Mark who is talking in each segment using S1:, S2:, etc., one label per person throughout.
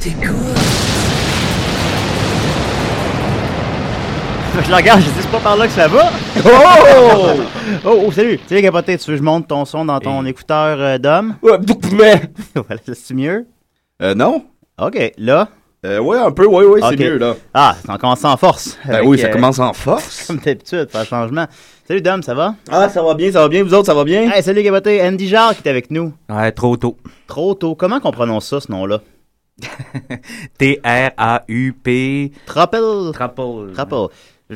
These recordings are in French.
S1: T'es cool.
S2: Je la regarde, je dis c'est pas par là que ça va.
S3: Oh!
S2: Oh, oh, salut. Salut, capoté. Tu veux que je monte ton son dans ton écouteur euh, d'homme?
S3: Ouais, bouf, mais-
S2: voilà, c'est mieux?
S3: Euh, non?
S2: Ok, là.
S3: Euh, ouais, un peu, ouais, ouais,
S2: Ok.
S3: c'est mieux, là.
S2: Ah, ça commence en force.
S3: Ben
S2: Avec,
S3: oui, ça
S2: euh,
S3: commence en force.
S2: Comme d'habitude, pas de changement. Salut, Dom, ça va?
S3: Ah, ça va bien, ça va bien, vous autres, ça va bien?
S2: Hey, salut, capoté. Andy Jarre qui est avec nous.
S4: Ouais, trop tôt.
S2: Trop tôt. Comment qu'on prononce ça, ce nom-là?
S4: T-R-A-U-P.
S2: Trappel.
S4: Trappel.
S2: Trappel.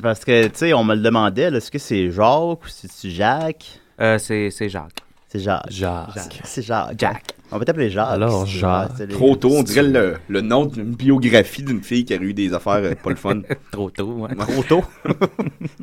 S2: Parce que, tu sais, on me le demandait, là, est-ce que c'est Jacques ou c'est-tu Jacques?
S4: Euh, c'est c'est Jacques.
S2: C'est Jacques.
S5: Jacques.
S2: C'est Jacques.
S4: Jacques.
S2: On peut t'appeler Jacques.
S5: Alors,
S2: si tu veux.
S5: Jacques.
S2: C'est les-
S3: Trop tôt, on dirait le, le nom d'une biographie d'une fille qui a eu des affaires euh, pas le fun.
S4: Trop tôt, ouais.
S2: Trop tôt.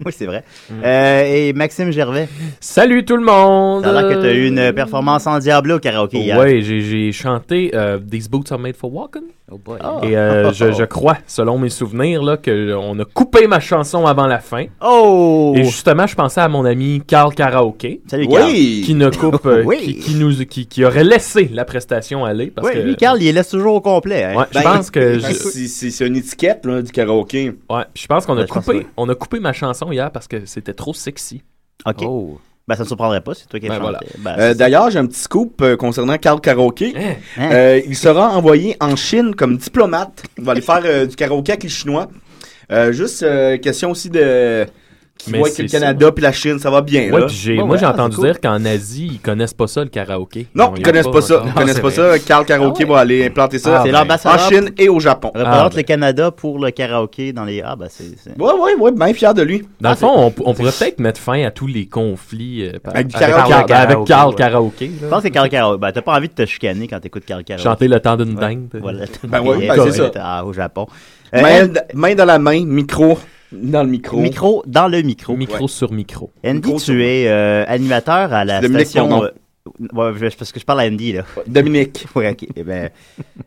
S2: oui, c'est vrai.
S5: Mm.
S2: Euh, et Maxime Gervais,
S5: Salut tout le monde!
S2: ça a l'air que tu as eu une performance en diable au karaoké hier.
S5: Ouais, j'ai- j'ai chanté euh, These Boots Are Made for Walking.
S4: Oh boy.
S2: Ah.
S5: Et euh, je, je crois, selon mes souvenirs, là, que on a coupé ma chanson avant la fin.
S2: Oh!
S5: Et justement, je pensais à mon ami Carl Karaoke,
S2: Salut, Carl.
S3: Oui!
S5: qui ne coupe, euh,
S2: Oui.
S5: qui, qui nous, qui, qui aurait laissé la prestation aller. Parce
S2: Ouais,
S5: que,
S2: lui, Carl, il laisse toujours au complet. hein.
S5: Ouais, je
S3: Ben,
S5: pense que
S3: ben,
S5: je-
S3: c'est- c'est c'est une étiquette là, du karaoké.
S5: ouais, je pense qu'on a
S2: Ouais, je pense que
S5: coupé,
S2: oui.
S5: on a coupé ma chanson hier parce que c'était trop sexy.
S2: OK.
S4: Oh.
S2: Ben, ça ne surprendrait pas, c'est toi qui as
S5: Ben,
S2: chanté.
S5: voilà.
S2: Ben,
S3: Euh,
S2: c'est-
S3: D'ailleurs, j'ai un petit scoop euh, concernant Carl Karaoké.
S5: Eh,
S2: Hein?
S3: Euh, il sera envoyé en Chine comme diplomate. Il va aller faire euh, du karaoké avec les Chinois. Euh, juste euh, question aussi de qui
S5: Mais
S3: voit que
S5: c'est
S3: le
S5: ça.
S3: Canada puis la Chine, ça va bien.
S5: Ouais,
S3: là.
S5: puis j'ai-
S2: Ouais,
S5: moi
S2: ouais,
S5: j'ai
S2: ah,
S5: entendu
S2: c'est cool.
S5: dire qu'en Asie, ils connaissent pas ça le karaoké.
S3: Non, ils connaissent pas ça. Ils
S4: encore.
S3: connaissent
S4: Non,
S3: pas
S4: c'est vrai.
S3: ça. Carl
S2: Ah
S3: Karaoké
S2: ouais.
S3: va aller implanter ça
S2: Ah, c'est
S5: ben.
S3: en
S2: l'ambassadeur.
S3: Chine et au Japon.
S2: Représente
S5: Ah, ben.
S2: le Canada pour le karaoké dans les. Ah, ben, c'est. c'est-
S3: Ouais, ouais, ouais, bien fier de lui.
S5: Dans
S4: Ah,
S5: le fond, on, on pourrait peut-être mettre fin à tous les conflits euh, par-
S3: Avec
S5: avec,
S3: du karaoké.
S5: Carl-
S4: Karaoké,
S5: avec Carl
S4: ouais.
S5: Karaoké.
S2: Je
S5: là.
S2: pense que c'est Carl Karaoké. Ben, t'as pas envie de te chicaner quand t'écoutes Carl Karaoke.
S5: Chanter le temps d'une dingue.
S2: Voilà.
S3: Ben ouais,
S5: ben, c'est
S3: ça.
S2: Ah, au Japon. Euh,
S3: Main, main dans la main, micro dans le micro.
S2: Micro dans le micro.
S5: Micro sur micro.
S2: Andy,
S3: Micro sur-
S2: tu es euh, animateur à la
S3: C'est Dominique
S2: station.
S3: Tournon.
S2: euh, ouais, je- parce que je parle à Andy, là.
S3: Dominique.
S2: Ouais, ok. Eh ben,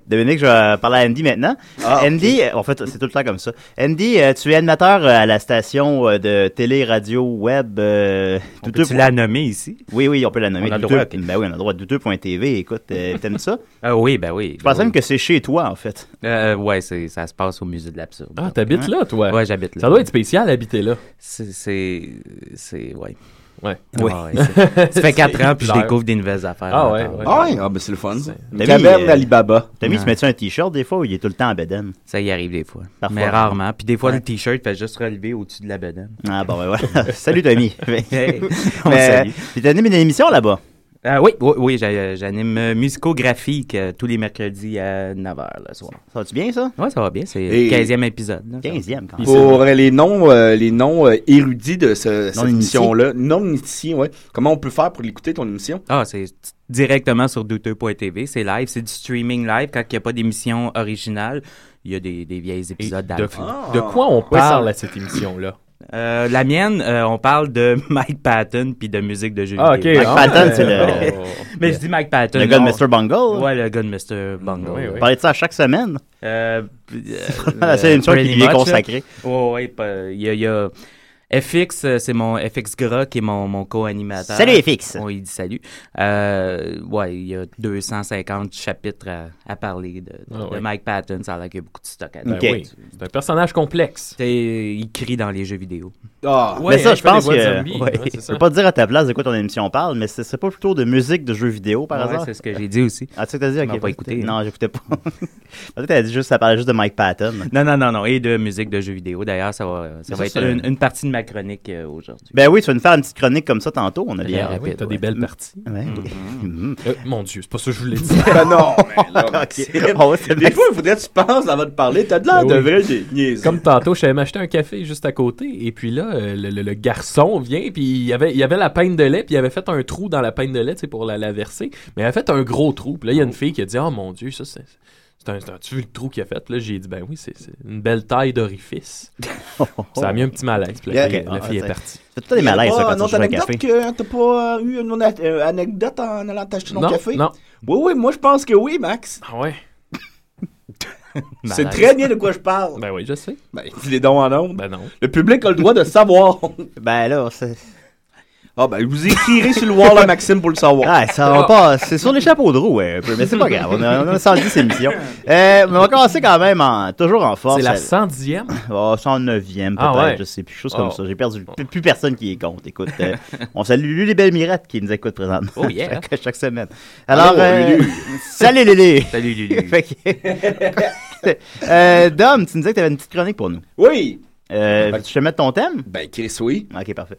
S2: Dominique, je vais parler à Andy maintenant.
S3: Ah,
S2: Andy, euh, en fait, c'est tout le temps comme ça. Andy, euh, tu es animateur euh, à la station euh, de télé, radio, web. euh,
S4: On
S2: douteux-
S4: peut-tu la nommer ici?
S2: Oui, oui, on peut la nommer.
S4: On a le
S2: douteux-
S4: droit, ok.
S2: Ben oui, on a le droit. Douteux.tv, écoute, euh, t'aimes ça?
S4: Ah oui, ben oui.
S2: Je pense même que c'est chez toi, en fait.
S4: Euh, ouais, c'est- ça se passe au musée de l'absurde.
S5: Ah, t'habites là, toi?
S4: Ouais, j'habite là.
S5: Ça doit être spécial, habiter là.
S4: C'est. C'est. c'est- Ouais.
S5: Ouais.
S2: Oui.
S4: Ah, ouais, c'est- ça fait 4 ans, puis je
S5: Bizarre.
S4: découvre des nouvelles affaires.
S5: Ah ouais,
S4: Attends.
S5: ouais.
S3: Ah, ouais, ah, ben c'est le fun. ça. Une
S2: T'as
S3: Caverne
S2: mis, euh,
S3: Alibaba.
S2: Tommy,
S4: Ouais.
S2: tu mets-tu un t-shirt des fois ou il est tout le temps en bedaine?
S4: Ça y arrive des fois.
S2: Parfois.
S4: Mais rarement. Puis des fois,
S2: Ouais.
S4: le t-shirt fait juste relever au-dessus de la bedaine.
S2: Ah, bon, ben voilà. Salut, Tommy.
S4: Hey, on
S2: Mais,
S4: salue.
S2: puis t'animes une émission là-bas.
S4: Ah oui, oui, oui j'a- j'anime euh, musicographique euh, tous les mercredis à 9h le soir.
S2: Ça va-tu bien, ça?
S4: Ouais, ça va bien, c'est le
S3: Et-
S4: 15e épisode. là.
S2: 15e, quand même.
S3: Pour euh, les noms, euh, les noms euh, érudits de ce, cette
S2: initiés.
S3: émission-là, non initiés, ouais. Comment on peut faire pour l'écouter ton émission
S4: Ah, c'est t- directement sur douteux.tv, c'est live, c'est du streaming live quand il n'y a pas d'émission originale. Il y a des, des vieilles
S5: Et
S4: épisodes
S5: de,
S4: d'avant.
S5: de
S2: Ah.
S5: quoi on parle à cette émission-là?
S4: Euh, la mienne, euh, on parle de Mike Patton puis de musique de jeux
S5: Ah, ok. Oh.
S4: vidéo.
S2: Mike Patton, c'est le-
S4: Mais je dis Mike Patton.
S2: Le gars de
S4: on-
S2: Mr. Bungle.
S4: Ouais, le gars de Mr. Bungle.
S5: Oui,
S2: On
S5: oui.
S2: parlait de ça chaque semaine.
S4: Euh,
S2: la seule émission qui lui est consacrée.
S4: Oui, ouais, pa- il y a, il y a FX, euh, c'est mon FX Gras qui est mon, mon co-animateur.
S2: Salut, FX.
S4: On lui dit salut. Euh, ouais, il y a 250 chapitres à, à parler de, de-
S5: Ah
S4: de
S5: ouais.
S4: Mike Patton. Ça a l'air qu'il y a beaucoup de stock à
S5: Ben
S4: dire.
S2: Ok.
S5: oui, C'est un personnage complexe.
S4: C'est- Il crie dans les jeux vidéo.
S3: Ah,
S5: Ouais,
S2: mais ça,
S5: il
S2: je
S5: fait des
S2: pense que.
S5: voix de zombies,
S2: ouais.
S5: ouais, c'est
S2: je
S5: ça.
S2: peux pas te dire à ta place de quoi ton émission parle, mais ce serait pas plutôt de musique de jeux vidéo par
S4: Ouais,
S2: hasard.
S4: c'est ce que j'ai dit aussi.
S2: Ah, tu sais que t'as dit,
S4: m'as
S2: ok.
S4: pas écouté, hein.
S2: Non, j'écoutais pas. Peut-être t'as dit juste, ça parlait juste de Mike Patton.
S4: Non, non, non, non. Et de musique de jeux vidéo. D'ailleurs, ça va, ça
S2: ça,
S4: va être
S2: c'est-
S4: une, une partie de ma chronique euh, aujourd'hui.
S2: Ben oui, tu vas nous faire une petite chronique comme ça tantôt, on a bien.
S5: Ah oui,
S4: rapide,
S5: T'as
S4: ouais.
S5: des belles parties.
S2: Ouais, oui. Mhm.
S5: Euh, mon Dieu, c'est pas ça que je voulais dire.
S3: ben non, mais là,
S2: Ok.
S3: Maxime.
S2: On va se
S3: Des
S2: mettre- Ah
S3: fois, il faudrait que tu penses avant de parler. T'as de l'air
S5: Ben
S3: de
S5: oui.
S3: vrai des niaiseux.
S5: Comme tantôt, je savais m'acheter un café juste à côté, et puis là, euh, le, le- le garçon vient, puis il y avait, il y avait la peine de lait, puis il avait fait un trou dans la peine de lait, tu sais, pour la, la verser, mais il avait fait un gros trou. Puis là, il y a une fille qui a dit, oh mon Dieu, ça c'est... c'est un, c'est un- tu veux le trou qu'il a fait? Puis Là, j'ai dit, ben oui, c'est c'est une belle taille d'orifice. Ça a mis un petit malaise. Puis la
S3: Yeah,
S5: fille, la
S2: ah,
S5: fille
S2: c'est-
S5: est partie.
S2: C'est tout des malaises, ça,
S3: Ah,
S2: quand
S3: non,
S2: tu joues
S3: t'as
S2: un
S3: anecdote
S2: café.
S3: que t'as pas eu une honnête- euh, anecdote en allant t'acheter ton
S5: Non,
S3: café?
S5: non.
S3: Oui, oui, moi je pense que oui, Max.
S5: Ah ouais?
S3: C'est
S4: Malaise.
S3: très bien de quoi je parle.
S5: Ben oui, je sais.
S3: Ben, dis les dons en ondes.
S5: Ben non.
S3: Le public a le droit de savoir.
S2: Ben là, c'est.
S3: Ah, ben, vous écrirez sur le wall à Maxime pour le savoir.
S2: Ah, ça va pas. C'est sur les chapeaux de roue, hein, un peu, mais c'est pas grave. On a, on a 110 émissions. Euh, mais on va commencer quand même en, toujours en force.
S5: C'est la
S2: Elle-
S5: 110e.
S2: Oh, 109e peut-être,
S5: Ah ouais.
S2: je sais plus, chose comme
S5: Oh.
S2: ça. J'ai perdu p- plus personne qui y compte. Écoute, euh, on salue Lulu Belle Mirette qui nous écoute présentement
S4: Oh, yeah.
S2: chaque, chaque semaine. Alors,
S3: Allô,
S2: euh,
S3: Lulu.
S2: salut Lulu.
S4: Salut Lulu.
S2: Fait que- Euh, Dom, tu nous disais que tu avais une petite chronique pour nous.
S3: Oui.
S2: Euh, veux-tu que je te mette ton thème?
S3: Ben, Chris, oui.
S2: Ok, parfait.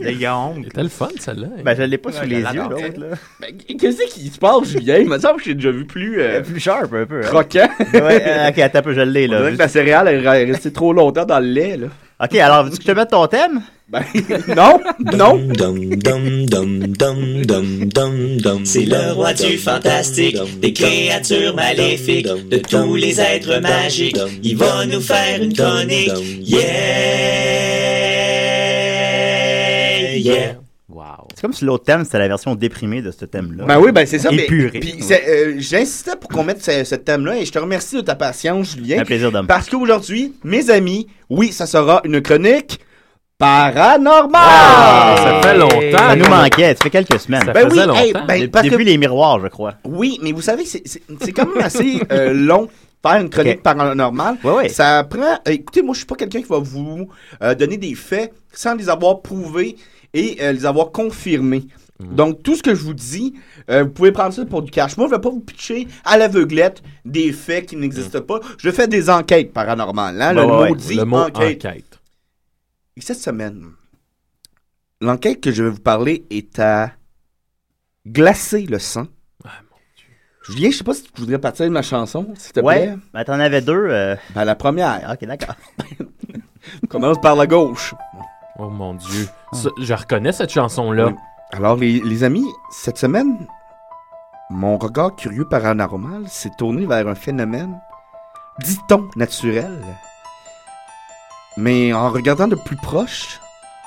S4: Le Yong.
S5: C'était le fun, celle-là. hein.
S2: ben, je l'ai pas sous
S4: Ouais,
S2: les yeux,
S4: j'adore.
S2: l'autre, là.
S3: Ben, Qu'est-ce qui se passe, Julien Il me semble que j'ai déjà vu plus euh,
S2: Plus sharp, un peu. hein.
S3: croquant
S2: Ouais, euh, ok, attends un peu, je l'ai,
S3: On dirait
S2: là.
S3: que la céréale elle est restée trop longtemps dans le lait là
S2: Ok, alors, veux-tu que je te mette ton thème?
S3: Ben non, non
S1: Dum dum dum dum dum dum dum.
S6: C'est le roi du fantastique, des créatures maléfiques, de tous les êtres magiques. Il va nous faire une chronique. Yeah! Yeah!
S4: Wow.
S2: C'est comme si l'autre thème, c'était la version déprimée de ce thème-là.
S3: Ben oui, ben c'est ça. mais-
S4: Épuré.
S3: Puis c'est, euh, j'insistais pour qu'on mette ce, ce thème-là et je te remercie de ta patience, Julien.
S2: Un plaisir, Dom.
S3: Parce qu'aujourd'hui, mes amis, oui, ça sera une chronique paranormale.
S2: Ah,
S5: Ça fait longtemps.
S2: Ça nous
S5: qu'on-
S2: manquait, ça fait quelques semaines.
S5: Ça
S3: Ben
S5: faisait
S3: oui,
S5: longtemps.
S3: hey, ben,
S2: Depuis,
S3: parce que-
S2: depuis les miroirs, je crois.
S3: Oui, mais vous savez, c'est- c'est c'est quand même assez euh, long faire une chronique
S2: Ok.
S3: paranormale.
S2: Ouais, ouais.
S3: Ça prend. euh, écoutez, moi, je suis pas quelqu'un qui va vous euh, donner des faits sans les avoir prouvés et euh, les avoir confirmés.
S2: Mhm.
S3: Donc, tout ce que je vous dis, euh, vous pouvez prendre ça pour du cash. Moi, je vais pas vous pitcher à l'aveuglette des faits qui n'existent pas. Je fais des enquêtes paranormales. hein,
S2: Mhm. Ouais,
S3: le
S2: ouais, ouais.
S3: mot dit
S5: Le mot
S3: enquête.
S5: enquête.
S3: Et cette semaine, l'enquête que je vais vous parler est à glacer le sang.
S5: Ah, mon
S3: Julien, je sais pas si tu voudrais partir de ma chanson, s'il te
S2: Ouais,
S3: plaît.
S2: ben t'en avais deux. euh,
S3: Ben, la première.
S2: Ok, d'accord.
S3: Commence par la gauche.
S5: Oh mon dieu. Ça, je reconnais cette chanson-là.
S3: Oui. Alors, les, les amis, cette semaine, mon regard curieux paranormal s'est tourné vers un phénomène, dit-on, naturel. Mais en regardant de plus proche,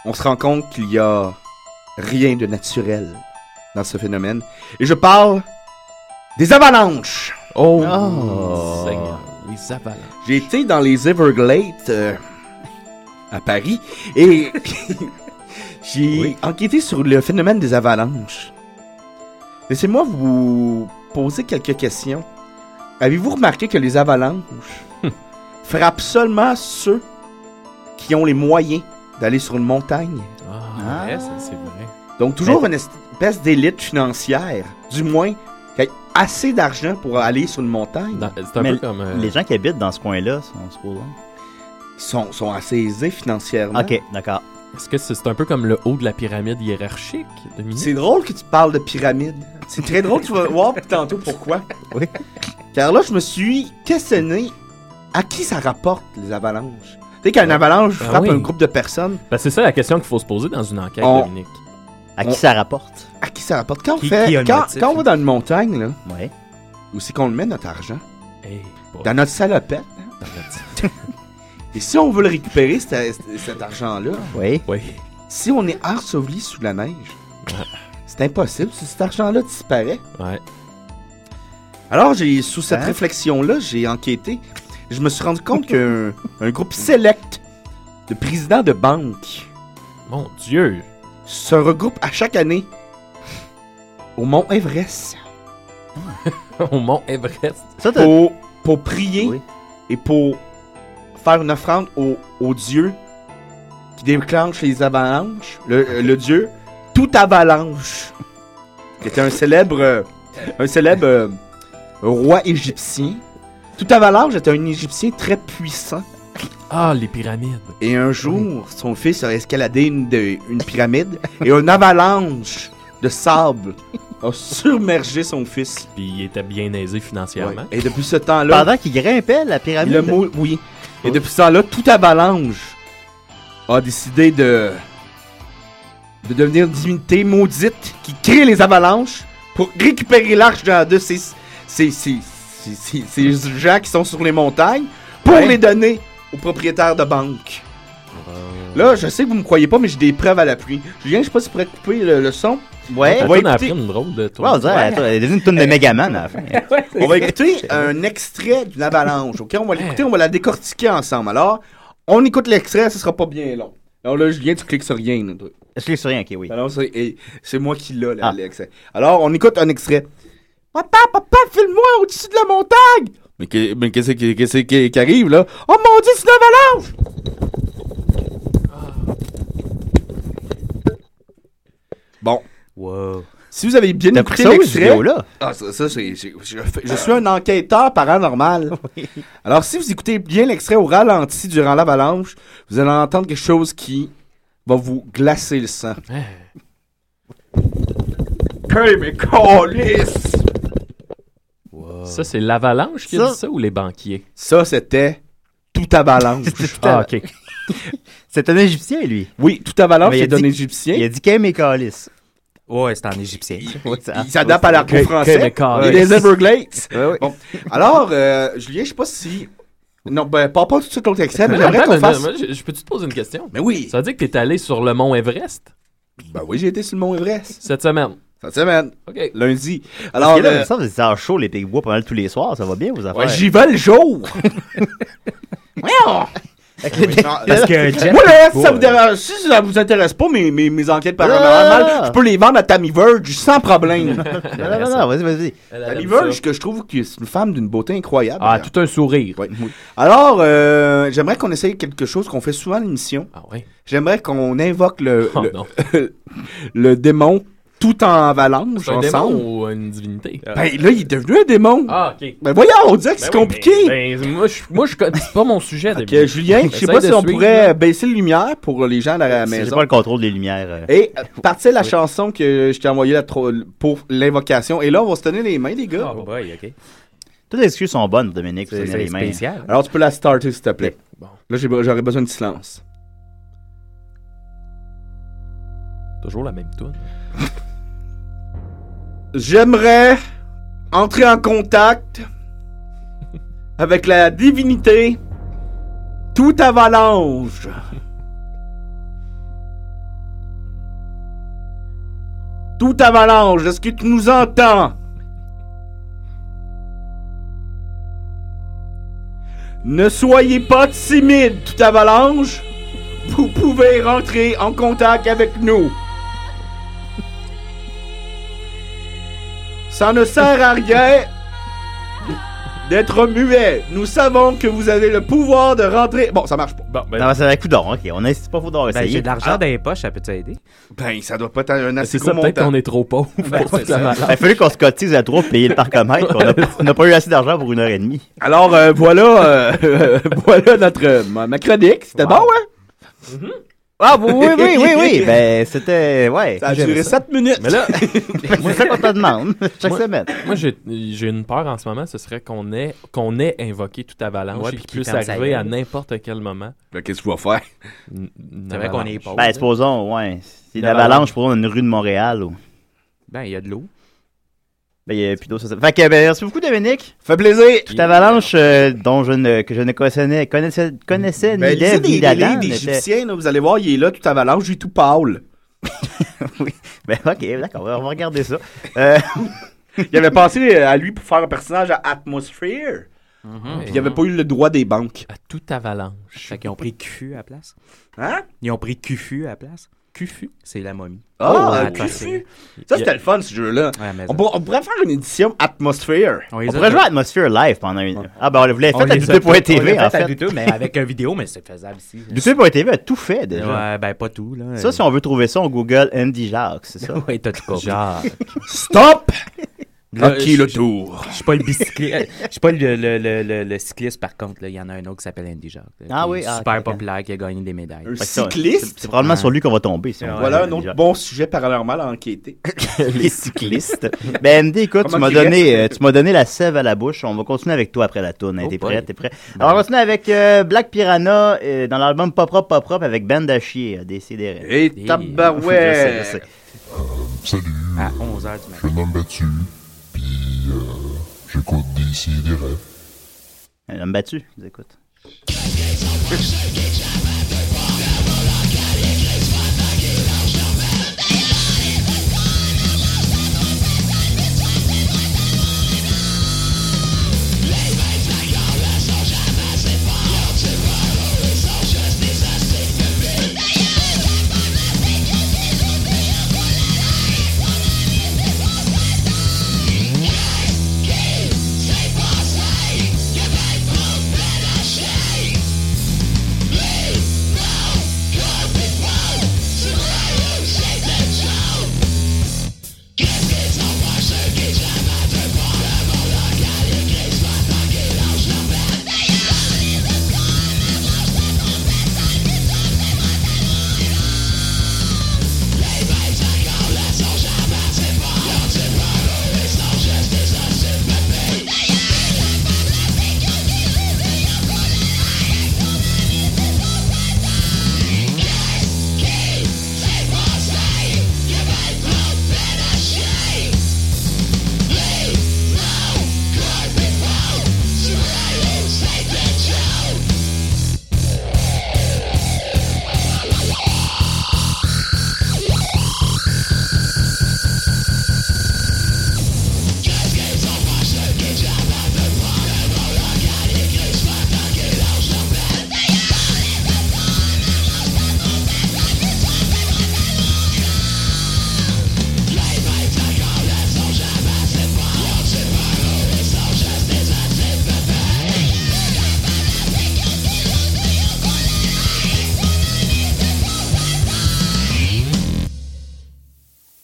S3: on se rend compte qu'il y a rien de naturel dans ce phénomène. Et je parle des avalanches.
S5: Oh,
S2: Oh.
S5: Seigneur. Les avalanches.
S3: J'ai été dans les Everglades euh, à Paris et j'ai enquêté sur le phénomène des avalanches. Laissez-moi vous poser quelques questions. Avez-vous remarqué que les avalanches frappent seulement ceux qui ont les moyens d'aller sur une montagne?
S5: Ah, ouais, ça, c'est vrai.
S3: Donc toujours une espèce d'élite financière, du moins qui a assez d'argent pour aller sur une montagne.
S5: Dans- C'est un
S2: Mais
S5: peu comme. euh,
S2: Les gens qui habitent dans ce coin-là sont supposés.
S3: Sont, sont assez aisés financièrement.
S2: Ok, d'accord.
S5: Est-ce que c'est c'est un peu comme le haut de la pyramide hiérarchique,
S4: Mm-hmm.
S5: Dominique?
S3: C'est drôle que tu parles de pyramide. C'est très drôle, tu vas voir tantôt pourquoi.
S2: Oui.
S3: Car là, je me suis questionné à qui ça rapporte les avalanches. Tu sais, quand une avalanche
S5: Ah
S3: frappe
S5: oui.
S3: un groupe de personnes,
S5: Ben, c'est ça la question qu'il faut se poser dans une enquête,
S3: On-
S5: Dominique.
S2: À
S3: On-
S2: qui ça rapporte
S3: à qui ça rapporte? Quand on,
S4: Qui-
S3: fait,
S4: qui a le
S3: quand,
S4: motif?
S3: quand on va dans une montagne, là,
S2: Ouais.
S3: où c'est qu'on le met notre argent,
S5: Hey, pas-
S3: dans notre salopette, hein,
S5: dans notre-
S3: et si on veut le récupérer, cet- cet- cet argent-là,
S2: Oui.
S5: Oui.
S3: si on est enseveli sous la neige, c'est impossible si cet argent-là disparaît.
S5: Ouais.
S3: Alors, j'ai sous cette
S2: Hein?
S3: réflexion-là, j'ai enquêté. Je me suis rendu compte qu'un un groupe select de présidents de banques
S5: Mon Dieu.
S3: se regroupe à chaque année au Mont Everest
S5: Au Mont Everest.
S2: Ça, t'as.
S3: pour, pour prier
S2: Oui.
S3: et pour faire une offrande au, au dieu qui déclenche les avalanches, le, euh, le dieu tout avalanche, qui était un célèbre, euh, un célèbre euh, roi égyptien. Tout avalanche était un égyptien très puissant.
S5: Ah, les pyramides.
S3: Et un jour, son fils a escaladé une, de- une pyramide et une avalanche de sable a submergé son fils.
S5: Puis il était bien aisé
S3: Ouais.
S5: financièrement.
S3: Et depuis ce temps-là,
S2: Pendant qu'il grimpait la
S3: il a
S2: pyramide.
S3: mou- oui. Et depuis ce temps-là, toute avalanche a décidé de de devenir une divinité maudite qui crée les avalanches pour récupérer l'argent de ces ces, ces, ces- ces- ces gens qui sont sur les montagnes pour
S2: Ouais.
S3: les donner aux aux propriétaires de banque. Là, je sais que vous me croyez pas, mais j'ai des preuves à l'appui. Julien, je sais pas si tu pourrais couper le, le son.
S2: Ouais.
S5: La
S3: va
S5: toune a
S3: écouter-
S5: pris une drôle de
S2: Ouais, on
S5: tournure.
S2: dirait, attends, elle est devenue une toune de Megaman à la fin.
S3: On va écouter un extrait d'une avalanche, ok? On va l'écouter, on va la décortiquer ensemble. Alors, on écoute l'extrait, ce sera pas bien long. Alors là, Julien, tu cliques sur rien. là, toi.
S2: Est-ce que c'est rien? Ok, oui.
S3: Alors, c'est eh, c'est moi qui l'a, là,
S2: Ah.
S3: l'extrait. Alors, on écoute un extrait. Papa, papa, filme-moi au-dessus de la montagne! Mais que- mais qu'est-ce qui, qu'est-ce qui- qui arrive, là? Oh mon dieu, c'est une avalanche! Bon,
S4: Wow.
S3: si vous avez bien
S2: T'as pris
S3: écouté
S2: ça aux
S3: l'extrait...
S2: vidéos-là?
S3: Ah, ça, ça, c'est- c'est- je, je suis un enquêteur paranormal. Alors, si vous écoutez bien l'extrait au ralenti durant l'avalanche, vous allez entendre quelque chose qui va vous glacer le sang. Hey, mais câlisse!
S5: Euh, Ça, c'est l'avalanche qui a
S2: Ça-
S5: dit ça ou les banquiers?
S3: Ça, c'était tout avalanche.
S5: Ah, ok.
S2: C'est un Égyptien, lui.
S3: oui, tout avalanche,
S2: Mais il a
S3: c'est d'un
S2: dit-
S3: Égyptien.
S2: Il a dit qu'aime et calice.
S4: Ouais, c'est en égyptien.
S3: Il s'adapte à l'argot
S5: Ah. Ok, ok,
S3: français.
S5: mais câlisse.
S3: Et les Everglades.
S2: Ouais, ouais.
S3: Bon. Alors, euh, Julien, je sais pas si... Non, ben, pas, pas tout de suite l'autre extrait, mais j'aimerais
S5: Attends,
S3: qu'on
S5: mais-
S3: fasse...
S5: mais- mais je, je peux-tu te poser une question?
S3: Mais oui!
S5: Ça veut dire que t'es allé sur le mont Everest
S3: Ben oui, j'ai été sur le Mont Everest.
S5: cette semaine.
S3: Cette semaine.
S5: OK.
S3: Lundi. Alors,
S2: Alors, là,
S3: euh,
S2: ça, vous êtes en chaud, les Pays-Bois, pas mal tous les soirs. Ça va hein? bien, vos affaires?
S3: ouais, j'y vais le jour. Voyons.
S4: Parce que Jeff.
S3: Moi, le reste, ça vous dérange. Si ça vous intéresse pas, mes, mes, mes enquêtes paranormales,
S2: Ah!
S3: je peux les vendre à Tammy Verge sans problème.
S2: Non, non, non, non, vas-y, vas-y.
S3: Tammy Verge, que je trouve que c'est une femme d'une beauté incroyable.
S5: Ah, tout un sourire.
S3: Ouais. Alors, euh, j'aimerais qu'on essaye quelque chose qu'on fait souvent à l'émission.
S5: Ah ouais.
S3: J'aimerais qu'on invoque le,
S5: Oh
S3: le,
S5: non.
S3: le démon tout en avalanche
S5: C'est un
S3: ensemble.
S5: démon Euh, ou une divinité?
S3: Ben là, il est devenu un démon.
S5: Ah, ok.
S3: Ben voyons, on dirait que c'est
S5: Ben oui,
S3: compliqué.
S5: Ben, ben, moi, je, moi, je, connais- c'est pas mon sujet.
S3: Fait que,
S5: d'habitude.
S3: Euh, Julien, je sais
S5: Essaye
S3: pas si
S5: de
S3: on
S5: suivre,
S3: pourrait ben,
S5: là.
S3: baisser les lumières pour les gens à la
S2: Si J'ai
S3: maison.
S2: pas le contrôle des lumières. euh.
S3: Et euh, partez la chanson que je t'ai envoyée la tro- pour l'invocation. Et là, on va se tenir les mains, les gars.
S4: Oh boy, ok.
S2: Toutes les excuses sont bonnes, Dominique, pour
S4: C'est
S2: se
S4: c'est
S2: donner les mains.
S4: spécial.
S3: Alors, tu peux la starter, s'il te plaît.
S5: Bon.
S3: Là, j'ai- j'aurais besoin de silence.
S5: Toujours la même toune.
S3: J'aimerais entrer en contact avec la divinité tout avalanche. Tout avalanche, est-ce que tu nous entends? Ne soyez pas timide, tout avalanche. Vous pouvez rentrer en contact avec nous. Ça ne sert à rien d'être muet. Nous savons que vous avez le pouvoir de rentrer. Bon, ça marche pas.
S5: Bon, ben,
S2: Non, mais c'est un coup d'or, ok. On n'insiste pas, faut d'or
S4: Ben,
S2: essayer. Ah.
S4: j'ai de l'argent dans les poches, ça peut t'aider.
S3: Ben, ça doit pas être un assez
S5: c'est
S3: gros
S5: ça, peut-être
S3: montant. Ben,
S5: qu'on est trop pauvre. pour cette avalanche.
S2: Il a fallu qu'on se cotise à trois pour payer le parcomètre. On a- On n'a pas eu assez d'argent pour une heure et demie.
S3: Alors, euh, voilà, euh, voilà notre euh, ma ma chronique. C'était bon, hein?
S5: Mm-hmm.
S2: Ah, oui, oui, oui, oui, oui. Ben, c'était. Ouais.
S3: Ça a duré 7 minutes.
S5: Mais là,
S2: C'est ça qu'on te demande chaque
S5: Moi-
S2: semaine.
S5: moi, j'ai j'ai une peur en ce moment, ce serait qu'on ait, qu'on ait invoqué toute avalanche
S4: Ouais,
S5: et
S4: puis
S5: qu'il puisse
S4: qu'il ferme sa
S5: arriver à
S4: gueule.
S5: n'importe quel moment.
S3: Ben, qu'est-ce que tu vas faire?
S4: C'est vrai qu'on est pauvre.
S2: Ben, supposons, ouais. C'est une
S5: Une
S2: avalanche
S5: avalanche.
S2: pour une rue de Montréal. Ou...
S4: Ben, il y a de l'eau.
S2: Ben, il y a plus d'eau, ça, ça. Fait que, ben, merci beaucoup, Dominique.
S3: Fait plaisir.
S2: Toute avalanche euh, dont je ne, que je ne connaissais, connaissais, connaissais ni
S3: Ben, lisez
S2: d'Ève
S3: des,
S2: ni
S3: des
S2: d'Adam.
S3: livres
S2: n'était-
S3: d'Égyptiens, là, vous allez voir, il est là, tout avalanche, il est tout pâle.
S2: Ben, ok, d'accord, on va regarder ça. Euh,
S3: Il avait pensé à lui pour faire un personnage à Atmosphere.
S2: Mhm. Mm.
S3: Puis il avait pas eu le droit des banques.
S5: À toute avalanche.
S4: Fait qu'ils ont pris QFU à la place.
S3: Hein?
S4: Ils ont pris QFU à la place. QFU? C'est la momie.
S2: oh,
S3: Ah,
S4: ouais,
S3: QFU.
S4: c'est-
S3: Ça, c'était le fun, ce jeu-là.
S4: Ouais, mais
S3: On, pour- on pourrait faire une édition atmosphère.
S4: On les
S2: on
S4: a-
S2: pourrait jouer à Atmosphere Live pendant une. Ah, ben, on voulait
S4: on
S2: faire à
S4: les a- on les
S2: Douteux.tv,
S4: a
S2: en
S4: à
S2: fait.
S4: Douteux, mais avec un vidéo, mais c'est faisable ici.
S2: Douteux.tv a tout fait déjà.
S4: Ouais, ben pas tout, là.
S2: Ça, si on veut trouver ça, on Google Andy Jacques, c'est ça?
S4: Ouais, t'as tout compris.
S3: Stop!
S4: Là,
S3: Ok,
S4: je-
S3: le tour.
S4: Je suis pas le bicycliste. Je suis pas le, le, le, le, le cycliste, par contre. là. Il y en a un autre qui s'appelle Andy Jacques. là,
S2: Ah
S4: qui
S2: oui,
S4: est
S2: ah,
S4: Super
S2: ok, Ah. ok.
S4: populaire, qui a gagné des médailles.
S3: Un
S2: Fait que ça,
S3: cycliste?
S2: C'est c'est probablement
S4: Ouais.
S2: sur lui qu'on va tomber. si on
S4: Ouais,
S3: Voilà
S2: veut
S3: un autre
S2: Andy
S3: bon sujet paranormal à enquêter.
S2: les cyclistes. Ben Andy, écoute, tu
S3: Comment
S2: m'as
S3: tu
S2: donné, euh,
S3: restes?
S2: tu m'as donné la sève à la bouche. On va continuer avec toi après la tourne. Hein,
S4: Oh
S2: t'es
S4: boy.
S2: prêt, t'es prêt. Alors, on va continuer avec euh, Black Piranha euh, dans l'album Pas propre, pas propre avec Ben Dachier, des CDR.
S4: euh, Ah,
S2: Je
S3: Et
S2: sais, je
S3: tabarouette!
S2: sais.
S7: Salut,
S4: À 11h du
S7: je
S4: matin.
S7: me nomme Battu, puis euh, j'écoute d'ici des rêves.
S2: Un homme battu, je vous écoute.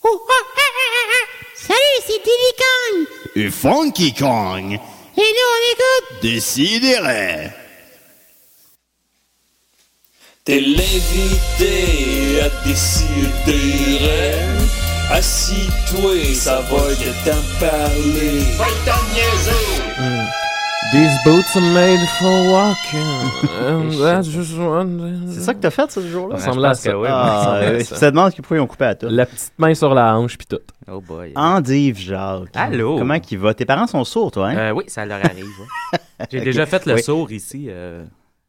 S8: Oh, ah, Salut, c'est Diddy Kong!
S9: Et Funky Kong,
S8: Et nous, on écoute!
S9: décidérez.
S6: T'es l'invité à décider. Assis-toi, ça va de t'en parler. Va t'en niaiser!
S5: Hmm. These boots are made for walking. and that's just one-
S2: C'est ça que t'as fait, ça, ce jour-là?
S5: Ça ressemble à
S4: pense
S5: ça.
S4: que oui,
S2: Ah,
S4: ouais,
S2: oui,
S4: ça.
S2: tu te demandes pourquoi ils ont coupé à toi.
S5: La petite main sur la hanche, puis tout.
S4: Oh boy.
S2: Andive Jacques.
S4: Allô?
S2: Comment qu'il va? Tes parents sont sourds, toi, hein?
S4: Euh, oui, ça leur arrive. ouais. J'ai
S2: Ok.
S4: déjà fait le
S2: Oui.
S4: sourd ici. euh,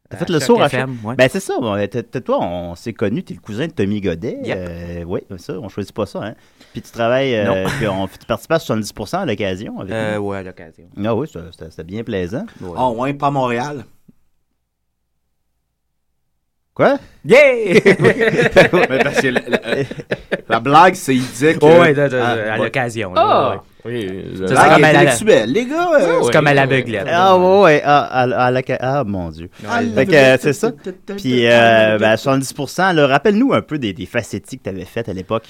S2: T'as fait le sourd à
S4: FM, ouais.
S2: Ben, c'est ça. Bon, t'es- t'es- toi, on s'est connus. T'es le cousin de Tommy Godet.
S4: Yep.
S2: Euh, oui, ça, on choisit pas ça. Hein. Puis tu travailles, euh, puis on, tu participes à 70% à l'occasion. Avec
S4: Euh, ouais, à l'occasion.
S2: nous. Ah oui, ça- c'était c'était bien plaisant.
S4: Ouais.
S3: Oh, ouais, pas Montréal.
S2: Quoi?
S4: Yeah!
S3: Mais parce que la, la-
S2: euh,
S3: la blague, c'est il dit que.
S4: Oh, ouais, de- de- de- à
S3: ouais.
S4: l'occasion.
S5: Ah!
S4: là,
S5: Oui, je-
S4: Ça,
S3: blague
S4: c'est comme à la-
S3: intellectuelle, les gars. euh,
S4: ouais. C'est comme à l'aveuglette.
S2: Ah oui, ouais, ah, à- à la ca- ah, mon Dieu. Fait que, euh, c'est ça. Puis, euh, ben, 70%, là, rappelle-nous un peu des, des facéties que t'avais faites à l'époque.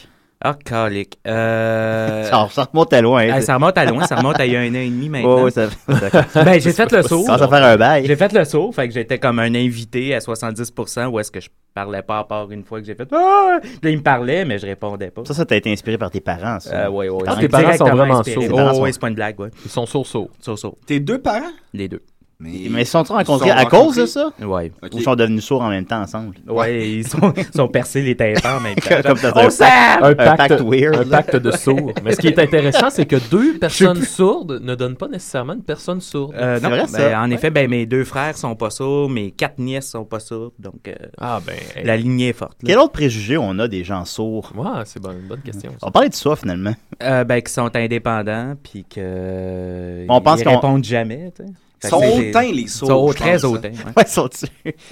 S4: Ah, calique. Euh...
S2: Ça, ça remontait loin. hein,
S4: Ah,
S2: c'est-
S4: ça remonte à loin, ça remonte à il y a un an et demi
S2: Ouais,
S4: maintenant.
S2: ouais, ça... d'accord.
S4: Ben, j'ai fait le saut.
S2: Ça va faire un bail.
S4: J'ai fait le saut, fait que j'étais comme un invité à 70% où est-ce que je parlais pas à part une fois que j'ai fait Ah! Puis là, il me parlait, mais je répondais pas.
S2: Ça, ça t'a été inspiré par tes parents, ça.
S4: Euh, ouais, ouais.
S2: Ah,
S5: tes parents sont
S4: Directement
S5: vraiment
S4: inspiré.
S5: sourds.
S2: Tes parents
S4: Oh,
S2: sont-
S4: ouais, c'est pas une blague, ouais.
S5: Ils sont sourds-sourds.
S4: Sourd, sourd.
S3: Tes deux parents?
S4: Les deux.
S2: Mais sont-ils rencontrés
S3: Ils sont
S2: à cause de
S3: rencontrés.
S2: ça?
S4: Ouais.
S2: Ou sont devenus sourds en même temps ensemble?
S4: Ouais, ils sont, sont percés les tympans en même temps.
S2: Comme dans un
S4: On s'aime!
S5: un
S2: pacte
S5: pacte,
S2: weird,
S5: un
S2: là.
S5: pacte de sourds. Mais ce qui est intéressant, c'est que deux personnes sourdes ne donnent pas nécessairement une personne sourde.
S4: Euh, non,
S2: vrai,
S4: ben,
S2: ça.
S4: en effet, ben, mes deux frères sont pas sourds, mes quatre nièces sont pas sourdes, donc euh,
S5: Ah ben, hey.
S4: la lignée est forte. là.
S2: Quel autre préjugé on a des gens sourds?
S5: Ouais, c'est bon- une bonne question. ça.
S2: On parlait de ça, finalement.
S4: Euh, ben, qui sont indépendants, puis que.
S2: On pense
S4: ils
S2: qu'on-
S4: répondent jamais, tu sais. Fait
S3: Ils
S4: que
S3: sont
S4: c'est-
S3: hautains, les
S4: Ils
S3: sourds.
S4: sont
S3: je pense,
S4: très
S3: hein.
S4: hautains. ouais.
S2: Ouais, sont-tu?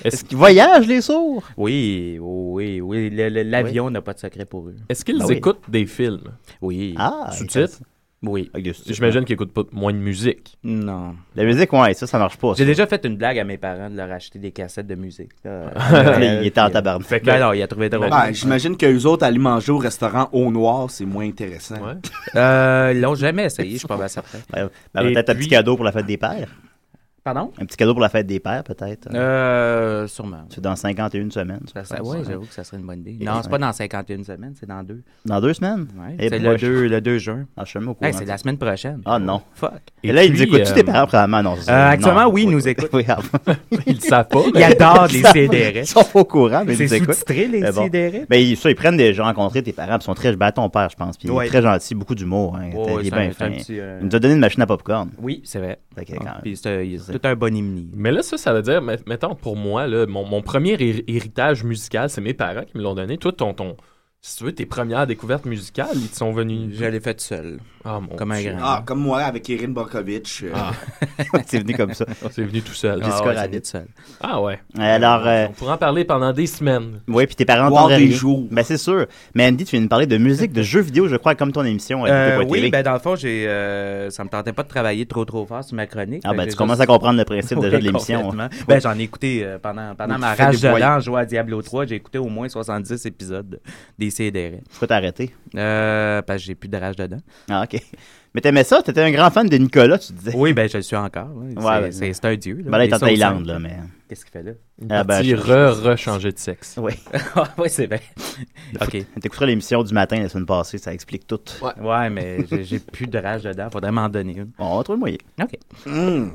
S2: Est-ce qu'ils voyagent, les sourds?
S4: Oui, oui, oui. le- le- L'avion n'a pas de secret pour eux.
S5: Est-ce qu'ils
S2: Ah oui.
S5: écoutent des films
S4: Oui.
S2: Ah!
S5: sous-titres
S4: Oui.
S2: avec des sous-titres.
S5: J'imagine qu'ils écoutent pas moins de musique.
S4: Non.
S2: La musique, ouais, ça, ça marche pas. ça.
S4: J'ai déjà fait une blague à mes parents de leur acheter des cassettes de musique. là. Euh,
S2: Là, Euh, Il était en tabarnak.
S5: Fait que,
S4: Ben non, il a trouvé drôle.
S3: Ben, J'imagine qu'eux autres, aller manger au restaurant au noir, c'est moins intéressant.
S5: ouais.
S4: Euh, ils l'ont jamais essayé, je suis pas mal certain.
S2: Ben, ben, peut-être un
S4: puis-
S2: petit cadeau pour la fête des pères.
S4: Pardon?
S2: Un petit cadeau pour la fête des pères, peut-être.
S4: Euh, sûrement.
S2: C'est dans 51 semaines.
S4: Ça,
S2: ça,
S4: oui,
S2: ça.
S4: Ben j'avoue que ça serait une bonne idée. Non, c'est pas dans 51 semaines, c'est dans deux.
S2: Dans deux semaines?
S4: Ouais,
S2: Eh,
S4: c'est
S2: moi,
S4: le
S2: je-
S4: 2, le 2 juin.
S2: Ah, je suis même au courant.
S4: Hey, c'est la semaine prochaine.
S2: Ah, non.
S4: Fuck.
S2: Et là, ils
S5: puis,
S2: écoutent tous
S5: euh,
S2: tes parents, probablement. Non,
S4: euh, actuellement, oui, ils nous écoutent.
S2: Oui, ah,
S5: Ils le savent pas.
S4: Ils
S5: mais-
S4: adorent les
S2: ils
S4: CDR.
S2: sont pas au courant, mais ils
S4: C'est
S2: nous écoutent.
S4: sous-titré, les
S2: Mais bon.
S4: CDR.
S2: Ben, ils, ça, ils prennent des gens rencontrés, tes parents, puis ils sont très. Je bats ton père, je pense. Puis il est
S4: Ouais.
S2: très gentil, beaucoup d'humour. Hein,
S4: Ouais,
S2: il est
S4: c'est
S2: bien
S4: un- c'est un
S2: fin.
S4: petit, euh,
S2: Il nous a donné une machine à popcorn.
S4: Oui, c'est vrai.
S2: Fait que, quand même,
S4: Puis c'est, euh, il-
S2: Ah. c'est ça.
S4: Tout un bon hymne.
S5: Mais là, ça, ça veut dire, met- mettons, pour moi, là, mon, mon premier hé- héritage musical, c'est mes parents qui me l'ont donné. Toi, ton, ton, si tu veux, tes premières découvertes musicales, ils te sont venus.
S4: Je l'ai fait seul,
S5: Ah, mon
S4: comme un
S5: Dieu.
S4: grand.
S3: Ah, comme moi, avec Erin Borkovitch. euh,
S4: Ah.
S2: Ah. c'est venu comme ça.
S5: C'est venu tout seul.
S2: Ah. Jessica
S4: ouais,
S2: Rabbit.
S4: j'étais seul.
S5: Ah ouais.
S2: Alors, euh,
S5: On pourra en parler pendant des semaines.
S2: oui, puis tes parents
S3: Voir
S2: entendraient
S3: des
S2: rien.
S3: jours.
S2: Ben, c'est sûr. Mais Andy, tu viens de parler de musique, de jeux vidéo, je crois, comme ton émission. à
S4: Euh,
S2: Vidéo.tv.
S4: oui, ben dans le fond, j'ai, euh, ça me tentait pas de travailler trop trop fort sur ma chronique.
S2: Ah,
S4: Fait
S2: ben,
S4: que
S2: tu
S4: j'ai
S2: commences
S4: juste-
S2: à comprendre le principe
S4: Ouais,
S2: déjà de l'émission. hein.
S4: complètement. Ben, j'en ai écouté euh, pendant, pendant
S3: Oui,
S4: ma
S3: fais
S4: rage
S3: des
S4: de
S3: voyous.
S4: lent jouer à Diablo 3, j'ai écouté au moins 70 épisodes des CDR.
S2: Pourquoi t'arrêter?
S4: Euh, parce que j'ai plus de rage dedans.
S2: Ah, OK. Mais t'aimais ça? T'étais un grand fan de Nicolas, tu disais.
S4: Oui, ben je le suis encore. là. C'est-
S2: ouais.
S4: c'est, c'est un dieu. là.
S2: Ben là, il est en
S4: Les sauces-
S2: Thaïlande, là, mais...
S4: Qu'est-ce qu'il fait là?
S2: Ah, ben,
S5: Petit
S2: je-
S5: re-re-changer de sexe.
S2: Oui.
S4: ah, oui, c'est vrai. OK.
S2: T'écouteras l'émission du matin la semaine passée, ça explique tout.
S4: Ouais, mais j'ai, j'ai plus de rage dedans. Faudrait m'en donner une.
S2: Bon, on va trouver le moyen. Hmm.
S4: OK.
S3: hum.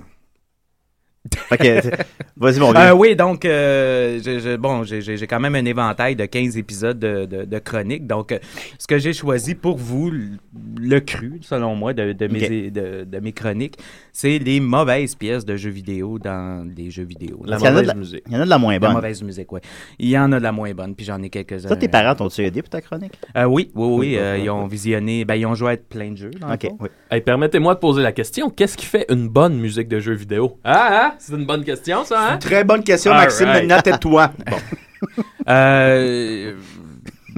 S2: Fait que, c'est- vas-y, mon
S4: Euh,
S2: vieux.
S4: oui, donc, euh, je- je- bon, j'ai- j'ai j'ai quand même un éventail de 15 épisodes de, de, de chroniques. Donc, euh, ce que j'ai choisi pour vous, le- le cru, selon moi, de, de, mes,
S2: Ok.
S4: é- de, de mes chroniques, c'est les mauvaises pièces de jeux vidéo dans les jeux vidéo.
S5: La
S2: Parce qu'il y en a de
S5: mauvaise
S2: la-
S5: musique.
S2: Il y en a de la moins
S4: La
S2: bonne.
S4: mauvaise musique, oui. Il y en a de la moins bonne, puis j'en ai quelques-uns.
S2: Ça, tes parents t'ont-tu aidé pour ta chronique?
S4: Euh, oui, oui, oui. euh,
S5: oui,
S4: ils ont visionné, ben, ils ont joué à plein de jeux. dans le
S2: OK,
S4: fond.
S2: oui.
S5: Hey, permettez-moi de poser la question. Qu'est-ce qui fait une bonne musique de jeu vidéo? Ah, ah, c'est une bonne question, ça, hein?
S3: Très bonne question,
S5: All
S3: Maxime.
S5: right.
S3: Maintenant, tais-toi.
S4: Euh,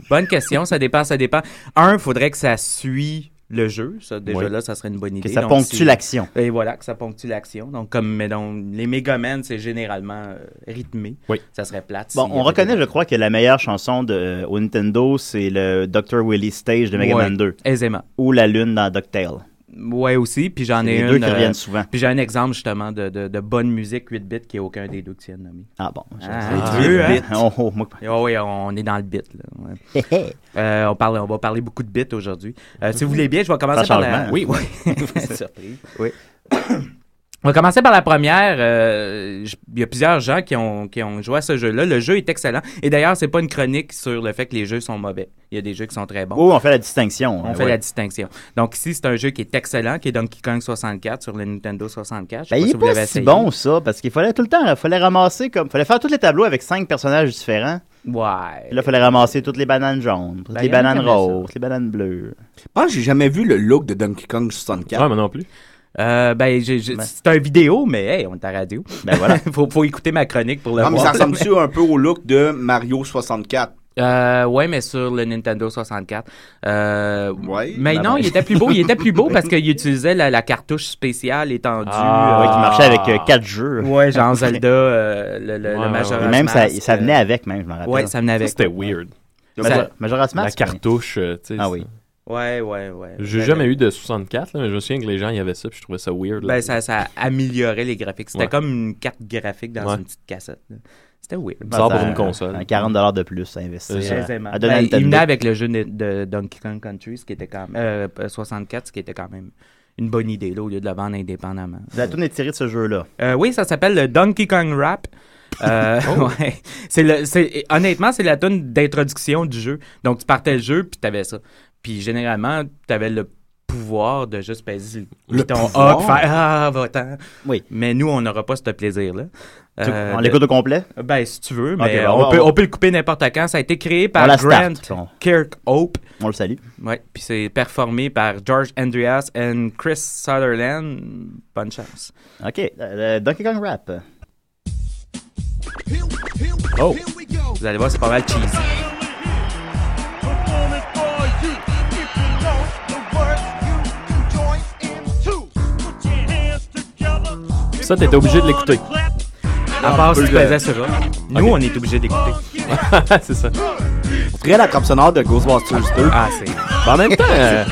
S4: bonne question, ça dépend, ça dépend. Un, faudrait que ça suit le jeu, ça déjà
S2: Oui.
S4: là, ça serait une bonne idée.
S2: Que ça
S4: Donc,
S2: ponctue
S4: si-
S2: l'action.
S4: Et voilà, que ça ponctue l'action. Donc, comme mais donc, les Megaman, c'est généralement euh, rythmé.
S5: Oui.
S4: Ça serait plate.
S2: Bon,
S4: s'il y
S2: on
S4: avait
S2: reconnaît,
S4: des-
S2: je crois, que la meilleure chanson de, euh, au Nintendo, c'est le Dr. Willy Stage de Mega Man
S4: Ouais.
S2: 2
S4: Aisément.
S2: ou La Lune dans DuckTale.
S4: Ouais, aussi. Puis j'en
S2: C'est
S4: ai
S2: les
S4: une.
S2: deux qui
S4: euh,
S2: reviennent souvent.
S4: puis j'ai un exemple justement de, de, de bonne musique 8 bits qui est aucun des deux que tu viens de nommer.
S2: Ah bon. je-
S4: Ah,
S2: c'est-
S4: deux, hein?
S2: Oh, oh, moi-
S4: Ah oui, on est dans le bit. Là. ouais. Euh, on, parle, on va parler beaucoup de bits aujourd'hui. Euh, si vous voulez bien, je vais commencer par
S2: Sans
S4: la...
S2: changement.
S4: Oui, oui. Surprise.
S2: Oui.
S4: On va commencer par la première. Euh, je- Il y a plusieurs gens qui ont, qui ont joué à ce jeu-là. Le jeu est excellent. Et d'ailleurs, c'est pas une chronique sur le fait que les jeux sont mauvais. Il y a des jeux qui sont très bons.
S2: Oh, on fait la distinction.
S4: On
S2: hein,
S4: fait
S2: ouais.
S4: la distinction. Donc ici, c'est un jeu qui est excellent, qui est Donkey Kong 64 sur le Nintendo 64. Je sais
S2: Ben, il
S4: si
S2: est
S4: vous
S2: pas
S4: l'avez
S2: si
S4: essayé.
S2: bon, ça, parce qu'il fallait tout le temps, il fallait ramasser comme, fallait faire tous les tableaux avec cinq personnages différents.
S4: Ouais.
S2: Puis là, il fallait ramasser toutes les bananes jaunes, toutes
S4: Ben,
S2: les
S4: y en a qui
S2: bananes
S4: aiment ça.
S2: roses, les bananes bleues.
S3: Ah, j'ai jamais vu le look de Donkey Kong 64.
S5: Ah, moi non plus.
S4: Euh, ben, j'ai- j'ai-
S2: Ben.
S4: c'est un vidéo, mais hey, on est à la radio.
S2: Ben voilà.
S4: faut, faut écouter ma chronique pour le
S3: Ah, mais
S4: voir.
S3: ça ressemble-tu un peu au look de Mario 64?
S4: Euh, ouais, mais sur le Nintendo 64. Euh,
S3: Ouais.
S4: Mais
S2: Ben
S4: non,
S2: ben.
S4: il était plus beau. Il était plus beau parce qu'il utilisait la, la cartouche spéciale étendue.
S5: Ah,
S2: Ouais,
S4: euh,
S2: qui marchait avec euh, quatre jeux.
S4: Ouais, genre Zelda, euh, le, le, le
S5: Ouais, ouais,
S4: Majora's
S2: Et même, ça,
S4: Mask,
S2: ça venait
S4: euh,
S2: avec, même, je m'en rappelle.
S4: Ouais, ça venait
S5: Ça,
S4: avec.
S5: c'était weird.
S2: Major- Majora's
S5: La
S2: Mask, oui.
S5: cartouche, euh, tu sais.
S2: Ah
S5: c'est-
S2: oui.
S4: Ouais, ouais, ouais.
S5: J'ai
S4: Ben,
S5: jamais eu de 64, là, mais je me souviens que les gens y avaient ça, puis je trouvais ça weird. là.
S4: Ben, ça, ça améliorait les graphiques. C'était
S5: Ouais.
S4: comme une carte graphique dans
S5: Ouais.
S4: une petite cassette. là. C'était weird.
S5: Bizarre
S2: Ça,
S5: pour une
S2: un-
S5: console.
S2: Un 40$ de plus à investir.
S5: C'est ça.
S2: à-
S4: Aisément.
S2: à donner à
S4: Ben, il
S2: Nintendo.
S4: venait avec le jeu de, de Donkey Kong Country, ce qui était quand même, euh, euh, 64, ce qui était quand même une bonne idée, là, au lieu de le vendre indépendamment.
S2: La tourne est tirée de ce jeu-là.
S4: Euh, oui, ça s'appelle le Donkey Kong Rap. Euh,
S5: Oh.
S4: ouais. C'est le, c'est- honnêtement, c'est la tune d'introduction du jeu. Donc, tu partais le jeu, puis t'avais ça. Puis, généralement, t'avais le pouvoir de juste peser le,
S3: Le
S4: bouton
S3: pouvoir?
S4: A, puis faire Ah, va-t'en.
S2: Oui.
S4: Mais nous, on n'aura pas ce plaisir-là.
S2: Tu-
S4: Euh,
S2: on
S4: de-
S2: l'écoute au complet?
S4: Ben, si tu veux, mais
S2: ben,
S4: on,
S2: on va-
S4: peut,
S2: on va-
S4: on peut le couper n'importe quand. Ça a été créé par
S2: On la
S4: Grant
S2: starte, on-
S4: Kirkhope.
S2: On le salue.
S4: Ouais, puis c'est performé par George Andreas et Chris Sutherland. Bonne chance.
S2: OK. euh, le Donkey Kong Rap.
S5: Oh,
S4: Vous allez voir, c'est pas mal cheesy.
S5: ça, t'étais obligé de l'écouter.
S4: À part si tu pesais sur A. Nous, on est obligé d'écouter.
S5: c'est ça.
S3: Très la trame sonore de Ghostbusters 2.
S4: Ah, c'est.
S5: en même temps, euh,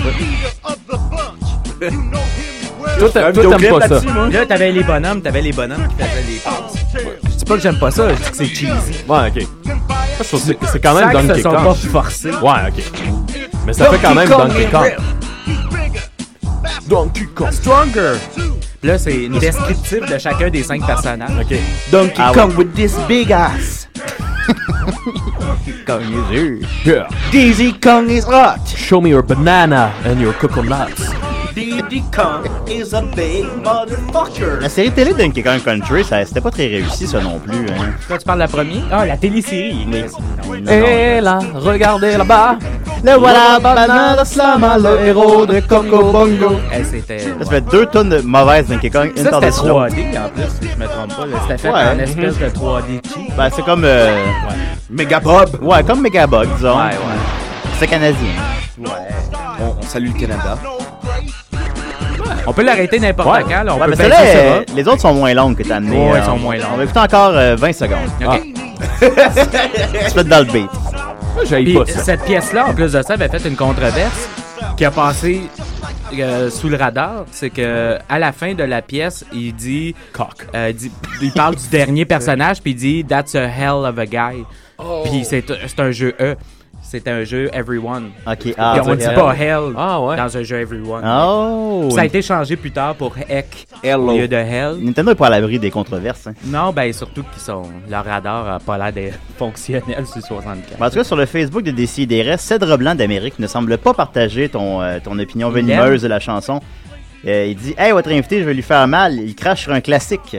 S5: toi,
S3: Un
S5: t'a- toi,
S3: vidéoclip
S5: t'aimes pas ça.
S3: là-dessus, moi.
S4: Là, t'avais les bonhommes, t'avais les bonhommes qui faisaient les passes. Je dis pas que j'aime pas ça, je dis que c'est cheesy.
S5: Ouais, ok. Moi, je trouve que c'est- c'est quand même
S4: Sacs se
S5: Donkey
S4: sont pas
S5: Kong.
S4: forcés.
S5: Ouais, ok. Mais ça fait quand même Donkey Kong. Donkey Kong.
S4: Stronger! Puis Là, c'est une descriptif de chacun des cinq personnages.
S5: Ok.
S3: Donkey
S2: Ah
S3: Kong with this big ass.
S5: Yeah.
S3: Daisy Kong is hot.
S5: Show me your banana and your coconuts.
S3: Diddy Kong is a big motherfucker.
S2: La série télé de Donkey Kong Country, ça- c'était pas très réussi, ça non plus. Hein.
S4: Quand tu parles de la première, ah, la télésérie.
S2: Mais- non, non,
S5: Et là, regardez là-bas.
S2: Le voilà, banana
S5: banana
S2: slama, le héros de Coco Bongo.
S4: Eh, c'était.
S2: Ça fait deux tonnes de mauvaises Donkey Kong, une
S4: Ça,
S2: par
S4: c'était
S2: dessus l'autre.
S4: 3D en plus, si je me trompe pas. là. C'était fait
S2: Ouais.
S4: en espèce de 3D
S5: Mhm.
S4: cheap.
S2: Ben, c'est comme. euh,
S3: Megabob.
S2: ouais, comme Megabug, disons.
S4: Ouais, ouais.
S2: C'est canadien.
S3: On, on salue le Canada.
S4: On peut l'arrêter n'importe
S5: Ouais.
S4: quand, là. On
S2: Ouais,
S4: peut
S2: mais
S4: faire
S2: celle-là,
S4: ça.
S2: euh, les autres sont moins longues que t'as amenées.
S4: Ouais,
S2: euh,
S4: ils sont
S2: on-
S4: moins longues.
S2: On va écouter encore euh, 20 secondes.
S4: ça. OK.
S2: Split dans le beat.
S5: Moi, j'aille
S4: Puis
S5: pas ça.
S4: cette pièce-là, en plus de ça, avait fait une controverse qui a passé euh, sous le radar. C'est que à la fin de la pièce, il dit, euh, il dit- il parle du dernier personnage, puis il dit That's a hell of a guy.
S5: Oh.
S4: Puis c'est c'est un jeu E. C'est un jeu Everyone.
S2: Ok, ah.
S4: Puis on
S2: c'est
S4: dit
S2: vrai.
S4: pas Hell
S5: Ah, ouais.
S4: dans un jeu Everyone.
S2: Oh!
S4: Ça a été changé plus tard pour Heck au
S3: Hello.
S4: lieu de Hell.
S2: Nintendo est pas à l'abri des controverses. Hein.
S4: Non, ben surtout qu'ils sont. Leur radar a pas l'air d'être fonctionnel sur 64.
S2: Ben, en tout cas, sur le Facebook de DCIDRS, Cèdre Blanc d'Amérique ne semble pas partager ton, euh, ton opinion
S4: Il
S2: venimeuse de la chanson. Euh, il dit Hey, votre invité, je vais lui faire mal. Il crache sur un classique.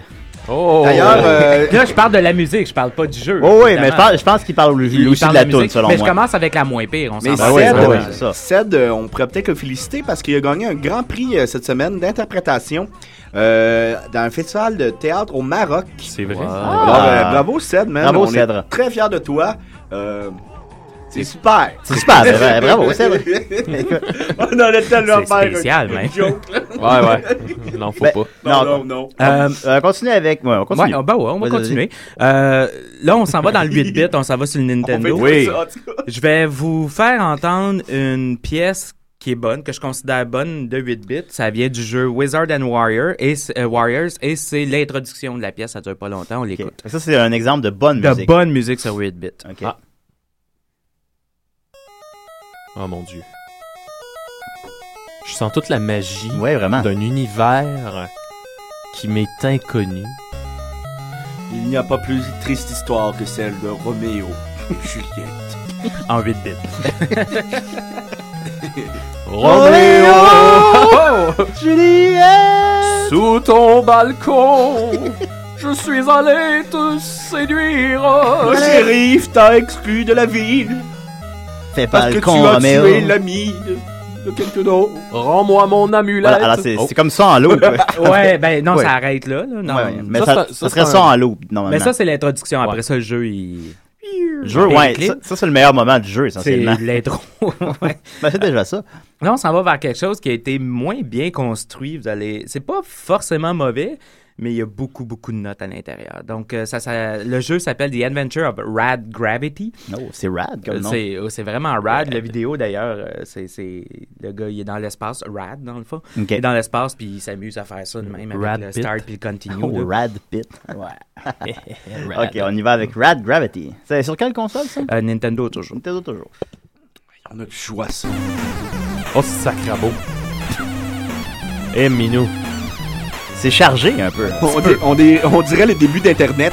S5: Oh.
S3: D'ailleurs, euh,
S4: Là, je parle de la musique, je parle pas du jeu.
S2: Oh, oui, mais je
S4: évidemment.
S2: pense- je pense qu'il parle lui
S4: Il
S2: aussi
S4: parle
S2: de la
S4: musique,
S2: toune, selon
S4: Mais
S2: moi.
S4: je commence avec la moins pire, on s'en
S3: Mais
S4: va.
S2: Ah ouais,
S3: Ced,
S2: ben ouais,
S3: euh,
S2: c'est ça.
S3: Ced, euh, on pourrait peut-être le féliciter parce qu'il a gagné un grand prix euh, cette semaine d'interprétation euh, dans un festival de théâtre au Maroc.
S5: C'est vrai. Ah.
S3: Alors, euh, bravo Ced, man.
S2: Bravo,
S3: on
S2: Cèdre.
S3: est très fiers de toi. Euh, c'est super.
S2: C'est super, ben, ben, bravo, Cèdre. Écoute,
S3: on en a tellement
S4: C'est
S3: faire
S4: spécial,
S3: une- une
S4: même.
S3: joke, là.
S5: Ouais, ouais. non, faut
S2: Ben,
S5: pas.
S3: Non,
S2: Non.
S3: non, non.
S4: Euh,
S2: euh, continue avec. Ouais, on continue.
S4: ouais, ah, bah ouais, on va
S2: Vas-y, vas-y.
S4: continuer. Euh, là, on s'en va dans le 8-bit, on s'en va sur le
S3: On fait
S4: Nintendo.
S3: tout
S5: Oui.
S3: ça, en tout cas.
S4: Je vais vous faire entendre une pièce qui est bonne, que je considère bonne de 8 bits. Ça vient du jeu Wizard and Warrior et, c- euh, Warriors et c'est l'introduction de la pièce. Ça dure pas longtemps, on
S2: Ok.
S4: l'écoute.
S2: Ça, c'est un exemple de bonne
S4: De
S2: musique.
S4: bonne musique sur 8 bits.
S2: Ok.
S5: Ah. Oh mon dieu. Je sens toute la magie
S2: Ouais, vraiment.
S5: d'un univers qui m'est inconnu.
S3: Il n'y a pas plus triste histoire que celle de Roméo et Juliette.
S4: En 8 bits.
S5: Roméo!
S2: Juliette!
S5: Sous ton balcon, je suis allé te séduire.
S3: Le shérif t'a exclu de la ville
S2: Fais pas
S3: parce que
S2: le
S3: tu
S2: con,
S3: as tué
S2: Roméo.
S3: l'ami de, de quelqu'un d'autre.
S5: Rends-moi Oh, mon amulette.
S2: Voilà, alors, c'est
S5: Oh.
S2: c'est comme ça en loop. ouais.
S4: Ouais, ben non,
S2: Ouais.
S4: ça arrête là. là, non.
S2: Ouais, mais
S5: Ça,
S2: ça,
S5: c'est un-
S2: ça
S5: ça,
S2: serait
S5: c'est
S2: ça
S5: un-
S2: en loop, normalement.
S4: Mais ça, c'est l'introduction. Après
S5: Ouais.
S4: ça, le jeu, il.
S2: Le jeu, ouais,
S4: Clip.
S2: ça, ça, c'est le meilleur moment du jeu,
S4: C'est
S2: essentiellement.
S4: l'intro. Ouais.
S2: Ben, c'est déjà ça.
S4: Là, on s'en va vers quelque chose qui a été moins bien construit. Vous allez, c'est pas forcément mauvais, mais il y a beaucoup, beaucoup de notes à l'intérieur. Donc, euh, ça, ça- le jeu s'appelle The Adventure of Rad Gravity.
S2: Non, c'est rad comme
S4: Euh,
S2: nom.
S4: C'est, euh, c'est vraiment rad. La vidéo, d'ailleurs, euh, c'est, c'est- le gars, il est dans l'espace, rad dans le fond.
S2: Ok.
S4: Il est dans l'espace, puis il s'amuse à faire ça de même avec
S5: Rad
S4: le
S5: Pit.
S4: start puis le continue.
S2: Oh,
S4: là.
S2: Rad Pit. ok, on y va avec Rad Gravity. C'est sur quelle console, ça?
S4: Euh, Nintendo toujours.
S2: Nintendo toujours.
S3: On a du choix, ça.
S5: Oh, sacrabo. Eh, Minou.
S2: C'est chargé, un peu.
S3: On, est- on est- on dirait le début d'Internet.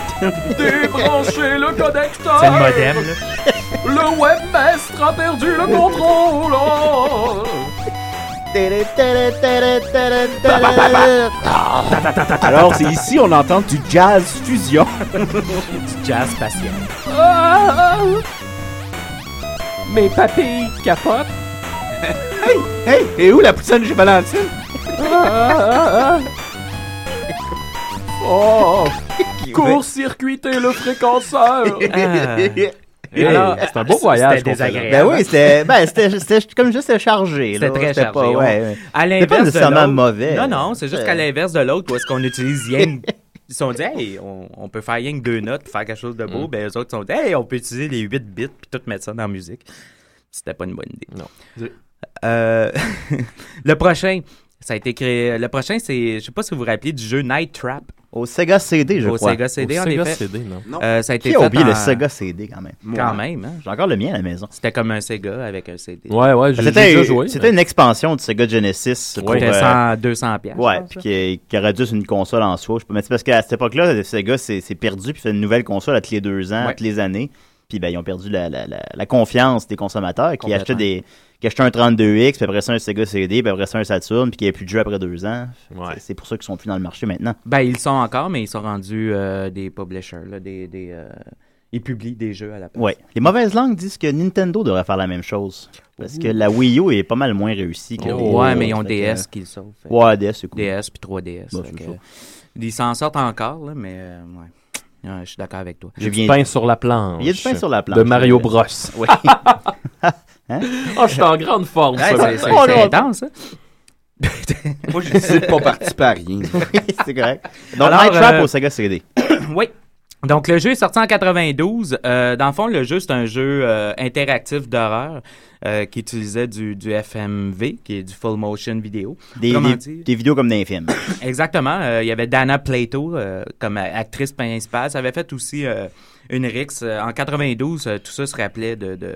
S5: Débranchez le connecteur.
S4: C'est le modem. là.
S5: Le webmestre a perdu le contrôle.
S3: Ah. Alors, c'est ici on entend du jazz fusion.
S4: Jazz spatial.
S5: Ah! Mes papilles capotent.
S3: Hey, et où la poutine chez Valentine?
S5: Ah! Oh! Court-circuiter le fréquenceur.
S4: Ah.
S5: Et alors, c'est un beau voyage.
S4: C'était
S5: qu'on fait là.
S4: désagréable.
S2: Ben oui, c'était, ben, c'était, c'était comme juste chargé.
S4: C'était
S2: là.
S4: très chargé.
S2: pas-
S4: on-
S2: ouais, ouais.
S4: À
S2: C'était pas
S4: l'inverse de
S2: nécessairement
S4: l'autre-
S2: mauvais.
S4: Non, non, c'est juste
S2: Euh,
S4: qu'à l'inverse de l'autre, où est-ce qu'on utilise rien que- Ils se sont dit, hey, on, on peut faire rien que deux notes pour faire quelque chose de
S2: Mm.
S4: beau. Ben, eux autres se sont dit, hey, on peut utiliser les 8 bits puis tout mettre ça dans la musique. C'était pas une bonne idée.
S5: Non.
S4: Euh, le prochain, ça a été créé. Le prochain, c'est, je sais pas si vous vous rappelez du jeu Night Trap
S2: Au Sega CD, je
S4: au
S2: crois.
S4: Sega CD,
S5: Au
S4: en
S5: Sega
S4: effet.
S5: CD, non?
S4: Euh, ça a été
S2: Qui a
S4: fait
S2: oublié
S4: en-
S2: le Sega CD, quand même?
S4: Quand même, hein.
S2: J'ai encore le mien à la maison.
S4: C'était comme un Sega avec un CD.
S5: Ouais, ouais, j'ai
S2: Ben, C'était,
S5: déjà joué.
S2: c'était une expansion de Sega Genesis. pour,
S4: C'était
S2: euh,
S4: 100, 200 piastres.
S2: Ouais, puis qui, qui réduit une console en soi. Je sais pas, mais c'est parce qu'à cette époque-là, Sega s'est s'est perdu puis fait une nouvelle console à tous les deux ans,
S4: Ouais.
S2: à toutes les années. Puis ben, ils ont perdu la, la- la- la confiance des consommateurs qui
S4: Complètement.
S2: achetaient, des, qui achetaient un 32X, puis après ça un Sega CD, puis après ça un Saturn, puis qui n'y plus de jeu après deux ans. Fait que
S5: Ouais.
S2: c'est- C'est pour ça qu'ils sont plus dans le marché maintenant.
S4: Ben, ils le sont encore, mais ils sont rendus euh, des publishers, là, des, des, euh, ils publient des jeux à la place.
S2: Ouais. Les mauvaises langues disent que Nintendo devrait faire la même chose. Parce que la Wii U est pas mal moins réussie que les
S4: ouais,
S2: autres.
S4: mais ils ont
S2: Fait que-
S4: DS qui le sauvent. fait que-
S2: Ouais, DS, c'est cool.
S4: DS puis 3DS.
S2: Bah,
S4: fait
S2: c'est
S4: que,
S2: ça.
S4: ils s'en sortent encore, là, mais euh, ouais. Ouais, Je suis d'accord avec toi.
S5: Il y a
S2: viens-
S5: du pain sur la planche.
S2: Il y a du pain sur la planche.
S5: De Mario
S2: Euh,
S5: Bros.
S2: Oui.
S5: Oh, je suis en grande forme. oh,
S4: Hey,
S5: ce
S4: c'est-
S5: matin.
S4: c'est-
S2: Oh,
S4: c'est intense, hein?
S3: Moi, je décide de pas participer à rien.
S2: c'est correct. Donc,
S4: Alors,
S2: Night Trap
S4: euh,
S2: au Sega CD.
S4: Oui. Donc, le jeu est sorti en 92. Euh, dans le fond, le jeu, c'est un jeu euh, interactif d'horreur euh, qui utilisait du, du FMV, qui est du full motion vidéo.
S2: Des,
S4: Comment
S2: des-
S4: dire?
S2: des vidéos comme dans les films.
S4: Exactement. Euh, il y avait Dana Plato euh, comme a- actrice principale. Ça avait fait aussi euh, une Rix. Euh, en 92, euh, tout ça se rappelait de, de,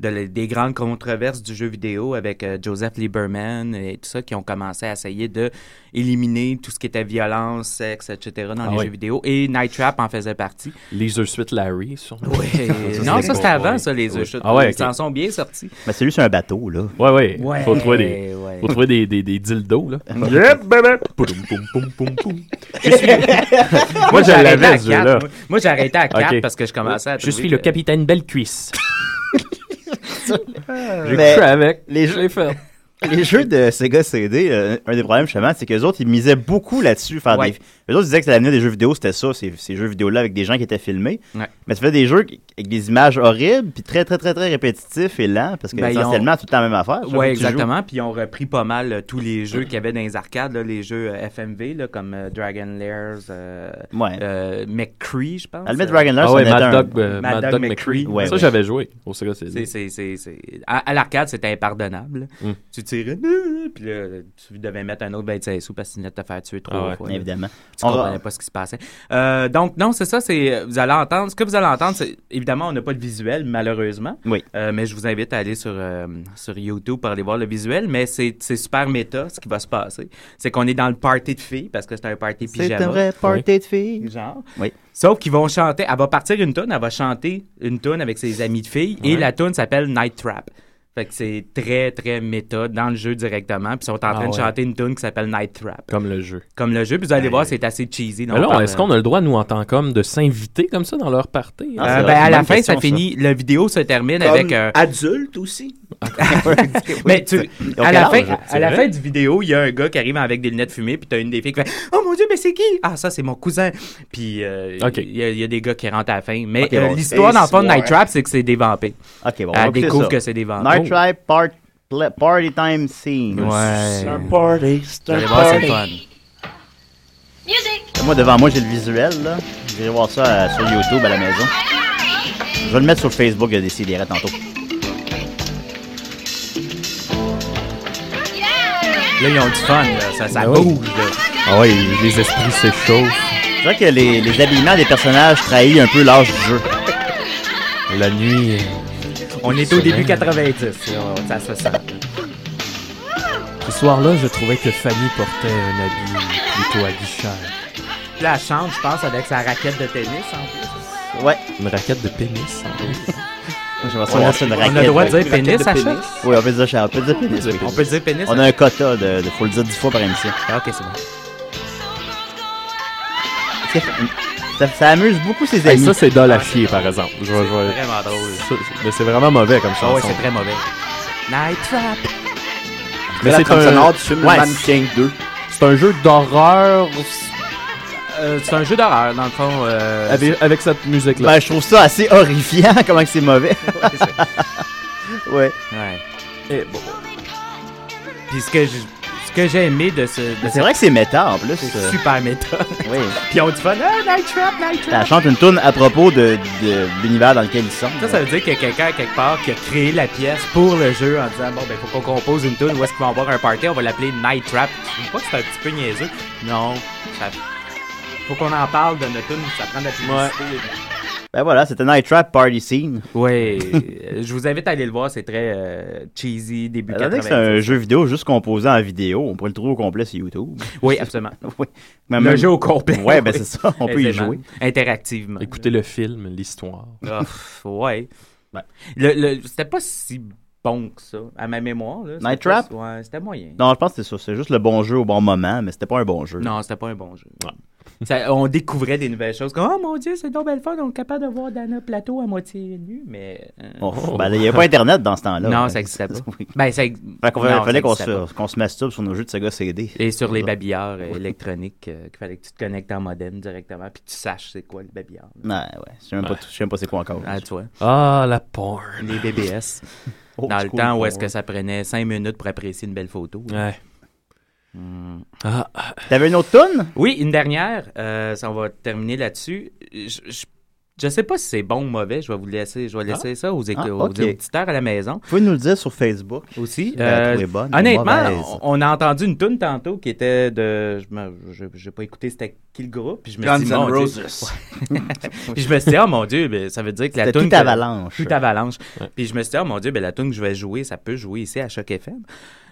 S4: de les- des grandes controverses du jeu vidéo avec euh, Joseph Lieberman et tout ça qui ont commencé à essayer de éliminer tout ce qui était violence, sexe, etc. dans
S5: Ah
S4: les
S5: oui.
S4: jeux vidéo. Et Night Trap en faisait partie.
S5: Les œufs suite Larry, sûrement.
S4: Oui. non, ça, c'était avant, ça, les
S5: Oui.
S4: œufs chutes.
S5: Ah ouais,
S4: Ils
S5: ok.
S4: s'en sont bien sortis.
S2: Mais celui sur un bateau, là.
S5: Ouais, ouais. Faut trouver des,
S4: Ouais, ouais.
S5: faut trouver des, des, des dildos, là. Poudoum, poum, poum, poum, poum. Moi, je
S4: j'ai arrêté à
S5: l'avais, ce
S4: quatre.
S5: jeu-là.
S4: Moi- Moi, j'ai arrêté à 4
S5: Ok.
S4: parce que je commençais à
S5: Je suis
S4: trouver
S5: le
S4: que-
S5: capitaine Belle-Cuisse. J'ai
S2: Mais-
S5: couché avec.
S2: les
S5: Je l'ai fait.
S2: les jeux de Sega CD, euh, un des problèmes justement, c'est que les autres ils misaient beaucoup là-dessus. Faire
S4: Ouais.
S2: des... Les autres ils disaient que l'avenir des jeux vidéo c'était ça, ces, ces jeux vidéo là avec des gens qui étaient filmés.
S4: Ouais.
S2: Mais tu fais des jeux qui- avec des images horribles, puis très très très très répétitifs et lents parce que
S4: Ben, ils ont-
S2: essentiellement tout le temps la même affaire. Chaque fois
S4: Ouais,
S2: que tu joues-
S4: exactement. Puis ils ont repris pas mal euh, tous les jeux qu'il y avait dans les arcades, là, les jeux euh, FMV, là, comme euh, Dragon Lairs, euh,
S2: Ouais.
S4: euh, McCree, je pense.
S2: Almet
S4: Euh,
S2: Dragon Lance,
S5: Ah ouais,
S2: c'en était
S5: Mad
S2: un.
S5: Dog, euh,
S4: Mad
S5: Mad
S4: Dog
S5: Dog McCree.
S2: McCree. Ouais,
S5: ça,
S2: ouais.
S5: j'avais joué au Sega CD.
S4: c'est- c'est- c'est- c'est- À, à l'arcade, c'était impardonnable.
S5: Mm.
S4: Tu tirais, euh, puis là, tu devais mettre un autre 25 sous parce que tu venais de te faire tuer trois
S5: Ah ouais.
S4: fois. là.
S2: Évidemment.
S4: Tu
S2: On
S4: comprenais
S2: va-
S4: pas ce qui se passait. Euh, donc, non, c'est ça. C'est, vous allez entendre. Ce que vous allez entendre, c'est. Évidemment, on n'a pas de visuel, malheureusement.
S2: Oui.
S4: Euh, mais je vous invite à aller sur, euh, sur YouTube pour aller voir le visuel. Mais c'est, c'est super méta ce qui va se passer. C'est qu'on est dans le party de filles parce que c'est un party
S2: C'est
S4: pyjama.
S2: un vrai party de filles.
S4: Genre.
S2: Oui.
S4: Sauf qu'ils vont chanter. Elle va partir une tune, elle va chanter une tune avec ses amis de filles. Et la tune s'appelle Night Trap. Fait que c'est très, très méta dans le jeu directement. Puis ils sont en train de
S5: ouais.
S4: chanter une tune qui s'appelle Night Trap.
S5: Comme le jeu.
S4: Comme le jeu, puis vous allez voir, c'est assez cheesy.
S5: Mais là,
S4: parle-
S5: est-ce qu'on hein. a le droit, nous, en tant qu'hommes, de s'inviter comme ça dans leur party?
S2: Ah,
S4: Euh,
S2: c'est
S4: ben,
S2: vrai,
S4: à
S2: bonne
S4: la fin,
S2: question,
S4: ça finit. La vidéo se termine
S3: Comme
S4: avec. euh,
S3: adulte aussi. Ah
S4: mais tu,
S2: ont
S4: à, la fin,
S2: quel âge,
S4: à la fin du vidéo, il y a un gars qui arrive avec des lunettes fumées, puis t'as une des filles qui fait Oh mon Dieu, mais c'est qui Ah, ça, c'est mon cousin. Puis euh, il
S5: Ok.
S4: y, a- il y a des gars qui rentrent à la fin. Mais
S2: Ok,
S4: euh,
S2: bon,
S4: l'histoire
S9: c'est
S4: dans le fond de
S9: soir.
S4: Night Trap, c'est que c'est des vampires.
S2: Ok, bon. on va
S4: Elle
S2: couper
S4: découvre
S2: ça.
S4: que c'est des vampires.
S2: Night Trap part- pla- Party Time Scene.
S4: Ouais.
S3: party,
S4: Vous allez voir, c'est le fun.
S2: Moi, devant moi, j'ai le visuel, là. Vous irez voir ça euh, sur YouTube à la maison. Je vais le mettre sur Facebook de Décideret tantôt.
S4: Là, ils ont du fun. là. Ça, ça
S3: Ben
S5: Ah ouais.
S4: bouge. là.
S5: Ah ouais, les esprits s'échauffent.
S2: C'est vrai que les, les habillements des personnages trahit un peu l'âge du jeu.
S5: La nuit. euh,
S4: On est au début 90. là. Ça se sent.
S5: Ce soir-là, je trouvais que Fanny portait un habit plutôt aguicheur.
S4: Puis Là, elle chante, je pense, avec sa raquette de tennis. en plus.
S2: Ouais.
S5: Une raquette de pénis.
S2: J'aimerais ça voir ça, une
S4: On a le droit de
S2: raquette.
S4: dire pénis à chaque.
S2: Oui, on peut dire Charles, on peut dire pénis, oui.
S4: On peut dire pénis.
S2: On a un quota de, de- faut le dire dix fois par émission.
S4: à- Ok, c'est bon.
S2: Ça, ça- ça amuse beaucoup ses
S5: Hey,
S2: amis.
S5: ça, c'est dol à chier, par exemple. Je vais- je vais-
S4: Vraiment drôle.
S5: Ça, mais c'est vraiment mauvais comme
S4: Ah
S5: chanson.
S4: ouais, c'est très mauvais. Night Trap.
S5: mais c'est un,
S3: sonore du film
S5: Ouais,
S3: Man King 2.
S5: c'est un jeu d'horreur
S4: Euh, c'est un jeu d'horreur, dans le fond. euh,
S5: avec, avec cette musique-là.
S2: Ben, je trouve ça assez horrifiant, comment que c'est mauvais.
S4: c'est- c'est ça.
S2: Ouais.
S4: ouais. Puis ce que j'ai ce que j'ai aimé de ce. de
S2: Mais c'est
S4: cette
S2: vrai que c'est méta, en plus. euh,
S4: Super méta.
S2: Oui.
S4: Puis on dit fun, ah, Night Trap, Night Trap.
S2: Elle chante une tourne à propos de, de l'univers dans lequel ils sont.
S4: Ça, ça veut dire qu'il y a quelqu'un quelque part qui a créé la pièce pour le jeu en disant bon ben faut qu'on compose une tune où est-ce qu'on va avoir un party, on va l'appeler Night Trap. Je trouve pas que c'est un petit peu niaiseux. Non. ça- Faut qu'on en parle de notre tune, ça prend de la publicité.
S2: Ben voilà, c'était Night Trap Party Scene.
S4: Oui, je vous invite à aller le voir, c'est très euh, cheesy, début
S2: Étant donné que c'est un
S4: 90.
S2: jeu vidéo juste composé en vidéo, on pourrait le trouver au complet sur YouTube.
S4: Oui, absolument.
S2: oui. Mais
S4: Le
S2: même-
S4: jeu au complet.
S2: Ouais, ben c'est ça, on peut y
S4: Aisément.
S2: jouer.
S4: Interactivement. Ah.
S5: Écoutez le film, l'histoire.
S4: Ouf, ouais. Le, le- c'était pas si bon que ça, à ma mémoire. Là. C'était
S2: Night
S4: pas-
S2: Trap?
S4: Ouais, c'était moyen.
S2: Non, je pense que c'est ça. C'est juste le bon jeu au bon moment, mais c'était pas un bon jeu.
S4: Non, c'était pas un bon jeu. Ça- on découvrait des nouvelles choses. Comme, oh mon dieu, c'est donc belle fun, on est capable de voir Dana Plateau à moitié nue, mais. euh,
S2: Oh, ben, il n'y avait pas Internet dans ce temps-là.
S4: non,
S2: Ben,
S4: ça existait pas.
S2: oui.
S4: Ben, ça ex-
S2: Fait qu'on
S4: non, ça
S2: fallait qu'on
S4: existait pas.
S2: se, qu'on se masturbe sur nos jeux de Sega CD.
S4: Et sur les babillards euh, électroniques, euh, qu'il fallait que tu te connectes en modem directement, puis que tu saches c'est quoi le babillard.
S2: Ouais, ouais. Je sais même pas, je sais même pas c'est quoi encore.
S4: Ah, tu vois,
S5: Ah, la porn.
S4: les BBS.
S2: Oh,
S4: dans
S2: c'est
S4: le
S2: cool,
S4: temps où
S2: pour-
S4: est-ce que ça prenait 5 minutes pour apprécier une belle photo.
S5: Ouais.
S4: Hmm.
S5: Ah,
S2: T'avais une autre toune?
S4: Oui, une dernière. Euh, ça, on va terminer là-dessus. Je, je, je sais pas si c'est bon ou mauvais. Je vais vous laisser, je vais laisser ça aux, éc-
S2: Ah,
S4: aux
S2: ok.
S4: auditeurs à la maison
S2: Vous pouvez nous le dire sur Facebook.
S4: aussi.
S2: Vous la
S4: Euh,
S2: trouvez bonne ou mauvaise?
S4: honnêtement, on on a entendu une tune tantôt qui était de. Je me- je- j'ai pas écouté c'était qui le groupe. Puis je me suis dit,
S3: Guns
S4: mon
S3: N'
S4: Dieu.
S3: Roses.
S4: Puis je me suis dit, oh mon Dieu, ben, ça veut dire que la
S2: C'était
S4: tune.
S2: tout avalanche.
S4: Tout avalanche. Puis je me suis dit, oh mon Dieu, ben, la tune que je vais jouer, ça peut jouer ici à Choc FM.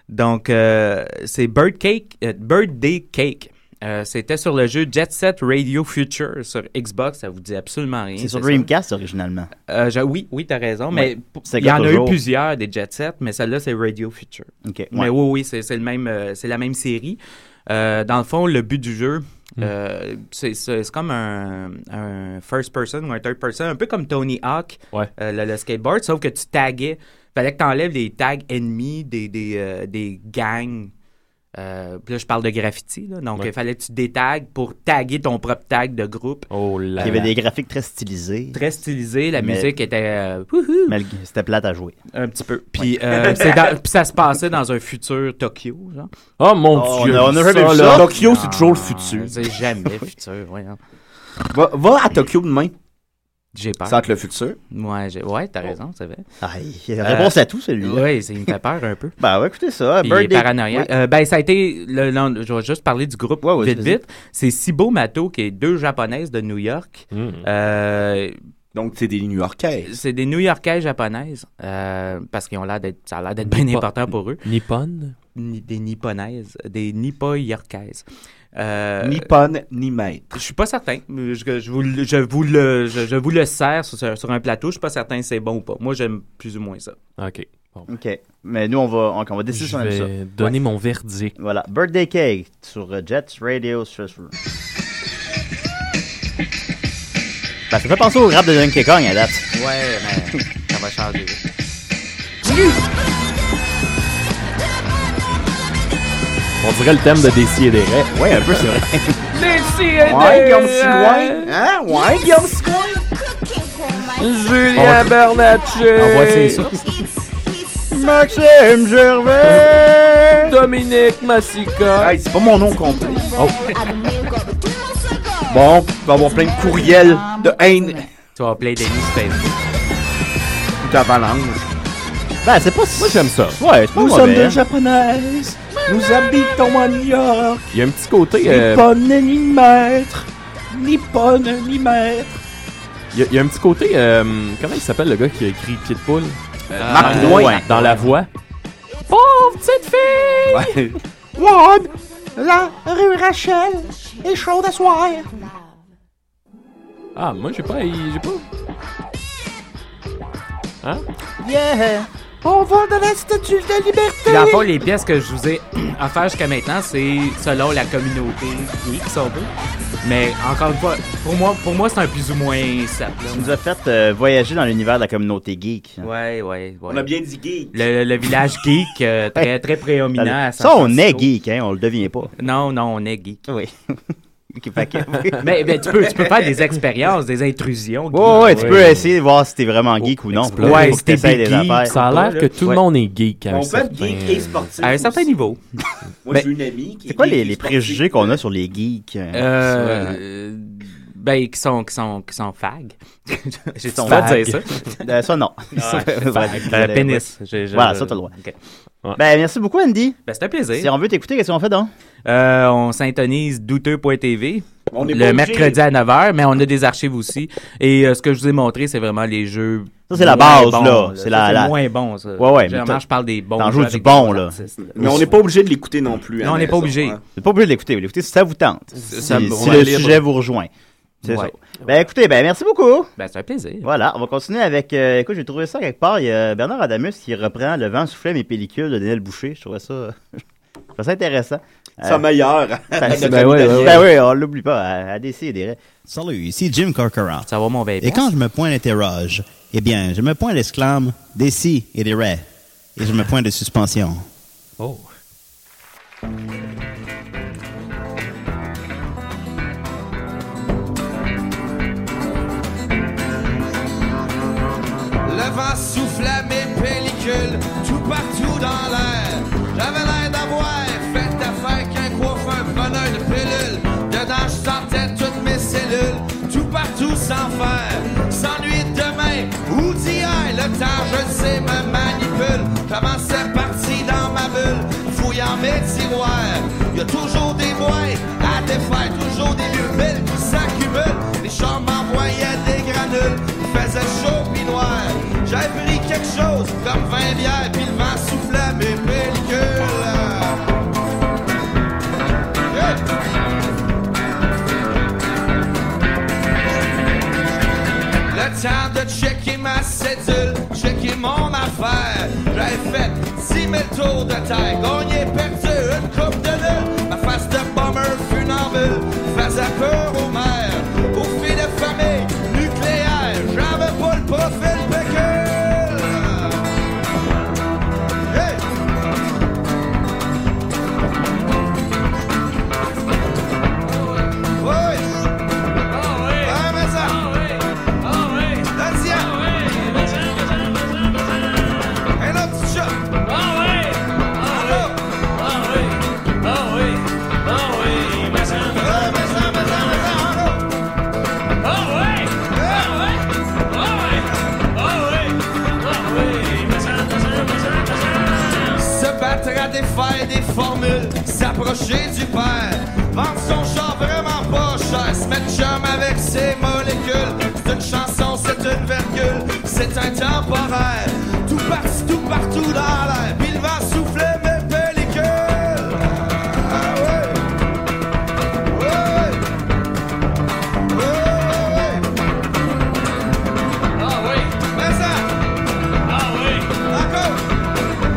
S4: Donc, euh, c'est Bird Cake, euh, Birthday Cake. Euh, C'était sur le jeu Jet Set Radio Future sur Xbox. Ça vous dit absolument rien.
S2: C'est sur
S4: ça?
S2: Dreamcast originalement.
S4: Euh, je- oui, oui, t'as raison. Mais
S2: Ouais.
S4: p-
S2: C'est
S4: il y en a eu
S2: toujours.
S4: plusieurs des Jet Set, mais celle-là, c'est Radio Future.
S2: Ok. ouais.
S4: Mais oui, oui, c'est c'est le même, euh, c'est la même série. Euh, dans le fond, le but du jeu,
S5: Mm.
S4: euh, c'est- c'est c'est comme un, un first person ou un third person, un peu comme Tony Hawk,
S5: Ouais.
S4: euh, le, le skateboard, sauf que tu taguais. Fallait que tu enlèves les tags ennemis des, des, euh, des gangs. Euh, puis là, je parle de graffiti, là. donc il
S5: Ouais.
S4: fallait que tu détagues pour taguer ton propre tag de groupe.
S5: oh là.
S2: Il y avait
S5: là.
S2: des graphiques très stylisés,
S4: Très stylisé, la
S2: Mais-
S4: musique était euh, wouhou,
S2: mais le- c'était plate à jouer.
S4: un petit peu. Puis, euh, c'est dans- puis ça se passait dans un futur Tokyo, genre.
S5: Oh mon
S2: Oh,
S5: dieu.
S2: on a- on a
S5: ça,
S2: jamais vu
S5: là.
S2: ça.
S3: Tokyo, c'est toujours le
S4: Ah,
S3: futur.
S4: C'est jamais le futur, voyons.
S3: Va, va à Tokyo demain.
S4: J'ai peur.
S3: Ça va être le futur.
S4: Ouais, j'ai- ouais, t'as raison, c'est vrai.
S2: Aïe, réponse à tout celui-là.
S4: Oui, il me fait peur un peu.
S2: Bah ouais, écoutez ça.
S4: Puis il est
S2: Birthday-
S4: paranoïaque. Euh, ben, ça a été. le- le- je vais juste parler du groupe
S2: Ouais, ouais,
S4: vite,
S2: vas-y.
S4: vite. C'est Sibo Mato, qui est deux japonaises de New York.
S5: Mm.
S4: Euh,
S3: Donc, c'est des New Yorkais.
S4: c'est des New Yorkaises japonaises. euh, parce qu'ils ont l'air d'être. Ça a l'air d'être bien
S5: Nippo-
S4: important pour eux.
S5: Nippon.
S4: Ni- Des nipponaises. Des nippo-yorkaises. Euh,
S3: Ni pun, ni maître.
S4: Je suis pas certain. Je, je vous, le- je, vous le, je, je vous le sers sur, sur un plateau. Je suis pas certain si c'est bon ou pas. Moi, j'aime plus ou moins ça.
S5: Ah, Ok. Bon.
S2: Ok. Mais nous, on va, on, on va décider si
S5: Je
S2: on aime ça.
S5: vais donner mon verdict.
S2: Voilà. Birthday Cake sur euh, Jets Radio Stress Room. Bah, ça fait penser au rap de Donkey Kong à date.
S4: Ouais, mais ça va changer.
S5: On dirait le thème de Décideret.
S2: Ouais, un peu, c'est vrai.
S3: Ouais, comme si loin. Hein? Ouais, comme si loin.
S5: Julien Bernatchez.
S3: Ah,
S5: Envoie ça.
S2: Maxime Gervais!
S5: Dominique Massica.
S3: Hey, c'est pas mon nom complet.
S4: Oh.
S3: Bon, il va y avoir plein de courriels de haine.
S4: Tu vas appeler Denis sur Facebook.
S3: Tout avalanche.
S2: Bah, c'est pas si.
S5: Moi j'aime ça.
S2: Ouais, c'est pas
S3: Nous sommes
S2: mauvais. hein.
S3: des japonaises. Nous habitons à New York.
S5: Il y a un petit côté.
S3: Ni
S5: euh,
S3: pun, ni maître. Ni pun, ni maître.
S5: Il y, a- il y a un petit côté. euh, comment il s'appelle le gars qui a écrit Pied de poule
S2: Euh,
S3: Marc Loin.
S5: Dans la voix.
S3: Pauvre petite fille! Ouais. One, la rue Rachel est chaude à soir.
S5: Ah, moi j'ai pas. J'ai pas. Hein
S3: On va dans la statue de liberté.
S4: Puis dans le fond, les pièces que je vous ai offertes jusqu'à maintenant, c'est selon la communauté X, on veut. Mais encore une fois, pour moi, pour moi c'est un plus ou moins ça.
S2: Tu nous as fait euh, voyager dans l'univers de la communauté geek.
S4: Ouais, ouais, ouais.
S3: On a bien dit geek.
S4: Le, le village geek, euh, très, très prédominant à San
S2: Ça, on est
S4: Francisco.
S2: geek, hein, on le devient pas.
S4: Non, non, on est geek.
S2: Oui. fait que-
S4: Mais, mais tu, peux, tu peux faire des expériences, des intrusions. geek.
S2: Ouais, ouais, tu
S5: Ouais.
S2: peux essayer de voir si t'es vraiment geek ou non.
S5: explorer.
S2: Faut que
S4: Ouais, si t'es
S2: t'essayes
S4: geek,
S2: des affaires.
S5: Ça a
S4: pas,
S5: l'air
S4: là.
S5: que tout
S4: Ouais.
S5: le monde est geek. à un
S3: On peut être
S5: certain,
S3: geek et
S5: euh,
S3: sportif.
S4: À un certain niveau.
S3: Moi, j'ai une amie
S2: Ben,
S3: qui.
S2: C'est quoi les, les préjugés qu'on a sur les geeks? hein?
S4: Euh, euh, ben, qui sont, qui sont, qui sont fags. J'ai le
S2: sont
S4: droit de
S2: fags.
S4: dire ça.
S2: Euh, ça, non.
S4: Euh, pénis. Je- je-
S2: Voilà,
S4: je-
S2: ça, t'as le droit.
S4: Ok. hein.
S2: Ben, merci beaucoup, Andy.
S4: Ben, c'était un
S2: Si
S4: plaisir.
S2: on veut t'écouter, qu'est-ce qu'on fait donc?
S4: Euh, on s'intonise douteux.tv.
S3: On est pas
S4: le
S3: obligé.
S4: mercredi à 9h, mais on a des archives aussi. Et euh, ce que je vous ai montré, c'est vraiment les jeux.
S2: Ça, c'est la
S4: moins
S2: base,
S4: bons,
S2: là. C'est la-
S4: Ça,
S2: la-
S4: moins bon, ça.
S2: Ouais, ouais, mais
S4: Généralement,
S2: t'as-
S4: je parle des bons.
S2: t'en
S4: jeux
S2: joues du
S4: avec
S2: bon,
S4: des
S2: là.
S4: artistes,
S3: Mais on n'est pas obligé de l'écouter non plus.
S4: Non,
S3: à
S4: on n'est pas
S3: maison,
S4: obligé.
S3: hein.
S2: Vous n'êtes pas obligé de l'écouter. Vous l'écoutez si ça vous tente.
S4: ça
S2: si
S4: me-
S2: si
S4: ouais,
S2: le
S4: libre.
S2: sujet vous rejoint. C'est
S4: Ouais.
S2: ça. Ben écoutez, ben merci beaucoup.
S4: Ben, c'est un plaisir.
S2: Voilà, on va continuer avec. euh, écoute, j'ai trouvé ça quelque part. Il y a Bernard Adamus qui reprend Le vent soufflait mes pellicules de Daniel Boucher. Je trouvais ça, euh, je trouvais ça intéressant.
S3: Sa meilleure.
S2: Ben,
S3: notre
S2: ben
S3: ami
S2: oui,
S3: Daniel.
S2: ben oui, on l'oublie pas. À, à DC et des rêves.
S9: Salut, ici Jim Corcoran.
S4: Ça va, mon
S9: Et
S4: bébé.
S9: quand je me pointe interroge, eh bien, je me pointe l'exclame des si et des ré. Et je me pointe de suspension.
S5: Oh.
S10: Le vent soufflait mes pellicules tout partout dans l'air. J'avais l'air d'avoir fait affaire qu'un coiffeur preneur de pilule. Dedans, je sortais toutes mes cellules, tout partout sans faire. Sans nuit de demain ou d'hier, le temps, je le sais, me manipule. J'avançais parti dans ma bulle, fouillant mes tiroirs. Y a toujours des boîtes à défaire, toujours des lieux belles qui s'accumulent. Les gens m'envoyaient des granules, il faisait chaud pis noir. J'avais pris quelque chose comme 20 bières, puis le vent soufflait mes pellicules. Hey! Le temps de checker ma cédule, checker mon affaire. J'avais fait 10 000 tours de terre, gagné, perdu, une coupe de lune. Ma face de bomber funambule faisait peur aux mères, aux filles de famille nucléaire. J'avais pas le profil pécule. Hey! Oui! Ouais, mais ça! Nadia! Un autre petit chat! Ah Allô? Ouais, mais ça, mais ça, mais ça, allô? Se battre à défaire des formules, s'approcher du père. Vendre son char vraiment pas cher, se mettre chum avec ses molécules. C'est une chanson, c'est une virgule, c'est un temporaire. Tout parti, tout partout dans l'air, puis le vent souffler mes pellicules. Ah ouais, ouais, ouais, ouais, ouais. Mais ça,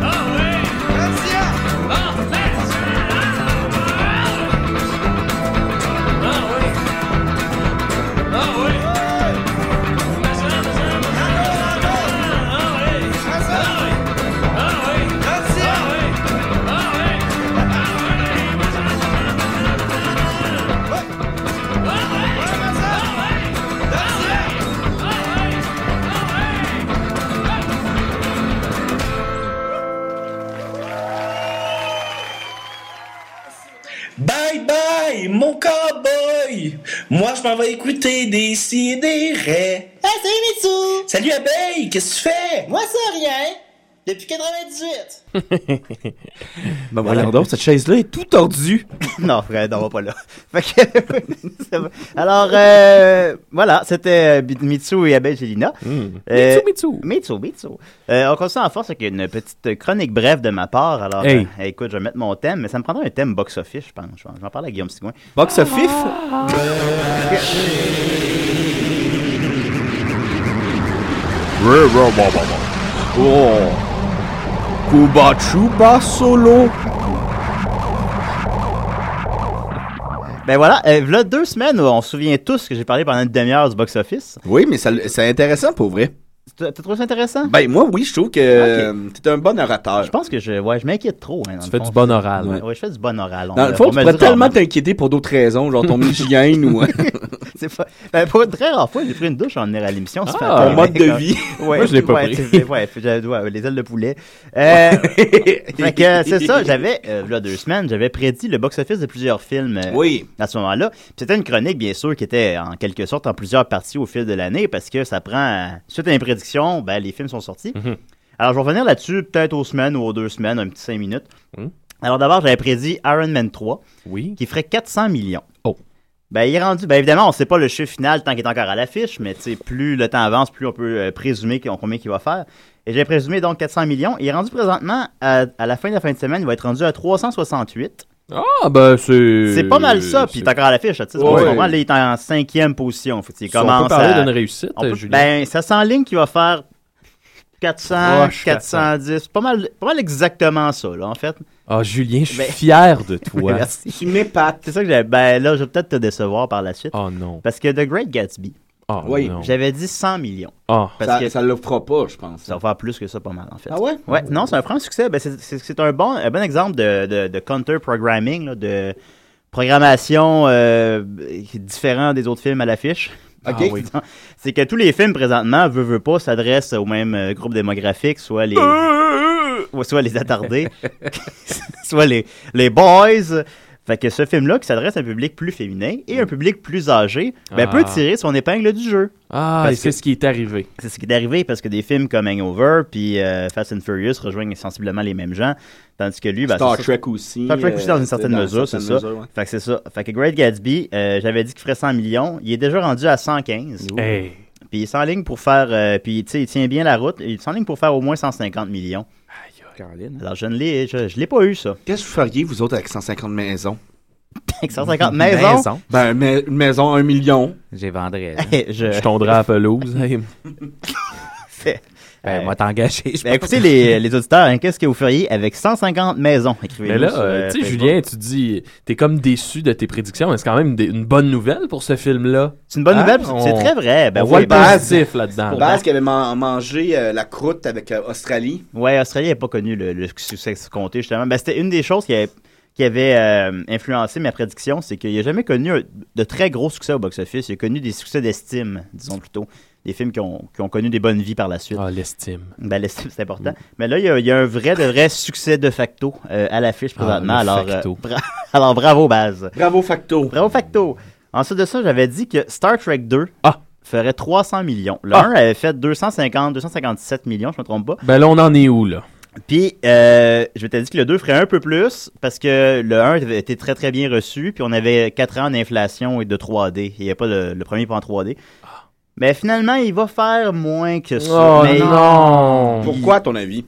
S10: encore. Merci, hein.
S6: Bye bye, mon cowboy! Moi, je m'en vais écouter des sidérés.
S8: Ah, salut Mitsu!
S6: Salut, abeille, qu'est-ce que tu fais?
S8: Moi, ça, rien! Depuis 98!
S2: Bah,
S3: Ben voilà donc, cette chaise-là est tout tordue.
S2: Non, Fred, on va pas là. Fait que- ça va. Alors, euh, voilà, c'était euh, Mitsu et Abel Gélina.
S3: Hmm.
S2: Euh,
S5: Mitsu, Mitsu.
S2: Mitsu, Mitsu. Euh, on continue en force avec une petite chronique brève de ma part. Alors,
S5: Hey.
S2: euh, écoute, je vais mettre mon thème, mais ça me prendra un thème box-office, je pense. Je vais je vais en parler à Guillaume Sigouin.
S3: Box office. Oh. Kuba Chuba Solo.
S2: Ben voilà, euh, voilà deux semaines, on se souvient tous que j'ai parlé pendant une demi-heure du box-office.
S3: Oui, mais ça- c'est intéressant pour vrai.
S2: T'as t'as trouvé ça intéressant?
S3: Ben moi, oui, je trouve que euh, t'es un bon orateur.
S2: je pense que je, ouais, je m'inquiète trop. hein, dans
S5: Tu
S2: le
S5: fais
S2: fond.
S5: du bon oral.
S2: Ouais. je fais du bon oral. On
S3: Dans
S2: me-
S3: le
S2: on
S3: fond,
S2: me
S3: tu
S2: le
S3: pourrais
S2: dit
S3: tellement
S2: rarement.
S3: t'inquiéter pour d'autres raisons, genre ton hygiène ou hein,
S2: C'est pas... ben, pour une très rare fois, j'ai pris une douche en venir à l'émission.
S5: Ah,
S2: ce matin.
S3: ton mode de vie.
S2: Ouais,
S5: Moi, je l'ai pas
S2: ouais,
S5: pris.
S2: c'est- ouais, puis j'avais- ouais, les ailes de poulet. Euh, fait que, euh, c'est ça, j'avais, euh, voilà deux semaines, j'avais prédit le box-office de plusieurs films euh,
S3: Oui.
S2: à ce moment-là. Puis C'était une chronique, bien sûr, qui était en quelque sorte en plusieurs parties au fil de l'année parce que ça prend, euh, suite à une prédiction, ben, les films sont sortis.
S5: Mhm.
S2: Alors, je vais revenir là-dessus peut-être aux semaines ou aux deux semaines, un petit cinq minutes.
S5: Mhm.
S2: Alors, d'abord, j'avais prédit Iron Man 3
S5: Oui.
S2: qui ferait 400 millions.
S5: Oh.
S2: Ben, il est rendu. Ben, évidemment, on ne sait pas le chiffre final tant qu'il est encore à l'affiche, mais tu sais, plus le temps avance, plus on peut euh, présumer qu'on- combien qu'il va faire. Et j'ai présumé donc 400 millions. Il est rendu présentement, à, à la fin de la fin de semaine, il va être rendu à 368.
S5: Ah, ben, c'est.
S2: C'est pas mal ça, puis il est
S5: t'as
S2: encore à l'affiche. là, tu sais,
S5: Ouais.
S2: En ce moment, là, il est en cinquième position. Fait, il
S5: On
S2: commence
S5: peut parler
S2: à...
S5: d'une réussite,
S2: on peut-
S5: Julien.
S2: Ben, ça s'enligne qu'il va faire 400,
S5: Proche
S2: 410, pas mal, pas mal exactement ça, là, en fait.
S5: Ah, Julien, je suis
S2: Ben-
S5: fier de toi.
S2: Merci.
S3: Tu m'épates.
S2: C'est ça que j'avais. Ben là, je vais peut-être te décevoir par la suite.
S5: Oh non.
S2: Parce que The Great Gatsby,
S5: Oh
S3: Oui,
S5: non.
S2: j'avais dit 100 millions.
S5: Ah.
S2: Parce
S3: Ça,
S2: que
S3: ça le fera pas, je pense.
S2: ça va faire plus que ça, pas mal, en fait.
S3: Ah ouais?
S2: Ouais, non, c'est un franc succès. Ben, c'est- c'est c'est un bon, un bon exemple de, de, de counter-programming, là, de programmation euh, différent des autres films à l'affiche.
S3: Ok.
S5: Ah oui.
S2: C'est que tous les films présentement, veut, veut pas, s'adressent au même euh, groupe démographique, soit les, ou soit les attardés, soit les, les boys. Fait que ce film-là, qui s'adresse à un public plus féminin
S3: Mm.
S2: et un public plus âgé, ben, peut
S5: Ah.
S2: tirer son épingle du jeu.
S5: Ah,
S2: Parce
S5: et c'est
S2: que-
S5: ce qui est arrivé.
S2: C'est ce qui est arrivé parce que des films comme Hangover puis euh, Fast and Furious rejoignent sensiblement les mêmes gens, tandis que lui, ben,
S3: Star
S2: c'est ça-
S3: Trek aussi.
S2: Star Trek aussi, dans une
S3: euh,
S2: certaine mesure, c'est ça.
S3: certaine mesure, ouais.
S2: Fait que c'est ça. Fait que Great Gatsby, euh, j'avais dit qu'il ferait 100 millions. Il est déjà rendu à 115.
S5: Hey.
S2: Puis il est en ligne pour faire. euh, puis tu sais, il tient bien la route. Il est en ligne pour faire au moins 150 millions.
S3: hein?
S2: Alors je ne l'ai, je, je l'ai pas eu ça.
S3: Qu'est-ce que vous feriez, vous autres, avec 150 maisons?
S2: Avec 150 maisons.
S3: Ben, mais- une maison, un million.
S4: J'ai vendrais.
S3: hein.
S2: Eh, je
S5: Je tomberai à pelouse. Hey.
S2: fais.
S4: Ben, moi, t'engager. je
S2: Euh, Ben,
S4: pense.
S2: écoutez les, les auditeurs, hein, qu'est-ce que vous feriez avec 150 maisons Écrivez-nous.
S5: Mais là,
S2: sur,
S5: euh,
S2: euh,
S5: tu sais,
S2: Facebook.
S5: Julien, tu dis, t'es comme déçu de tes prédictions, mais c'est quand même des- une bonne nouvelle pour ce film-là.
S2: c'est une bonne
S5: Hein?
S2: nouvelle. parce que C'est
S5: On-
S2: très vrai. Ben
S5: On voit
S2: oui,
S5: le
S2: ben,
S5: positif là-dedans.
S3: Baz qui avait man- mangé euh, la croûte avec euh, Australie.
S2: Ouais, Australie n'a pas connu le, le succès compté, justement. Ben, c'était une des choses qui avait, qui avait euh, influencé ma prédiction, c'est qu'il n'a jamais connu un- de très gros succès au box-office. Il a connu des succès d'estime, disons plutôt. Des films qui ont, qui ont connu des bonnes vies par la suite.
S5: Ah, l'estime.
S2: Ben, l'estime, c'est important. Mais là, il y, a, il y a un vrai, de vrai succès de facto euh, à l'affiche
S5: Ah,
S2: présentement.
S5: le
S2: alors, euh,
S5: facto.
S2: bra- alors, bravo, Baz.
S3: Bravo, Facto.
S2: Bravo, facto. Ensuite de ça, j'avais dit que Star Trek 2
S5: Ah.
S2: ferait 300 millions. Le
S5: Ah.
S2: 1 avait fait 250, 257 millions, je me trompe pas.
S5: Ben là, on en est où, là?
S2: Puis, euh, je t'ai dit que le 2 ferait un peu plus parce que le 1 avait été très très bien reçu, puis on avait 4 ans d'inflation et de 3D. Il n'y a pas le, le premier pas en 3D.
S3: Ah.
S2: Mais finalement, il va faire moins que
S5: Oh
S2: ça. Mais
S5: non!
S3: Pourquoi, à ton avis?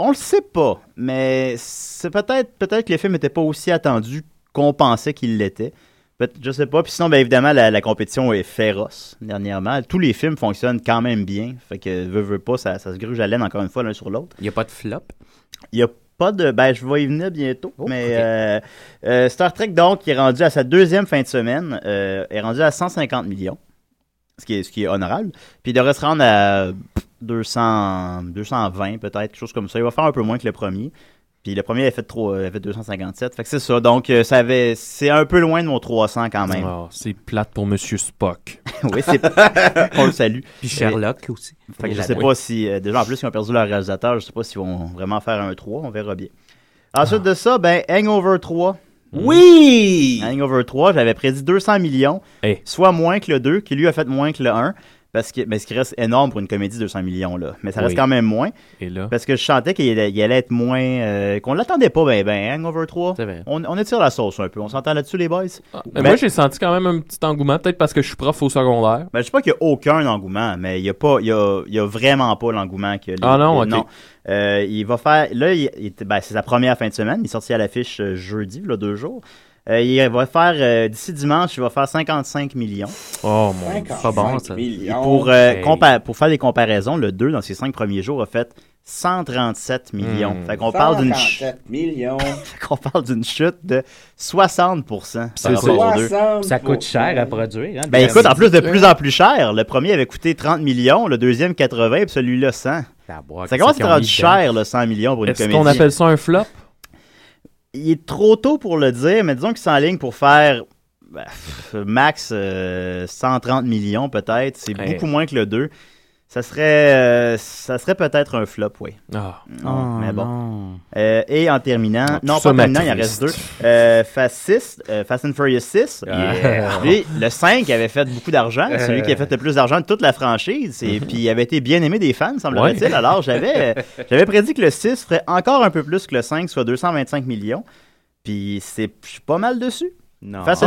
S2: On le sait pas, mais c'est peut-être peut-être que le film n'était pas aussi attendu qu'on pensait qu'il l'était. Peut- Je sais pas. Puis sinon, bien évidemment, la, la compétition est féroce dernièrement. Tous les films fonctionnent quand même bien. Fait que, veut, veut pas, ça, ça se gruge à laine encore une fois l'un sur l'autre.
S4: Il n'y a pas de flop.
S2: Il n'y a pas de. Ben, je vais y venir bientôt.
S4: Oh,
S2: mais
S4: ok.
S2: euh, euh, Star Trek, donc, qui est rendu à sa deuxième fin de semaine, euh, est rendu à 150 millions, ce qui est, ce qui est honorable. Puis il devrait se rendre à pff, 200, 220, peut-être, quelque chose comme ça. Il va faire un peu moins que le premier. Puis le premier, il a fait, trois- il a fait 257. Fait que c'est ça. Donc, euh, ça avait, c'est un peu loin de mon 300 quand même.
S5: Ah, c'est plate pour Monsieur Spock.
S2: oui, c'est. On le salue.
S4: Puis Sherlock aussi.
S2: Fait que je sais pas si. euh, déjà, en plus, ils ont perdu leur réalisateur. Je sais pas s'ils vont vraiment faire un 3. On verra bien. Ensuite
S5: Ah.
S2: de ça, ben, Hangover 3.
S3: Oui!
S2: Hangover 3, j'avais prédit 200 millions,
S5: Hey.
S2: soit moins que le 2, qui lui a fait moins que le 1. Parce que, mais ce qui reste énorme pour une comédie de 200 millions, là. Mais ça reste
S5: Oui.
S2: quand même moins.
S5: Et là,
S2: Parce que je sentais qu'il allait il allait être moins. euh, qu'on l'attendait pas, ben, ben. Hangover 3.
S5: c'est vrai.
S2: On, on étire la sauce un peu. On s'entend là-dessus, les boys?
S5: Ah, mais
S2: Ben-
S5: moi, j'ai senti quand même un petit engouement, peut-être parce que je suis prof au secondaire.
S2: Ben, je sais pas qu'il n'y a aucun engouement, mais il n'y a, pas- il y a, il y a vraiment pas l'engouement que. les-
S5: Ah non,
S2: les-
S5: ok.
S2: Euh, il va faire. Là, il- il était- ben, c'est sa première fin de semaine. Il est sorti à l'affiche euh, jeudi, il y a deux jours. Euh, il va faire. euh, D'ici dimanche, il va faire 55 millions.
S5: Oh mon dieu.
S4: pas bon, ça.
S2: Et pour, euh,
S5: hey.
S2: compa- pour faire des comparaisons, le 2, dans ses cinq premiers jours, a fait 137 millions.
S5: Hmm.
S2: Fait qu'on parle d'une ch-
S3: 147 millions.
S2: qu'on parle d'une chute de 60%
S5: C'est
S2: par rapport
S5: ça.
S2: au 2.
S4: Ça coûte cher à produire. Hein,
S2: Ben écoute, en plus de plus en plus cher, le premier avait coûté 30 millions, le deuxième 80 puis celui-là 100. Ça commence à être rendu cher, le 100 millions pour une
S5: Est-ce
S2: comédie.
S5: qu'on appelle ça un flop?
S2: Il est trop tôt pour le dire, mais disons qu'il s'enligne pour faire ben, pff, max euh, 130 millions peut-être. C'est
S5: Ouais.
S2: beaucoup moins que le 2. Ça serait, euh, ça serait peut-être un flop, oui.
S5: Ah.
S2: mais bon. Euh, et en terminant,
S5: Ah, tout
S2: non,
S5: ça
S2: pas en terminant, il en reste
S5: m'attriste.
S2: deux. Euh, Fast, Six, euh, Fast and Furious 6.
S5: Ah. Yeah.
S2: euh, Lui, le 5 avait fait beaucoup d'argent. C'est lui qui a fait le plus d'argent de toute la franchise. Et puis, il avait été bien aimé des fans, semblerait-il.
S5: Euh. Ouais.
S2: Alors, j'avais, euh, j'avais prédit que le 6 ferait encore un peu plus que le 5, soit 225 millions. Puis, c'est, je suis pas mal dessus. Non.
S5: Ah,
S2: c'est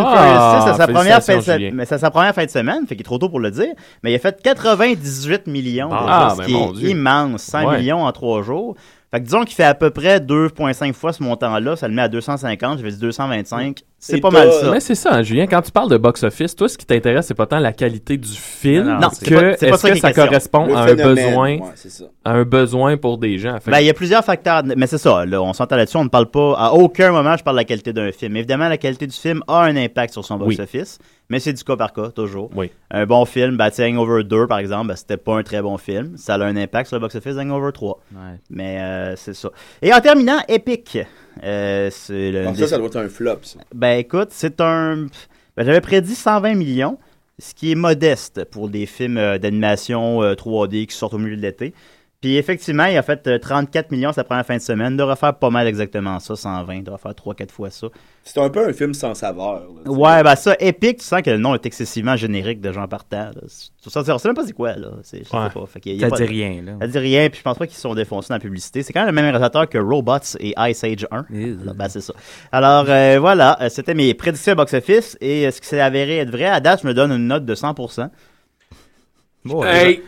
S2: sa première fin
S5: félicitations,
S2: de se-
S5: Julien.
S2: mais c'est sa première fin de semaine, fait qu'il est trop tôt pour le dire, mais il a fait 98 millions,
S5: Ah,
S2: déjà,
S5: ben
S2: ce qui
S5: mon
S2: est
S5: Dieu.
S2: immense, 100
S5: Ouais.
S2: millions en trois jours. Fait que disons qu'il fait à peu près 2,5 fois ce montant-là, ça le met à 250, je vais dire 225, c'est
S3: Et
S2: pas mal
S3: t'as-
S2: ça.
S5: Mais c'est ça, hein, Julien. Quand tu parles de box-office, toi, ce qui t'intéresse, c'est pas tant la qualité du film
S4: Non, non, c'est
S5: que
S2: pas- c'est pas
S5: est-ce
S2: ça
S5: que
S2: qui est
S5: ça
S2: question.
S5: correspond
S3: Le
S5: à un
S3: phénomène,
S5: besoin,
S3: ouais, c'est ça.
S5: à un besoin pour des gens. Fait
S2: Ben, il y a plusieurs facteurs, mais c'est ça, là, on s'entend là-dessus, on ne parle pas, à aucun moment je parle de la qualité d'un film. Évidemment, la qualité du film a un impact sur son
S5: Oui.
S2: box-office, mais c'est du cas par cas, toujours.
S5: Oui.
S2: Un bon film, ben, tu sais, Hangover 2, par exemple, ben, c'était pas un très bon film, ça a un impact sur le box-office d'Hangover 3.
S4: Ouais.
S2: Mais euh, c'est ça. Et en terminant, Epic. Euh, c'est le-
S3: Donc Ah, ça, ça doit être un flop, ça.
S2: Ben écoute, c'est un. ben, J'avais prédit 120 millions, ce qui est modeste pour des films euh, d'animation euh, 3D qui sortent au milieu de l'été. Puis effectivement, il a fait euh, 34 millions sa première fin de semaine. Il devrait faire pas mal exactement ça, 120. Il devrait faire 3-4 fois ça.
S3: C'est un peu un film sans saveur. là, tu sais.
S2: Ouais, ben ça, Epic, tu sens que le nom est excessivement générique de Jean Partant. là. Tu sais on sait même pas c'est quoi, là. C'est- Je
S5: Ouais.
S2: sais pas. Fait qu'il y a- il y a
S4: Ça
S2: pas
S4: dit
S2: de-
S4: rien, là.
S2: ça dit rien, puis je pense pas qu'ils se sont défoncés dans la publicité. C'est quand même le même réalisateur que Robots et Ice Age 1.
S4: Ew.
S2: Alors, ben, c'est ça. Alors, euh, voilà, euh, c'était mes prédictions box-office, et euh, ce qui s'est avéré être vrai, à date, je me donne une note de 100%.
S5: que- Hey!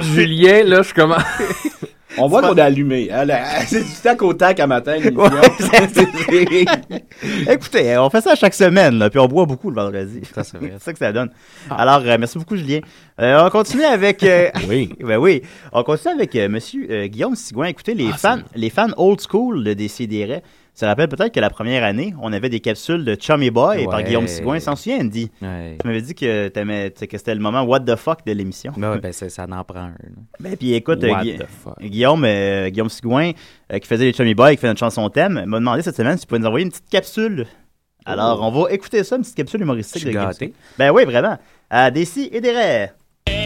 S5: Julien, là, je commence.
S3: On voit qu'on est allumé. hein, là. C'est du tac au tac à matin. l'émission.
S2: Écoutez, on fait ça chaque semaine, là, puis on boit beaucoup le vendredi.
S4: Ça, c'est vrai. Ah.
S2: C'est ça que ça donne. Alors, euh, merci beaucoup, Julien. Euh, on continue avec... euh,
S5: Oui.
S2: Ben oui, on continue avec euh, Monsieur euh, Guillaume Sigouin. Écoutez,
S4: Ah,
S2: les, fans, les fans old school de Décideret se rappellent peut-être que la première année, on avait des capsules de Chummy Boy par
S4: Ouais.
S2: Guillaume Sigouin. S'en souvient, Andy?
S4: Ouais.
S2: Tu m'avais dit que, t'aimais- tu sais, que c'était le moment what the fuck de l'émission.
S4: Ben, ouais, ben, c'est- ça en prend un. là.
S2: Ben, puis écoute, euh,
S4: What
S2: Gui-
S4: the fuck?
S2: Guillaume, euh, Guillaume Sigouin, euh, qui faisait les Chummy Boy, qui fait notre chanson thème, m'a demandé cette semaine si tu pouvais nous envoyer une petite capsule. Alors, on va écouter ça, une petite capsule
S4: Je
S2: humoristique.
S4: suis
S2: de Guillaume
S4: gâté.
S2: Sigouin. Ben oui, vraiment. À Décis et des raies.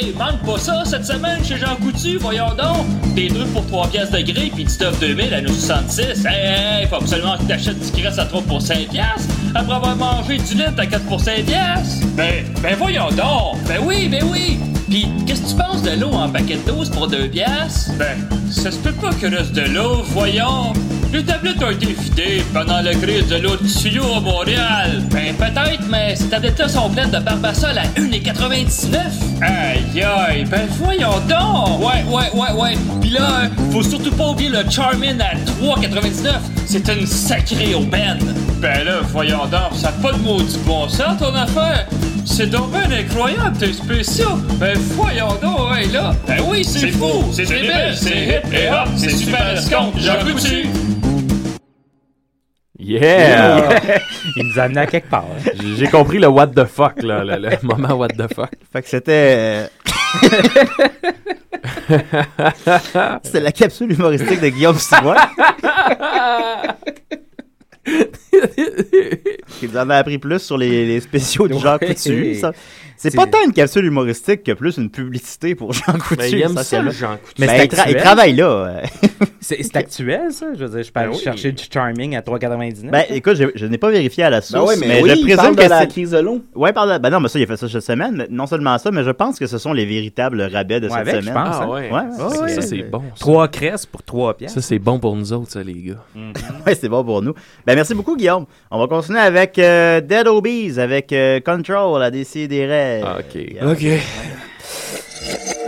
S11: Hey, manque pas ça cette semaine chez Jean Coutu, voyons donc. Des trucs pour 3 piastres de gré, puis du stuff 2000 à nous 66. Hey, hey, faut absolument que t'achètes du graisse à 3 pour 5 piastres, après avoir mangé du lait à 4 pour 5 piastres. Ben, ben voyons donc. Ben oui, ben oui. Puis, qu'est-ce que tu penses de l'eau en paquet de 12 pour 2 piastres? Ben, ça se peut pas que reste de l'eau, voyons. Les tablettes ont été vidées pendant la crise de l'eau de tuyau à Montréal. Ben, peut-être, mais ces tablettes-là sont pleines de barbasol à 1,99. Aïe, aïe, ben voyons donc! Ouais, ouais, ouais, ouais. Pis là, hein, faut surtout pas oublier le Charmin à 3,99. C'est une sacrée aubaine. Ben là, voyons donc, ça a pas de maudit bon sens, ton affaire. C'est donc bien incroyable, tes spéciaux. Ben voyons donc, ouais, là. Ben oui, c'est fou, c'est belle, c'est hip et hop, c'est super escompte, j'en peux dessus.
S5: Yeah!
S4: Il nous a amené à quelque part. hein.
S5: J'ai j'ai compris le what the fuck, là, le, le moment what the fuck.
S2: Fait que c'était. euh, C'était la capsule humoristique de Guillaume Simois qui nous en a appris plus sur les, les spéciaux de Jean
S4: Ouais.
S2: Coutu. Ça- C'est
S4: C'est-
S2: pas tant une capsule humoristique que plus une publicité pour Jean
S4: Ben,
S2: Coutu.
S5: Mais Ben, il aime ça,
S2: essentiellement.
S5: le Jean Coutu.
S4: Mais
S2: Ben,
S4: c'est
S2: il, tra- il
S4: actuel.
S2: travaille là.
S4: C'est c'est actuel, ça? Je veux dire, je
S5: Ben
S4: peux aller chercher du Charming à 3,99.
S2: ben écoute, je, je n'ai pas vérifié à la
S3: Ben
S2: source,
S3: oui,
S2: mais,
S3: mais oui,
S2: je
S3: il
S2: présume
S3: parle de
S2: que
S3: la
S2: c'est.
S3: crise de l'eau.
S2: Ouais, pardon. Ben non, mais ça, il a fait ça cette semaine. mais Non seulement ça, mais je pense que ce sont les véritables rabais de
S4: Ouais,
S2: cette
S4: avec, je
S2: semaine.
S4: pense.
S5: Ah
S4: hein.
S5: ouais.
S2: Ouais,
S5: Ça,
S2: ouais,
S5: ça,
S2: ouais.
S5: c'est bon. Ça,
S4: Trois cresses pour 3 piastres.
S5: Ça, c'est bon pour nous autres, ça, les gars.
S2: Ouais, c'est bon pour nous. Ben, merci beaucoup, Guillaume. On va continuer avec euh, Dead Obies, avec euh, Control, à DC des rêves.
S5: Ah, Ok.
S12: Ok.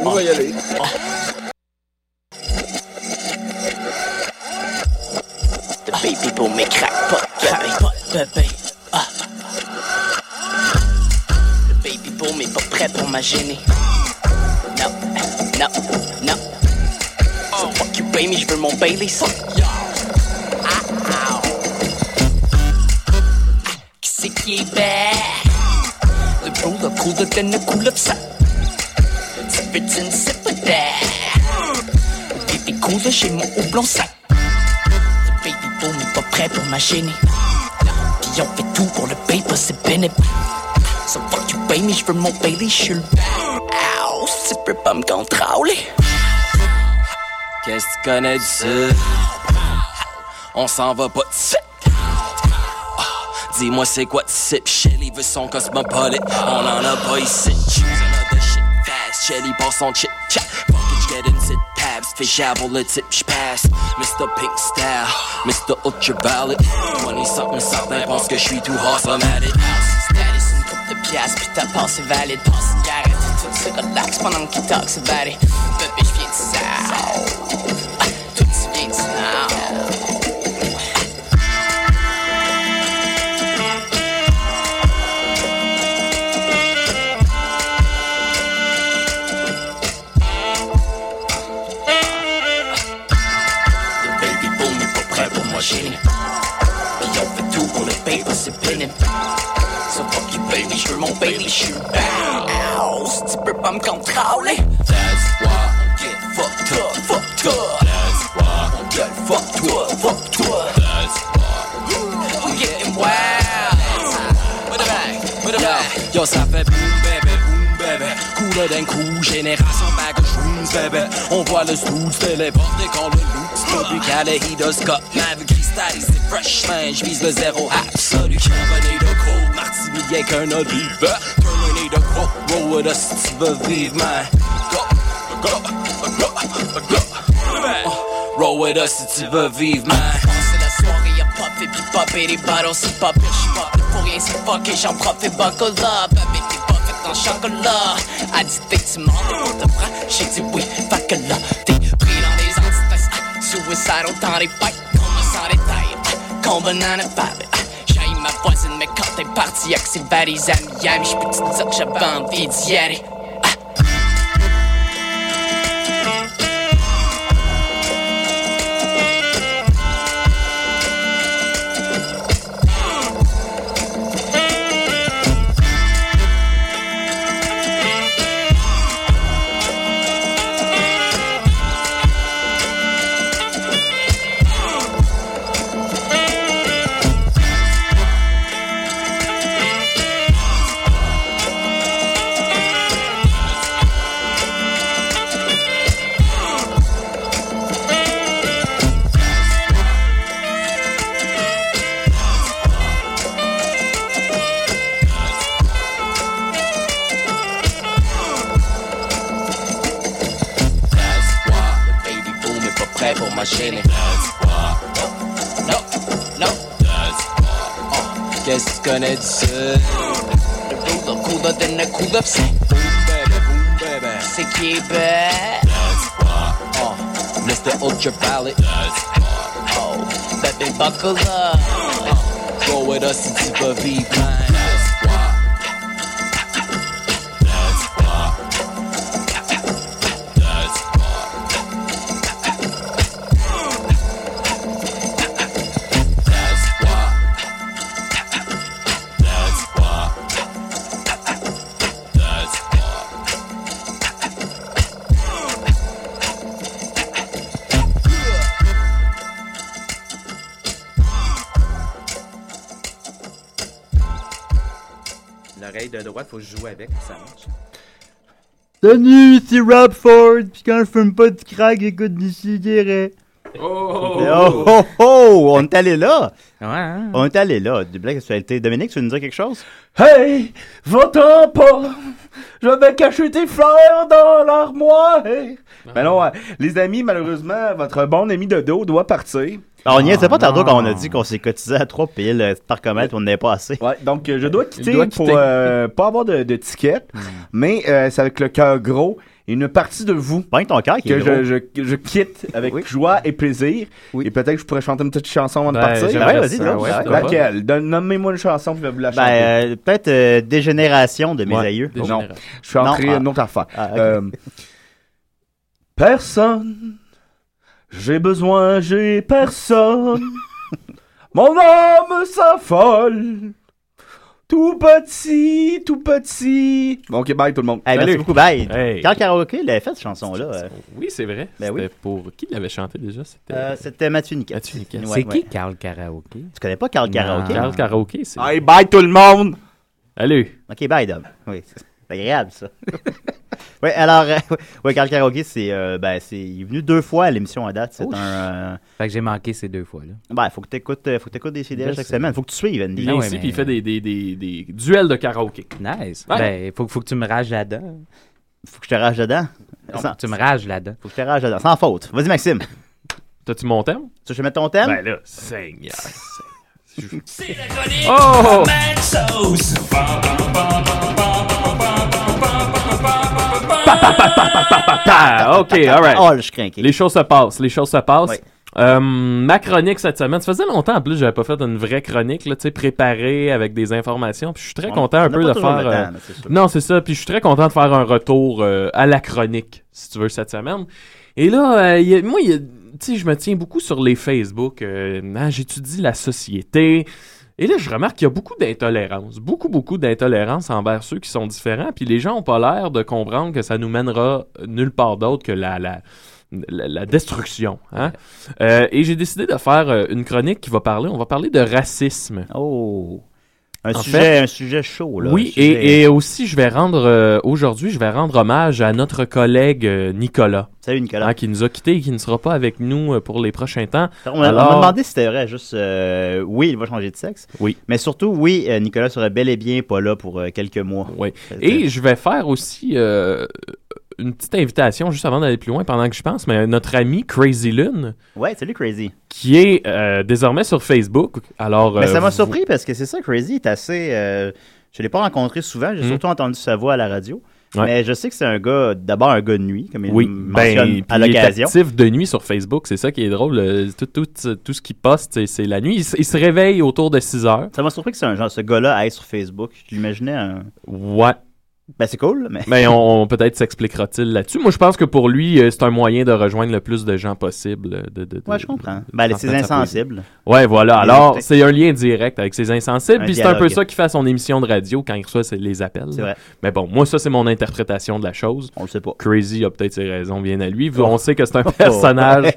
S3: On va y aller.
S1: The baby boom et crack pot, baby pot, baby. Ah. Le baby boom est pas prêt pour ma gêner. Non, non, non. So fuck you, baby, je veux mon Baileys. Ah, ow. Qui c'est qui est back? Le cooler, cooler than the cooler ça. Zip it and zip it there. Baby cooler, j'ai mon houblon sac. Baby boom n'est pas prêt pour ma gêner. Puis on fait tout pour le paper, c'est bénéf. So fuck you, baby, je veux mon Bailey, je suis le Ow, tu peux pas me contrôler. Qu'est-ce que tu connais du sud? On s'en va pas de suite. Ah, Dis-moi c'est quoi tu sip Shelly veut son cosmopolite On en a pas ici Choose another shit fast Shelly pour son chit chat Fuck it, get in sit tabs
S6: fait j'avoue le type j'passe Mr. Pink Style, Mr. Ultraviolet 20 something certains pensent que j'suis tout hot, I'm at it Status, une coupe de piastres, puis ta pensée valide Pense une carrette, tout se relax pendant qu'il talks about it Bébé j'viens de ça, tout tu viens de ça Le baby boom est pas prêt pour moi gêner Puis on fait tout pour le paper, c'est pénible So fuck you baby, je veux mon baby, je suis down Ow, si tu peux pas me contrôler That's why on get fucked up, fucked up That's why on get fucked up, fucked up That's why on getting wild With a bang, with a bang Yo, ça fait boom baby, boom baby Couleur d'un coup, génération bagage rooms baby On voit le stooge téléporter quand le loot Snobby kaléidoscope, lave cristallisé c'est freshman J'vise le zéro absolu Carbonator cold, martini bien qu'un olive Terminator quote, roll with us si tu veux vivre man Go, go, go, go Oh, Roll with us si tu veux vivre man c'est la soirée, y'a pop et puis pop et les bottles, c'est pas pire, j'suis pas pire pour rien, c'est fuck et j'en profite, buckle up, avec tes buffets en chocolat. A dit t'es tu m'en on te prend, j'ai dit oui, fait que là, t'es pris dans les antifaces, ah, suicidal dans les fights, comme sans détail, ah, convenant de faire, ah, j'ai ma voisine, mais quand t'es parti, avec ses valises à Miami, j'peux te dire que j'avais envie d'y aller. That's why the baby boom est pas prêt pour ma chaîne. That's why. No, no, no. That's why. Oh, qu'est-ce qu'on est dessus? Le boom, le coup de le coup de psy. Boom baby, boom baby. C'est qui est bad? That's why. Oh, Mr. Ultraviolet. That's why. Oh, baby buckle up. Oh, go with us si tu veux vivre, man. That's why. That's why. That's why. That's why. That's why. That's why.
S4: L'oreille de droite, faut jouer avec pour ça marche.
S2: Salut, c'est Rob Ford, pis quand je fume pas de crack, j'écoute du cigarette. Oh oh, oh, oh, on est allé là.
S4: Ouais, hein?
S2: On est allé là, du blague sexualité. Dominique, tu veux nous dire quelque chose?
S3: Hey, va-t'en pas! Je vais cacher tes fleurs dans l'armoire! Mais
S4: Ah.
S3: non, euh, les amis, malheureusement, votre bon ami de dos doit partir.
S2: Alors, Ah, on n'y était pas
S4: Ah,
S2: tantôt quand on a dit qu'on s'est cotisé à trois piles euh, par comète, on n'avait pas assez.
S3: Ouais, donc euh, je dois quitter
S5: doit
S3: pour
S5: quitter.
S3: euh, pas avoir de, de ticket,
S2: Hmm.
S3: mais euh, c'est avec le cœur gros et une partie de vous
S2: Pas Ben, ton cœur qui est
S3: que
S2: gros.
S3: je, je, que je quitte avec
S2: Oui.
S3: joie et plaisir.
S2: Oui.
S3: Et peut-être que je pourrais chanter une petite chanson avant de
S5: Ben,
S3: partir.
S5: j'aimerais
S2: Ouais, vas-y,
S5: ça,
S2: donc,
S5: ouais,
S2: ça,
S5: c'est drôle.
S3: Laquelle? Donne- Nommez-moi une chanson puis je vais vous la chanter.
S2: Ben, euh, peut-être euh, Dégénération de mes
S3: Ouais.
S2: aïeux.
S5: Des
S3: non,
S5: généraux.
S3: je suis entré
S2: Non, ah.
S3: une autre affaire.
S2: Ah, ok.
S3: Euh, personne, j'ai besoin, j'ai personne. Mon âme s'affole. Tout petit, tout petit. Bon, Ok, bye tout le monde.
S2: Hey, merci
S3: Salut.
S2: beaucoup, bye.
S5: Hey.
S2: Quand Karaoke l'avait fait, cette chanson-là, euh,
S5: Oui, c'est vrai.
S2: Ben
S5: C'était
S2: oui.
S5: pour. Qui l'avait chanté déjà C'était.
S2: euh, c'était Mathieu Niquette.
S5: Mathieu Niquette.
S2: Ouais,
S4: c'est
S2: ouais.
S4: qui Carl Karaoke?
S2: Tu connais pas Carl Karaoke?
S5: Carl Karaoke, c'est.
S3: Hey, bye tout le monde.
S5: Allez.
S2: Ok, bye, Dom. Oui, c'est c'est agréable, ça. oui, alors, euh, ouais, Carl Karaoke, c'est, euh, ben, c'est, il est venu deux fois à l'émission à date. C'est un. euh,
S4: Oh, Fait que j'ai manqué ces deux fois là.
S2: ben, faut que t'écoutes, euh, faut que t'écoutes des CDR
S5: Je
S2: chaque
S5: sais.
S2: semaine. Faut que tu suives, Andy.
S5: Il
S4: Ah
S5: vient
S4: ouais,
S5: ici
S4: mais-
S5: puis il fait des, des, des, des duels de karaoké.
S4: Nice.
S5: Ouais.
S4: Ben, faut, faut que tu me rages là-dedans.
S2: Faut que je te rage dedans.
S4: Non,
S2: Sans-
S4: tu me rages là-dedans.
S2: Faut que je te rage dedans. Sans faute. Vas-y, Maxime. tu
S5: T'as-tu mon thème?
S2: veux que je mette ton thème?
S5: Ben là, Seigneur.
S6: C'est la chronique
S5: Oh!
S6: Mad Sauce.
S5: Ah, ok, alright.
S2: Oh, là, je suis craqué.
S5: Les choses se passent, les choses se passent.
S2: Oui.
S5: Euh, ma chronique cette semaine, ça faisait longtemps en plus j'avais pas fait une vraie chronique là, tu sais, préparée avec des informations. Puis je suis très
S2: On-
S5: content
S2: on
S5: un
S2: a
S5: peu
S2: pas
S5: de
S2: toujours le
S5: faire. euh,
S2: temps, là, c'est sûr.
S5: Non, c'est ça. Puis je suis très content de faire un retour euh, à la chronique, si tu veux, cette semaine. Et là, euh, il y a- moi, il y a- tu sais, je me tiens beaucoup sur les Facebook. euh, ah, J'étudie la société. Et là, je remarque qu'il y a beaucoup d'intolérance. Beaucoup, beaucoup d'intolérance envers ceux qui sont différents. Puis les gens ont pas l'air de comprendre que ça nous mènera nulle part d'autre que la, la, la, la destruction. hein. Euh, et j'ai décidé de faire euh, une chronique qui va parler, on va parler de racisme.
S2: Oh. Un
S5: En
S2: sujet,
S5: fait-
S2: un sujet chaud, là.
S5: Oui,
S2: Un sujet-
S5: et, et aussi, je vais rendre, euh, aujourd'hui, je vais rendre hommage à notre collègue euh, Nicolas,
S2: Salut, Nicolas.
S5: hein, qui nous a quittés et qui ne sera pas avec nous euh, pour les prochains temps.
S2: On m'a on
S5: Alors-
S2: m'a demandé si c'était vrai, juste euh, oui, il va changer de sexe.
S5: Oui.
S2: Mais surtout, oui, euh, Nicolas serait bel et bien pas là pour euh, quelques mois.
S5: Oui. Et je vais faire aussi euh, une petite invitation, juste avant d'aller plus loin, pendant que je pense, mais notre ami Crazy Lune,
S2: Ouais, salut Crazy.
S5: qui est euh, désormais sur Facebook. Alors,
S2: Mais ça
S5: euh,
S2: m'a
S5: vous-
S2: surpris parce que c'est ça, Crazy est assez. euh, je l'ai pas rencontré souvent, j'ai
S5: Mm.
S2: surtout entendu sa voix à la radio.
S5: Ouais.
S2: Mais je sais que c'est un gars, d'abord un gars de nuit, comme il
S5: Oui,
S2: mentionne
S5: ben,
S2: à
S5: puis il est
S2: l'occasion.
S5: actif de nuit sur Facebook, c'est ça qui est drôle. euh, Tout, tout, tout ce qu'il poste, c'est- c'est la nuit. Il, s- il se réveille autour de 6 heures.
S2: Ça m'a surpris que c'est un genre, ce gars-là aille sur Facebook. Je l'imaginais un.
S5: Ouais.
S2: Ben c'est cool, mais.
S5: Mais on, on- peut-être s'expliquera-t-il là-dessus. Moi, je pense que pour lui, euh, c'est un moyen de rejoindre le plus de gens possible. euh, De, de- de-
S2: Ouais, je comprends. Ben, les-
S5: En fait,
S2: c'est
S5: ça peut-
S2: insensible.
S5: Ouais, voilà.
S2: Les
S5: Alors,
S2: écouter.
S5: c'est un lien direct avec ses insensibles.
S2: Un
S5: Puis c'est un peu
S2: dialogue.
S5: ça qui fait à son émission de radio quand il reçoit ses- les appels.
S2: C'est vrai,
S5: Mais bon, moi, ça, c'est mon interprétation de la chose.
S2: on le sait pas.
S5: Crazy a peut-être ses raisons, bien à lui.
S2: Oh.
S5: On sait que c'est un personnage.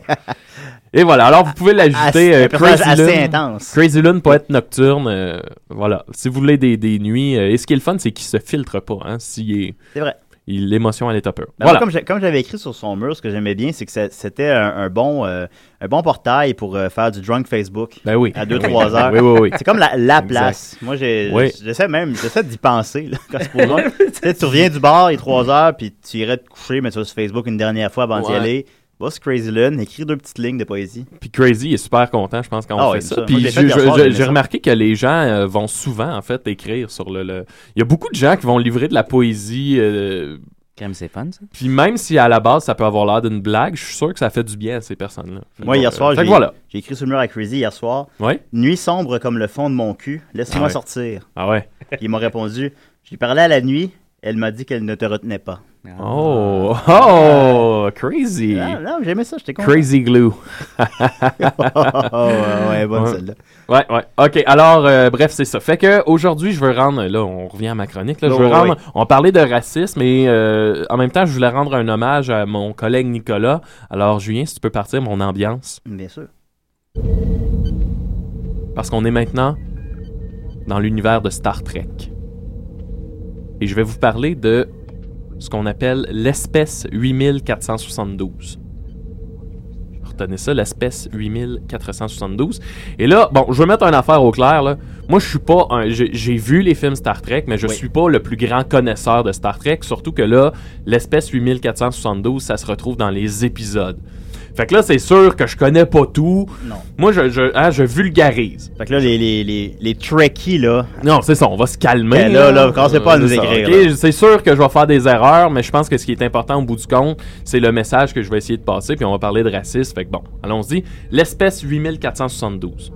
S5: Et voilà. Alors, vous pouvez l'ajouter.
S2: Assez-
S5: euh,
S2: un personnage
S5: Crazy
S2: assez
S5: Lune.
S2: intense.
S5: Crazy Lune, poète nocturne, euh, voilà. Si vous voulez des, des nuits, euh, et ce qui est le fun, c'est qu'il se filtre pas, hein, s'il est...
S2: C'est vrai.
S5: il- L'émotion, elle est top
S2: Ben, moi, comme j'ai- comme j'avais écrit sur son mur, ce que j'aimais bien, c'est que ça- c'était un, un bon, euh, un bon portail pour euh, faire du drunk Facebook.
S5: Ben oui.
S2: À deux,
S5: Oui.
S2: trois heures.
S5: Oui, oui, oui.
S2: C'est comme la, la
S5: Exact.
S2: place. Moi, j'ai-
S5: Oui.
S2: j'essaie même, j'essaie d'y penser là, quand c'est pour moi. tu sais, tu reviens du bar, il est 3 heures, puis tu irais te coucher, mais tu vas sur Facebook une dernière fois avant d'y
S5: Ouais.
S2: aller. Va sur Crazy Lune, écris deux petites lignes de poésie.
S5: Puis Crazy est super content, je pense, quand
S2: Ah
S5: on
S2: ouais,
S5: fait
S2: ça.
S5: ça.
S2: Moi,
S5: Puis
S2: je l'ai
S5: je-
S2: fait hier soir, j'ai
S5: je-
S2: aimé
S5: j'ai
S2: ça.
S5: remarqué que les gens euh, vont souvent, en fait, écrire sur le, le- Il y a beaucoup de gens qui vont livrer de la poésie, euh,
S4: Crème, c'est fun, ça.
S5: puis même si à la base, ça peut avoir l'air d'une blague, je suis sûr que ça fait du bien à ces personnes-là. Fait
S2: Moi,
S5: que,
S2: hier
S5: euh,
S2: soir,
S5: fait que
S2: j'ai
S5: voilà.
S2: j'ai écrit sur le mur à Crazy hier soir.
S5: Ouais.
S2: Nuit sombre comme le fond de mon cul, laisse-moi
S5: Ah ouais.
S2: sortir.
S5: Ah ouais.
S2: Puis il m'a répondu, j'ai parlé à la nuit, elle m'a dit qu'elle ne te retenait pas.
S5: Oh, oh, crazy.
S2: Ah, non, j'aimais ça, j'étais content.
S5: Crazy glue.
S2: oh, ouais, ouais, bonne
S5: Ouais.
S2: celle-là.
S5: Ouais, ouais. OK, alors, euh, bref, c'est ça. Fait que aujourd'hui, je veux rendre. Là, on revient à ma chronique. Là, je
S2: Oh,
S5: veux
S2: oui.
S5: rendre. On parlait de racisme et euh, en même temps, je voulais rendre un hommage à mon collègue Nicolas. Alors, Julien, si tu peux partir mon ambiance.
S2: Bien sûr.
S5: Parce qu'on est maintenant dans l'univers de Star Trek. Et je vais vous parler de ce qu'on appelle l'espèce 8472. Retenez ça, l'espèce 8472. Et là, bon, je vais mettre une affaire au clair. Là. Moi, je suis pas un. J'ai j'ai vu les films Star Trek, mais je
S2: Oui.
S5: suis pas le plus grand connaisseur de Star Trek. Surtout que là, l'espèce 8472, ça se retrouve dans les épisodes. Fait que là, c'est sûr que je connais pas tout.
S2: Non.
S5: Moi, je, je, hein, je vulgarise.
S2: Fait que là, les, les, les, les trekkies, là,
S5: Non, c'est ça, on va se calmer.
S2: Ben là, là, commencez pas à nous
S5: c'est ça,
S2: écrire,
S5: ok? C'est sûr que je vais faire des erreurs, mais je pense que ce qui est important au bout du compte, c'est le message que je vais essayer de passer, puis on va parler de racisme. Fait que bon, allons-y. L'espèce 8472.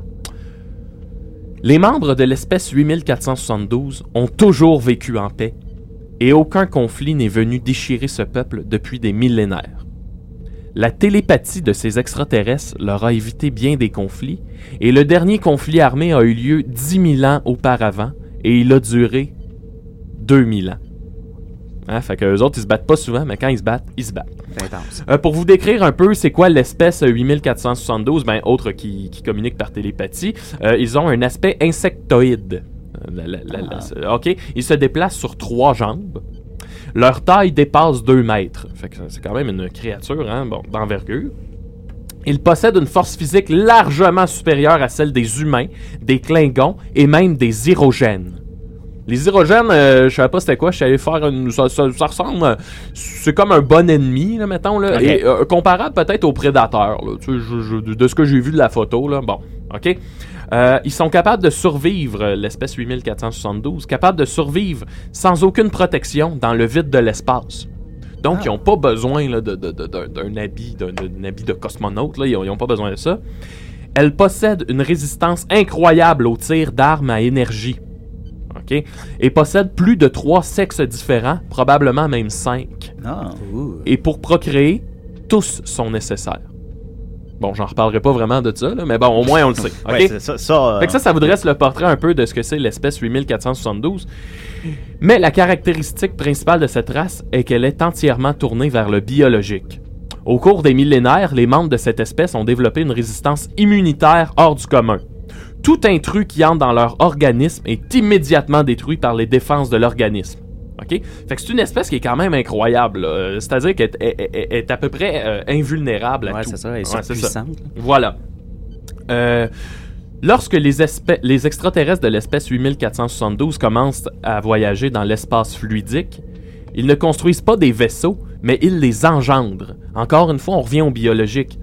S5: Les membres de l'espèce 8472 ont toujours vécu en paix, et aucun conflit n'est venu déchirer ce peuple depuis des millénaires. La télépathie de ces extraterrestres leur a évité bien des conflits, et le dernier conflit armé a eu lieu 10 000 ans auparavant, et il a duré 2000 ans. Hein, fait que eux autres, ils se battent pas souvent, mais quand ils se battent, ils se battent.
S4: C'est intense.
S5: Euh, pour vous décrire un peu, c'est quoi l'espèce euh, 8472, ben autre qui, qui communique par télépathie, euh, ils ont un aspect insectoïde. Euh, la- la- la- la- c'est- ok, ils se déplacent sur trois jambes. Leur taille dépasse 2 mètres. Fait que c'est quand même une créature hein, bon, d'envergure. Ils possèdent une force physique largement supérieure à celle des humains, des Klingons et même des Hirogènes. Les hydrogènes, euh, je savais pas c'était quoi. Je suis allé faire une. Ça, ça- ça ressemble. euh, C'est comme un bon ennemi, là, mettons. Là,
S2: Ok.
S5: et, euh, comparable peut-être aux prédateurs. là. Tu sais, je- je- de de ce que j'ai vu de la photo, là. Bon, OK. Euh, ils sont capables de survivre, euh, l'espèce 8472, capables de survivre sans aucune protection dans le vide de l'espace. Donc, ils n'ont pas besoin là, de- de- de- d'un d'un habit, d'un- d'un habit de cosmonaute. Là. Ils n'ont pas besoin de ça. Elle possède une résistance incroyable aux tirs d'armes à énergie. OK? Et possède plus de trois sexes différents, probablement même cinq.
S2: Ah.
S5: Et pour procréer, tous sont nécessaires. Bon, j'en reparlerai pas vraiment de ça, là, mais bon, au moins on le sait. OK?
S2: Ouais, c'est ça, ça, euh,
S5: Fait que ça, ça vous dresse le portrait un peu de ce que c'est l'espèce 8472. Mais la caractéristique principale de cette race est qu'elle est entièrement tournée vers le biologique. Au cours des millénaires, les membres de cette espèce ont développé une résistance immunitaire hors du commun. Tout intrus qui entre dans leur organisme est immédiatement détruit par les défenses de l'organisme. OK? Fait que c'est une espèce qui est quand même incroyable. là. Euh, C'est-à-dire qu'elle est, est- est- est à peu près euh, invulnérable à
S4: Ouais,
S5: tout.
S4: c'est ça, elle est
S5: Ouais, c'est ça.
S4: surpuissante, là.
S5: Voilà. Euh, Lorsque les, espè- les extraterrestres de l'espèce 8472 commencent à voyager dans l'espace fluidique, ils ne construisent pas des vaisseaux, mais ils les engendrent. Encore une fois, on revient au biologique.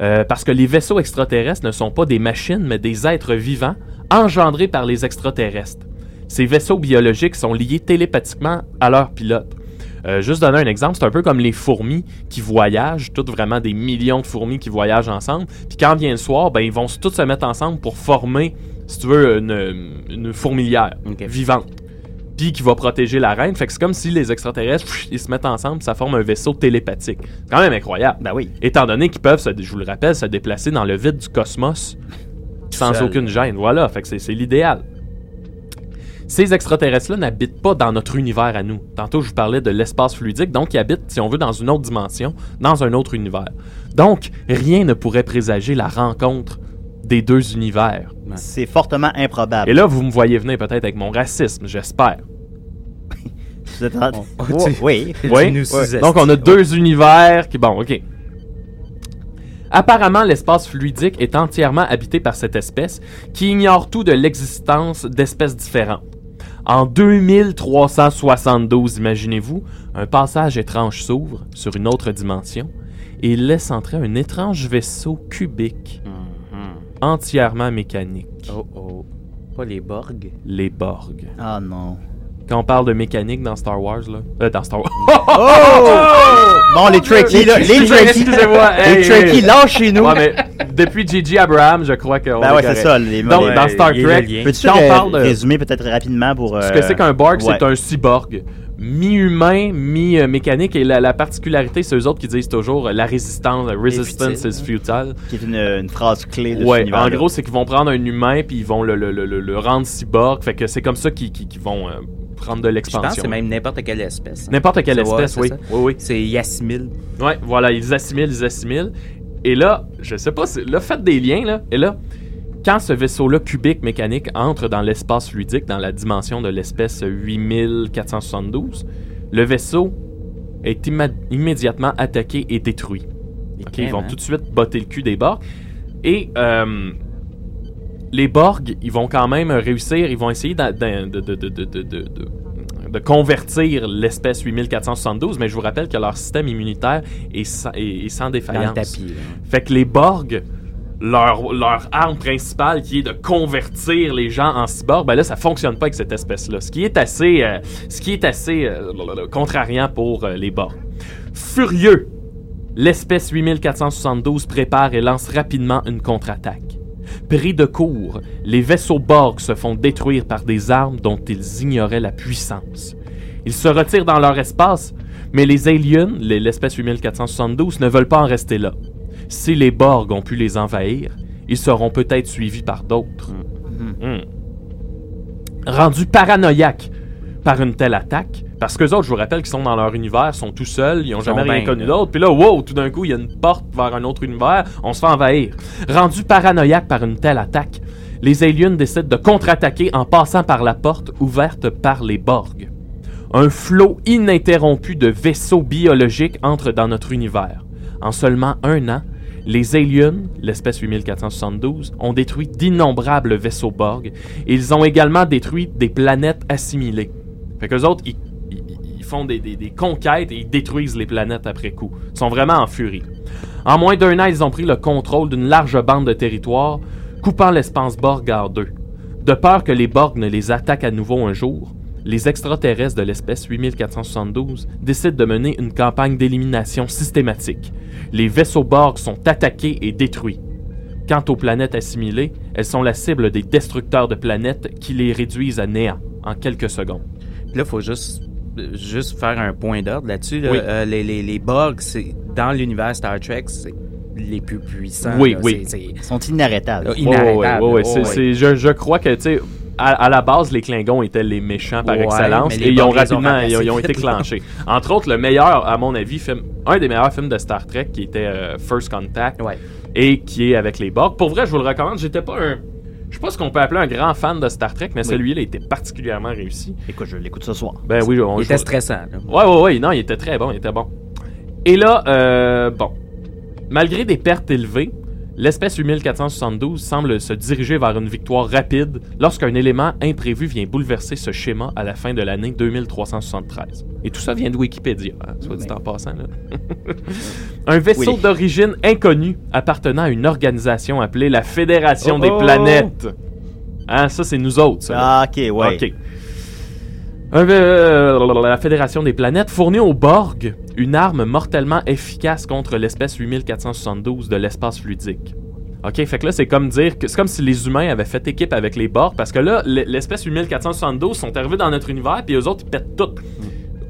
S5: Euh, parce que les vaisseaux extraterrestres ne sont pas des machines, mais des êtres vivants engendrés par les extraterrestres. Ces vaisseaux biologiques sont liés télépathiquement à leur pilote. Euh, juste donner un exemple, c'est un peu comme les fourmis qui voyagent, toutes vraiment des millions de fourmis qui voyagent ensemble. Puis quand vient le soir, ben, ils vont s- toutes se mettre ensemble pour former, si tu veux, une, une fourmilière
S4: Ok.
S5: vivante. Puis qui va protéger la reine. Fait que c'est comme si les extraterrestres, pff, ils se mettent ensemble, ça forme un vaisseau télépathique. C'est quand même incroyable.
S2: Ben oui.
S5: Étant donné qu'ils peuvent, se- je vous le rappelle, se déplacer dans le vide du cosmos sans
S4: Seul.
S5: aucune gêne. Voilà, fait que c'est- c'est l'idéal. Ces extraterrestres-là n'habitent pas dans notre univers à nous. Tantôt, je vous parlais de l'espace fluidique, donc ils habitent, si on veut, dans une autre dimension, dans un autre univers. Donc, rien ne pourrait présager la rencontre des deux univers.
S2: C'est fortement improbable.
S5: Et là, vous me voyez venir peut-être avec mon racisme, j'espère.
S2: Vous êtes en-
S4: Oh, tu-
S2: oui.
S4: Tu
S5: Oui.
S4: nous
S5: Ouais.
S4: sous-estimes.
S5: Donc on a deux univers qui bon, OK. Apparemment, l'espace fluidique est entièrement habité par cette espèce qui ignore tout de l'existence d'espèces différentes. En 2372, imaginez-vous, un passage étrange s'ouvre sur une autre dimension et laisse entrer un étrange vaisseau cubique entièrement mécanique,
S4: Oh oh. Pas les Borg.
S5: les Borg.
S2: Ah non.
S5: Quand on parle de mécanique dans Star Wars, là, euh, dans Star Wars,
S2: Oh! Bon, les Trekkies, les, les
S5: Excusez-
S2: Trekkies,
S5: excusez-moi.
S2: les
S5: Hey,
S2: Trekkies,
S5: hey.
S2: lâche chez nous.
S5: Ouais, mais depuis J.J. Abraham, je crois que. on
S2: Ben ouais, c'est
S5: correct.
S2: ça. Les, euh,
S5: Donc,
S2: les-
S5: dans Star
S4: il y a
S5: Trek,
S4: le lien.
S2: Peux-tu
S5: quand on
S2: euh,
S5: parle de-
S2: résumer peut-être rapidement pour...
S5: ce que c'est qu'un Borg, c'est
S2: euh, ouais.
S5: un cyborg. Mi-humain, mi-mécanique. Et la, la particularité, c'est eux autres qui disent toujours euh, la résistance, la resistance
S4: futile,
S5: is futile.
S2: Qui est une, une phrase clé de
S5: Ouais,
S2: cet
S5: en
S2: univers-là.
S5: gros, c'est qu'ils vont prendre un humain puis ils vont le, le, le, le- le rendre cyborg. Fait que c'est comme ça qu'ils qu'ils- qu'ils vont euh, prendre de
S4: Je pense que
S5: l'expansion.
S4: c'est même n'importe quelle espèce. hein.
S5: N'importe quelle
S4: C'est- ouais,
S5: espèce,
S4: c'est
S5: oui.
S4: ça.
S5: Oui, oui.
S4: C'est Yasmil.
S5: Ouais, voilà, ils assimilent, ils assimilent. Et là, je sais pas, si- là, faites des liens, là. Et là, quand ce vaisseau-là cubique mécanique entre dans l'espace fluidique, dans la dimension de l'espèce 8472, le vaisseau est imma- immédiatement attaqué et détruit. Ok, ils vont
S4: hein.
S5: tout de suite botter le cul des Borg. Et euh, les Borg, ils vont quand même réussir, ils vont essayer d'a- d'a- de, de- de- de- de- de- de- de convertir l'espèce 8472, mais je vous rappelle que leur système immunitaire est sans, est- est sans
S4: Dans le
S5: défaillance.
S4: tapis. là.
S5: Fait que les Borg, leur, leur arme principale qui est de convertir les gens en cyborg, ben là, ça fonctionne pas avec cette espèce-là. Ce qui est assez, euh, ce qui est assez euh, contrariant pour euh, les Borg. Furieux, l'espèce 8472 prépare et lance rapidement une contre-attaque. Pris de court, les vaisseaux Borg se font détruire par des armes dont ils ignoraient la puissance. Ils se retirent dans leur espace, mais les aliens, les- l'espèce 8472, ne veulent pas en rester là. Si les Borg ont pu les envahir, ils seront peut-être suivis par d'autres. Mm. Rendus paranoïaques par une telle attaque, parce que autres, je vous rappelle qu'ils sont dans leur univers, sont tout seuls, ils n'ont jamais
S4: sont
S5: rien
S4: bien,
S5: connu
S4: là.
S5: d'autre, puis là, wow, tout d'un coup, il y a une porte vers un autre univers, on se fait envahir. Rendus paranoïaques par une telle attaque, les aliens décident de contre-attaquer en passant par la porte ouverte par les Borg. Un flot ininterrompu de vaisseaux biologiques entre dans notre univers. En seulement un an, Les aliens, l'espèce 8472, ont détruit d'innombrables vaisseaux Borg. Et ils ont également détruit des planètes assimilées. Fait que les autres, ils, ils- ils font des, des- des conquêtes et ils détruisent les planètes après coup. Ils sont vraiment en furie. En moins d'un an, ils ont pris le contrôle d'une large bande de territoire, coupant l'espace Borg en deux. De peur que les Borg ne les attaquent à nouveau un jour, les extraterrestres de l'espèce 8472 décident de mener une campagne d'élimination systématique. Les vaisseaux Borg sont attaqués et détruits. Quant aux planètes assimilées, elles sont la cible des destructeurs de planètes qui les réduisent à néant en quelques secondes.
S4: Puis là, faut juste, euh, juste faire un point d'ordre là-dessus. là.
S5: Oui.
S4: Euh, les, les, les Borg, c'est- dans l'univers Star Trek, c'est les plus puissants.
S5: Oui,
S4: là.
S5: oui.
S4: C'est-
S2: Ils
S4: c'est-
S2: sont inarrêtables.
S4: Euh,
S5: Ouais, ouais,
S4: inarrêtables.
S5: ouais, ouais,
S4: Oh,
S5: c'est-
S4: ouais.
S5: c'est- je, je crois que, tu sais, à, à la base, les Klingons étaient les méchants par
S4: Ouais,
S5: excellence
S4: mais les
S5: et ils ont
S4: Borg les ont
S5: rapidement ils ont, ils ont
S4: remplacés.
S5: été clenchés. Entre autres, le meilleur, à mon avis, film, un des meilleurs films de Star Trek qui était euh, First Contact
S4: Ouais.
S5: et qui est avec les Borg. Pour vrai, je vous le recommande. J'étais pas un. Je sais pas ce qu'on peut appeler un grand fan de Star Trek, mais celui-là était particulièrement réussi.
S2: Écoute, je l'écoute ce soir.
S5: Ben oui, on
S4: Il
S5: je-
S4: était stressant. là.
S5: Ouais, ouais, ouais, non, il était très bon, il était bon. Et là, euh, bon. Malgré des pertes élevées, l'espèce 8472 semble se diriger vers une victoire rapide lorsqu'un élément imprévu vient bouleverser ce schéma à la fin de l'année 2373. Et tout ça vient de Wikipédia, hein, soit dit en passant. là. Un vaisseau
S2: Oui.
S5: d'origine inconnue appartenant à une organisation appelée la Fédération des
S2: Oh, oh.
S5: planètes. Hein, ça, c'est nous autres, ça. là.
S2: Ah, ok, ouais.
S5: OK. Un, euh, la Fédération des planètes fournit aux Borg une arme mortellement efficace contre l'espèce 8472 de l'espace fluidique. OK, fait que là, c'est comme dire que c'est comme si les humains avaient fait équipe avec les Borg, parce que là, l- l'espèce 8472 sont arrivés dans notre univers, puis eux autres, ils pètent tout.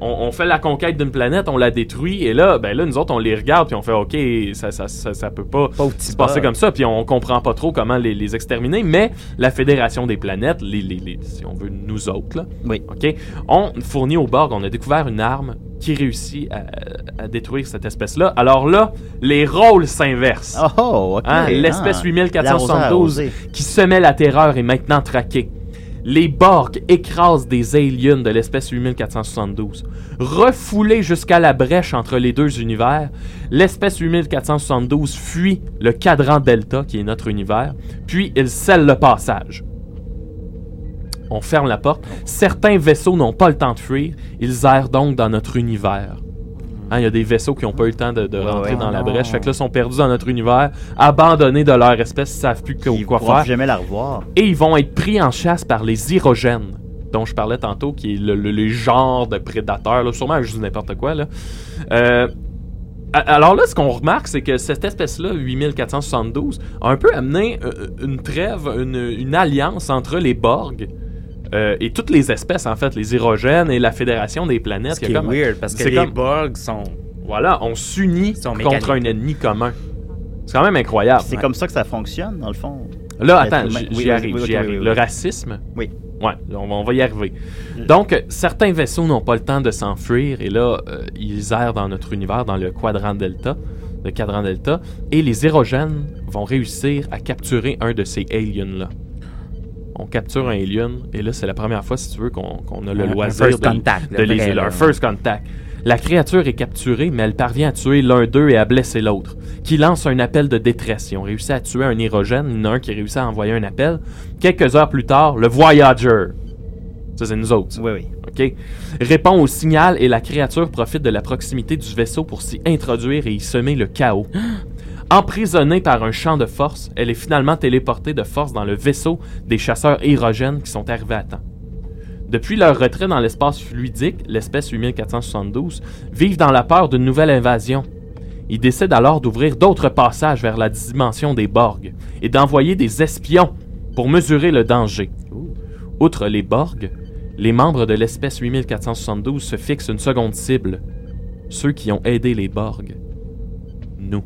S5: On, on fait la conquête d'une planète, on la détruit, et là, ben là, nous autres, on les regarde, puis on fait, OK, ça, ça, ça, ça peut pas
S4: Pas au petit
S5: se passer
S4: Borg.
S5: comme ça, puis on comprend pas trop comment les, les exterminer, mais la Fédération des planètes, les, les- les- si on veut nous autres, là,
S2: Oui.
S5: OK, on fournit au Borg, on a découvert une arme qui réussit à, à détruire cette espèce-là. Alors là, les rôles s'inversent.
S2: Oh, Oh, ok.
S5: Hein, l'espèce
S2: ah,
S5: 8472.
S2: l'arrosé, arrosé.
S5: qui semait la terreur est maintenant traquée. Les Borg écrasent des aliens de l'espèce 8472. Refoulés jusqu'à la brèche entre les deux univers, l'espèce 8472 fuit le cadran Delta, qui est notre univers, puis il scelle le passage. On ferme la porte. Certains vaisseaux n'ont pas le temps de fuir. Ils errent donc dans notre univers. Hein, Il y a des vaisseaux qui n'ont pas eu le temps de, de rentrer
S2: ouais.
S5: dans la
S4: Oh
S5: brèche.
S4: non.
S5: Fait que là, ils sont perdus dans notre univers, abandonnés de leur espèce, ils savent plus que-
S2: Ils
S5: quoi
S2: pourront
S5: faire
S2: plus jamais la revoir.
S5: et ils vont être pris en chasse par les irogènes dont je parlais tantôt, qui est le, le- le genre de prédateur, là, sûrement juste n'importe quoi. Là. Euh, a- alors là, ce qu'on remarque, c'est que cette espèce-là, 8472, a un peu amené euh, une trêve, une, une alliance entre les Borg euh, et toutes les espèces, en fait, les irogènes et la Fédération des planètes.
S4: Ce
S5: Il y a
S4: qui est
S5: comme-
S4: weird, parce que
S5: c'est
S4: les
S5: comme-
S4: Borg sont...
S5: Voilà, on s'unit
S4: Ils sont
S5: contre un
S4: mécaniques.
S5: ennemi commun. C'est quand même incroyable. hein.
S2: C'est comme ça que ça fonctionne, dans le fond.
S5: Là, attends,
S2: Oui,
S5: j-
S2: oui,
S5: j'y
S2: oui,
S5: arrive,
S2: oui,
S5: j'y
S2: oui,
S5: arrive.
S2: oui, oui.
S5: Le racisme.
S2: Oui. Mm.
S5: Ouais, on, va- on va y arriver. Donc, euh, certains vaisseaux n'ont pas le temps de s'enfuir et là, euh, ils errent dans notre univers, dans le quadrant delta, le quadrant delta, et les érogènes vont réussir à capturer un de ces aliens-là. On capture un alien et là, c'est la première fois, si tu veux, qu'on qu'on a le
S4: Un- un
S5: loisir
S4: first
S5: de,
S4: contact, le
S5: de les
S4: vrai,
S5: leur
S4: là.
S5: first contact. La créature est capturée, mais elle parvient à tuer l'un d'eux et à blesser l'autre, qui lance un appel de détresse. Ils ont réussi à tuer un érogène, il y en a un qui réussit à envoyer un appel. Quelques heures plus tard, le Voyager. Ça, c'est nous autres. ça.
S2: Oui, oui.
S5: OK? Répond au signal et la créature profite de la proximité du vaisseau pour s'y introduire et y semer le chaos. Emprisonnée par un champ de force, elle est finalement téléportée de force dans le vaisseau des chasseurs érogènes qui sont arrivés à temps. Depuis leur retrait dans l'espace fluidique, l'espèce 8472, vivent dans la peur d'une nouvelle invasion. Ils décident alors d'ouvrir d'autres passages vers la dimension des Borg et d'envoyer des espions pour mesurer le danger. Outre les Borg, les membres de l'espèce 8472 se fixent une seconde cible. Ceux qui ont aidé les Borg. Nous.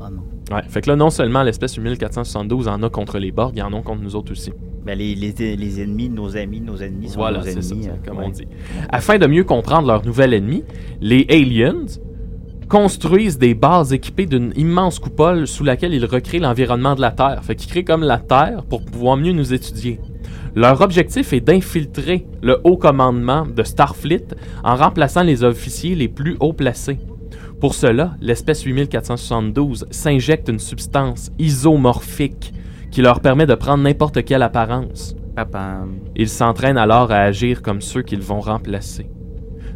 S2: Ah non.
S5: Ouais. Fait que là, non seulement l'espèce 8472 en a contre les Borg, ils en ont contre nous autres aussi.
S2: Ben, les, les, les ennemis, de nos amis, nos ennemis sont
S5: Voilà,
S2: nos
S5: c'est ça,
S2: ennemis. euh,
S5: c'est comme
S2: ouais.
S5: on dit. Afin de mieux comprendre leur nouvel ennemi, les aliens construisent des bases équipées d'une immense coupole sous laquelle ils recréent l'environnement de la Terre. Fait qu'ils créent comme la Terre pour pouvoir mieux nous étudier. Leur objectif est d'infiltrer le haut commandement de Starfleet en remplaçant les officiers les plus haut placés. Pour cela, l'espèce 8472 s'injecte une substance isomorphique qui leur permet de prendre n'importe quelle apparence.
S4: Papa.
S5: Ils s'entraînent alors à agir comme ceux qu'ils vont remplacer.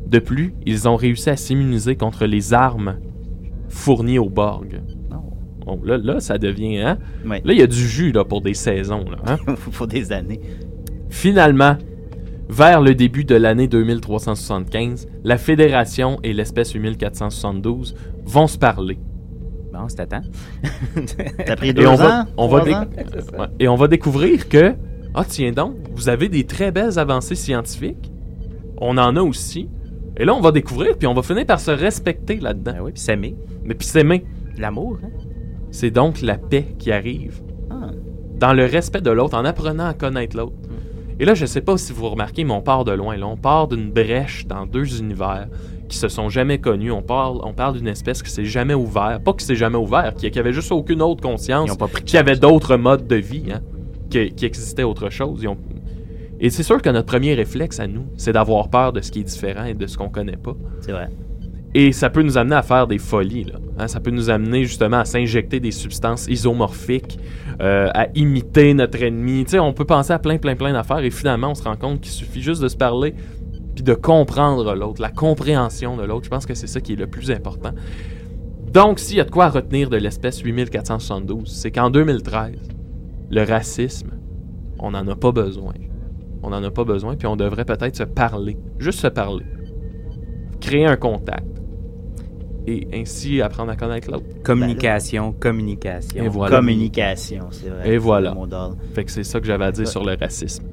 S5: De plus, ils ont réussi à s'immuniser contre les armes fournies aux Borg. Oh, là, là, ça devient... Hein?
S2: Ouais.
S5: Là, il y a du jus là, pour des saisons. Là, hein?
S2: pour des années.
S5: Finalement, vers le début de l'année 2375, la Fédération et l'espèce 8472 vont se parler.
S4: Bon, c'est à temps.
S2: T'as pris deux
S5: Et on
S2: ans?
S5: va, on va
S2: trois
S5: déc-
S2: ans?
S5: Ouais. Et on va découvrir que, ah tiens donc, vous avez des très belles avancées scientifiques. On en a aussi. Et là, on va découvrir, puis on va finir par se respecter là-dedans.
S4: Ben oui, puis s'aimer.
S5: Mais puis s'aimer.
S4: L'amour, hein?
S5: C'est donc la paix qui arrive.
S2: Ah.
S5: Dans le respect de l'autre, en apprenant à connaître l'autre. Et là, je sais pas si vous remarquez, mais on part de loin. Là, on part d'une brèche dans deux univers qui se sont jamais connus. On parle, on parle d'une espèce qui s'est jamais ouverte. Pas qui s'est jamais ouverte, qui, qui avait juste aucune autre conscience,
S4: Ils ont pas pris de
S5: qui avait d'autres modes de vie, hein, qui, qui existait autre chose. Ils ont- Et c'est sûr que notre premier réflexe à nous, c'est d'avoir peur de ce qui est différent et de ce qu'on connaît pas.
S2: C'est vrai.
S5: Et ça peut nous amener à faire des folies. Là. Hein, ça peut nous amener justement à s'injecter des substances isomorphiques, euh, à imiter notre ennemi. Tu sais, on peut penser à plein, plein, plein d'affaires et finalement, on se rend compte qu'il suffit juste de se parler puis de comprendre l'autre, la compréhension de l'autre. Je pense que c'est ça qui est le plus important. Donc, s'il y a de quoi à retenir de l'espèce 8472, c'est qu'en 2013, le racisme, on n'en a pas besoin. On n'en a pas besoin, puis on devrait peut-être se parler, juste se parler, créer un contact et ainsi apprendre à connaître l'autre.
S4: Communication, communication.
S5: Et voilà.
S2: Communication, c'est vrai.
S5: Et voilà.
S2: C'est le mot d'ordre.
S5: Fait que c'est ça que j'avais à dire sur le racisme.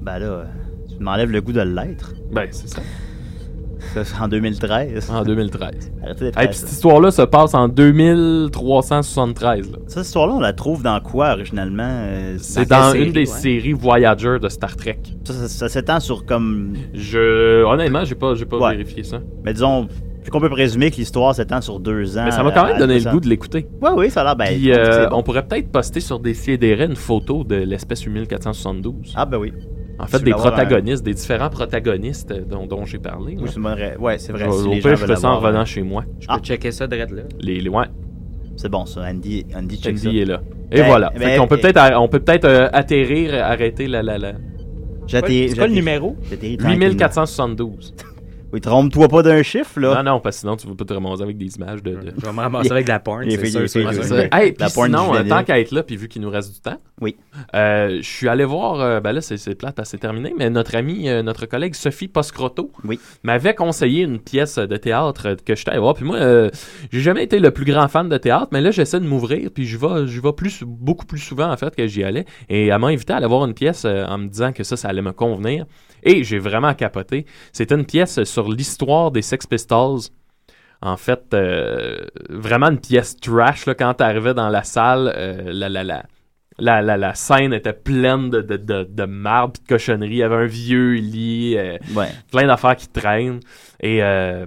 S2: Ben là, euh, tu m'enlèves le goût de l'être.
S5: Ben, c'est ça.
S2: Ça, c'est En 2013.
S5: En 2013.
S2: Arrêtez d'être
S5: Hey, puis cette
S2: raciste.
S5: histoire-là se passe en 2373. là.
S2: Ça, cette histoire-là, on la trouve dans quoi originalement Euh,
S5: C'est
S2: quelle
S5: dans
S2: série?
S5: une des
S2: Ouais.
S5: séries Voyager de Star Trek.
S2: Ça, ça- ça s'étend sur comme.
S5: Je... Honnêtement, j'ai pas, j'ai pas
S2: Ouais.
S5: vérifié ça.
S2: Mais disons, je qu'on peut présumer que l'histoire s'étend sur deux ans.
S5: Mais ça m'a quand même
S2: à-
S5: donné le
S2: ça-
S5: goût de l'écouter.
S2: Ouais, oui, ça a l'air. Ben,
S5: Puis
S2: je pense que c'est
S5: euh,
S2: bon.
S5: on pourrait peut-être poster sur des CDR une photo de l'espèce 8472.
S2: Ah, ben oui.
S5: en fait,
S2: tu
S5: des
S2: veux avoir
S5: protagonistes, des différents protagonistes euh, dont, dont j'ai parlé. là.
S2: Oui, c'est une bonne ra- Ouais, c'est vrai.
S5: Au-
S2: si
S5: au
S2: les
S5: pire,
S2: gens
S5: je
S2: veulent
S5: fais ça en
S2: l'avoir,
S5: revenant chez moi.
S4: Je peux
S2: Ah.
S4: checker ça direct là.
S5: Les, les- ouais,
S2: C'est bon, ça. Andy, Andy check ça.
S5: Andy est là. Et
S2: Ben,
S5: voilà.
S2: ben,
S5: on peut
S2: eh,
S5: peut-être on peut peut-être euh, atterrir, arrêter la la la.
S2: J'atterris-
S4: C'est quoi le
S2: j'atterris-
S4: numéro?
S2: j'atterris tranquillement.
S5: 8472.
S2: Oui, trompe-toi pas d'un chiffre, là.
S5: Non non parce que sinon tu vas pas te ramasser avec des images de. de-
S4: Je vais me ramasser avec de la porn,
S2: Il est
S4: c'est
S2: fait- il est
S4: sûr,
S2: fait-
S4: sûr,
S2: il est
S4: sûr.
S2: fait-
S5: Hey, puis
S2: La porn
S5: sinon euh,
S2: juvénile.
S5: tant qu'à être là puis vu qu'il nous reste du temps.
S2: Oui.
S5: euh, je suis allé voir euh, ben là c'est c'est plate parce que c'est terminé mais notre amie euh, notre collègue Sophie Poscroto
S2: Oui.
S5: m'avait conseillé une pièce de théâtre euh, que je allé voir puis moi euh, j'ai jamais été le plus grand fan de théâtre mais là j'essaie de m'ouvrir puis je vais je vais plus beaucoup plus souvent en fait que j'y allais et elle m'a invité à aller voir une pièce euh, en me disant que ça ça allait me convenir et j'ai vraiment capoté c'était une pièce sur l'histoire des Sex Pistols en fait, euh, vraiment une pièce trash. Là, quand t'arrivais dans la salle, euh, la, la, la, la, la, la scène était pleine de, de, de, de marbre pis de cochonneries. Il y avait un vieux lit, euh,
S2: Ouais.
S5: plein d'affaires qui traînent. Et euh,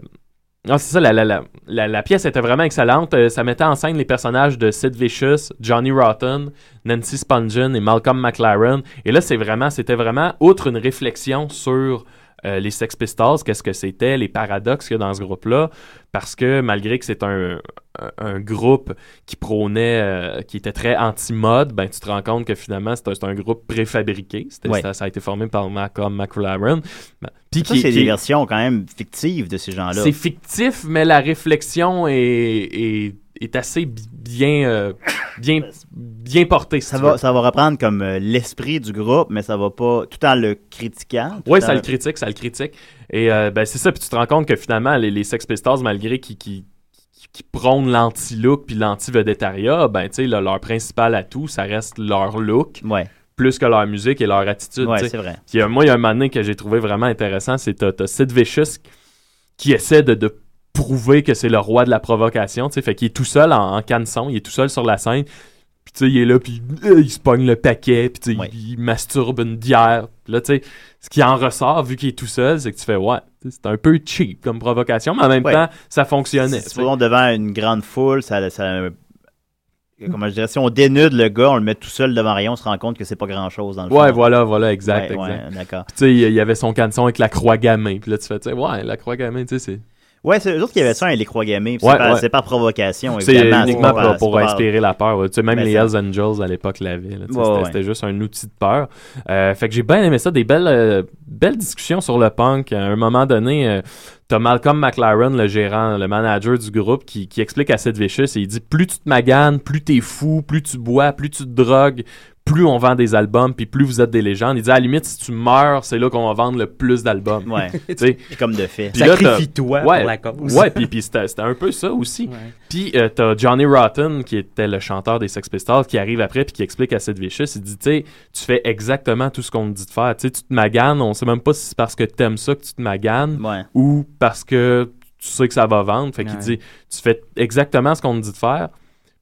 S5: non, c'est ça, la, la, la, la, la pièce était vraiment excellente. Euh, ça mettait en scène les personnages de Sid Vicious, Johnny Rotten, Nancy Spungen et Malcolm McLaren. Et là, c'est vraiment, c'était vraiment, outre une réflexion sur euh, les Sex Pistols, qu'est-ce que c'était, les paradoxes qu'il y a dans ce groupe-là, parce que malgré que c'est un, un- un groupe qui prônait, euh, qui était très anti-mode, ben, tu te rends compte que finalement, c'est un, c'est un groupe préfabriqué. C'était-
S2: Ouais.
S5: Ça, ça a été formé par Malcolm McLaren. Ben, puis
S2: Ça,
S5: qui-
S2: c'est
S5: qui-
S2: des versions quand même fictives de ces gens-là.
S5: c'est fictif, mais la réflexion est, est, est assez bi- bien, euh, bien, bien portée. si
S2: Ça
S5: tu
S2: va,
S5: veux.
S2: ça va reprendre comme euh, l'esprit du groupe, mais ça va pas tout en le critiquant. tout
S5: Ouais,
S2: en-
S5: ça le critique, ça le critique. Et euh, ben, c'est ça, puis tu te rends compte que finalement, les, les Sex Pistols, malgré qu'ils qui, prônent l'anti-look puis l'anti-vedettariat, ben, tu sais, le- leur principal atout, ça reste leur look,
S2: Ouais,
S5: plus que leur musique et leur attitude. tu sais.
S2: ouais c'est vrai.
S5: Puis, euh, moi, il y a un moment donné que j'ai trouvé vraiment intéressant, c'est t'as, t'as Sid Vicious qui essaie de, de prouver que c'est le roi de la provocation, tu sais, fait qu'il est tout seul en, en canson, il est tout seul sur la scène, puis tu sais, il est là, puis euh, il se pogne le paquet, puis tu sais,
S2: Ouais.
S5: il, il masturbe une bière, Puis là, tu sais, ce qui en ressort, vu qu'il est tout seul, c'est que tu fais, ouais, tu sais, c'est un peu cheap comme provocation, mais en même
S2: Ouais.
S5: temps, ça fonctionnait.
S2: Si,
S5: tu sais.
S2: supposons, devant une grande foule, ça, ça- comment je dirais, si on dénude le gars, on le met tout seul devant rien, on se rend compte que c'est pas grand-chose dans le
S5: Ouais,
S2: fond.
S5: voilà, voilà,
S2: Ouais,
S5: exact, exact.
S2: ouais, d'accord.
S5: Puis tu sais, il y avait son canson avec la croix gamin, puis là, tu fais, tu sais, ouais, la croix gamin, tu sais, c'est...
S2: Ouais, c'est eux autres qui avaient ça, hein, les croix gammées. puis
S5: Ouais,
S2: c'est par,
S5: ouais.
S2: c'est par provocation,
S5: C'est
S2: évidemment.
S5: uniquement
S2: pas par-
S5: pour, pour
S2: c'est pas par-
S5: inspirer la peur. ouais. Tu sais, même
S2: Ben,
S5: les
S2: ça-
S5: Hells Angels à l'époque l'avaient. là. Tu sais,
S2: Ouais,
S5: c'était-
S2: ouais.
S5: C'était juste un outil de peur. Euh, fait que j'ai bien aimé ça. Des belles, euh, belles discussions sur le punk. À un moment donné, euh, t'as Malcolm McLaren, le gérant, le manager du groupe, qui, qui explique à Sid Vicious et il dit Plus tu te maganes, plus t'es fou, plus tu bois, plus tu te drogues, plus on vend des albums, puis plus vous êtes des légendes. Il dit À la limite, si tu meurs, c'est là qu'on va vendre le plus d'albums.
S2: Ouais,
S5: Tu sais,
S2: c'est comme de fait.
S5: puis là, t'as-
S4: Sacrifie-toi
S5: ouais,
S4: pour la cause.
S5: Ouais, puis, puis c'était, c'était un peu ça aussi.
S4: Ouais.
S5: Puis euh, t'as Johnny Rotten, qui était le chanteur des Sex Pistols, qui arrive après puis qui explique à Sid Vicious, il dit, tu sais, tu fais exactement tout ce qu'on te dit de faire. Tu sais, tu te maganes, on sait même pas si c'est parce que t'aimes ça que tu te maganes
S2: Ouais.
S5: ou parce que tu sais que ça va vendre. Fait qu'il
S4: Ouais.
S5: dit, tu fais exactement ce qu'on te dit de faire.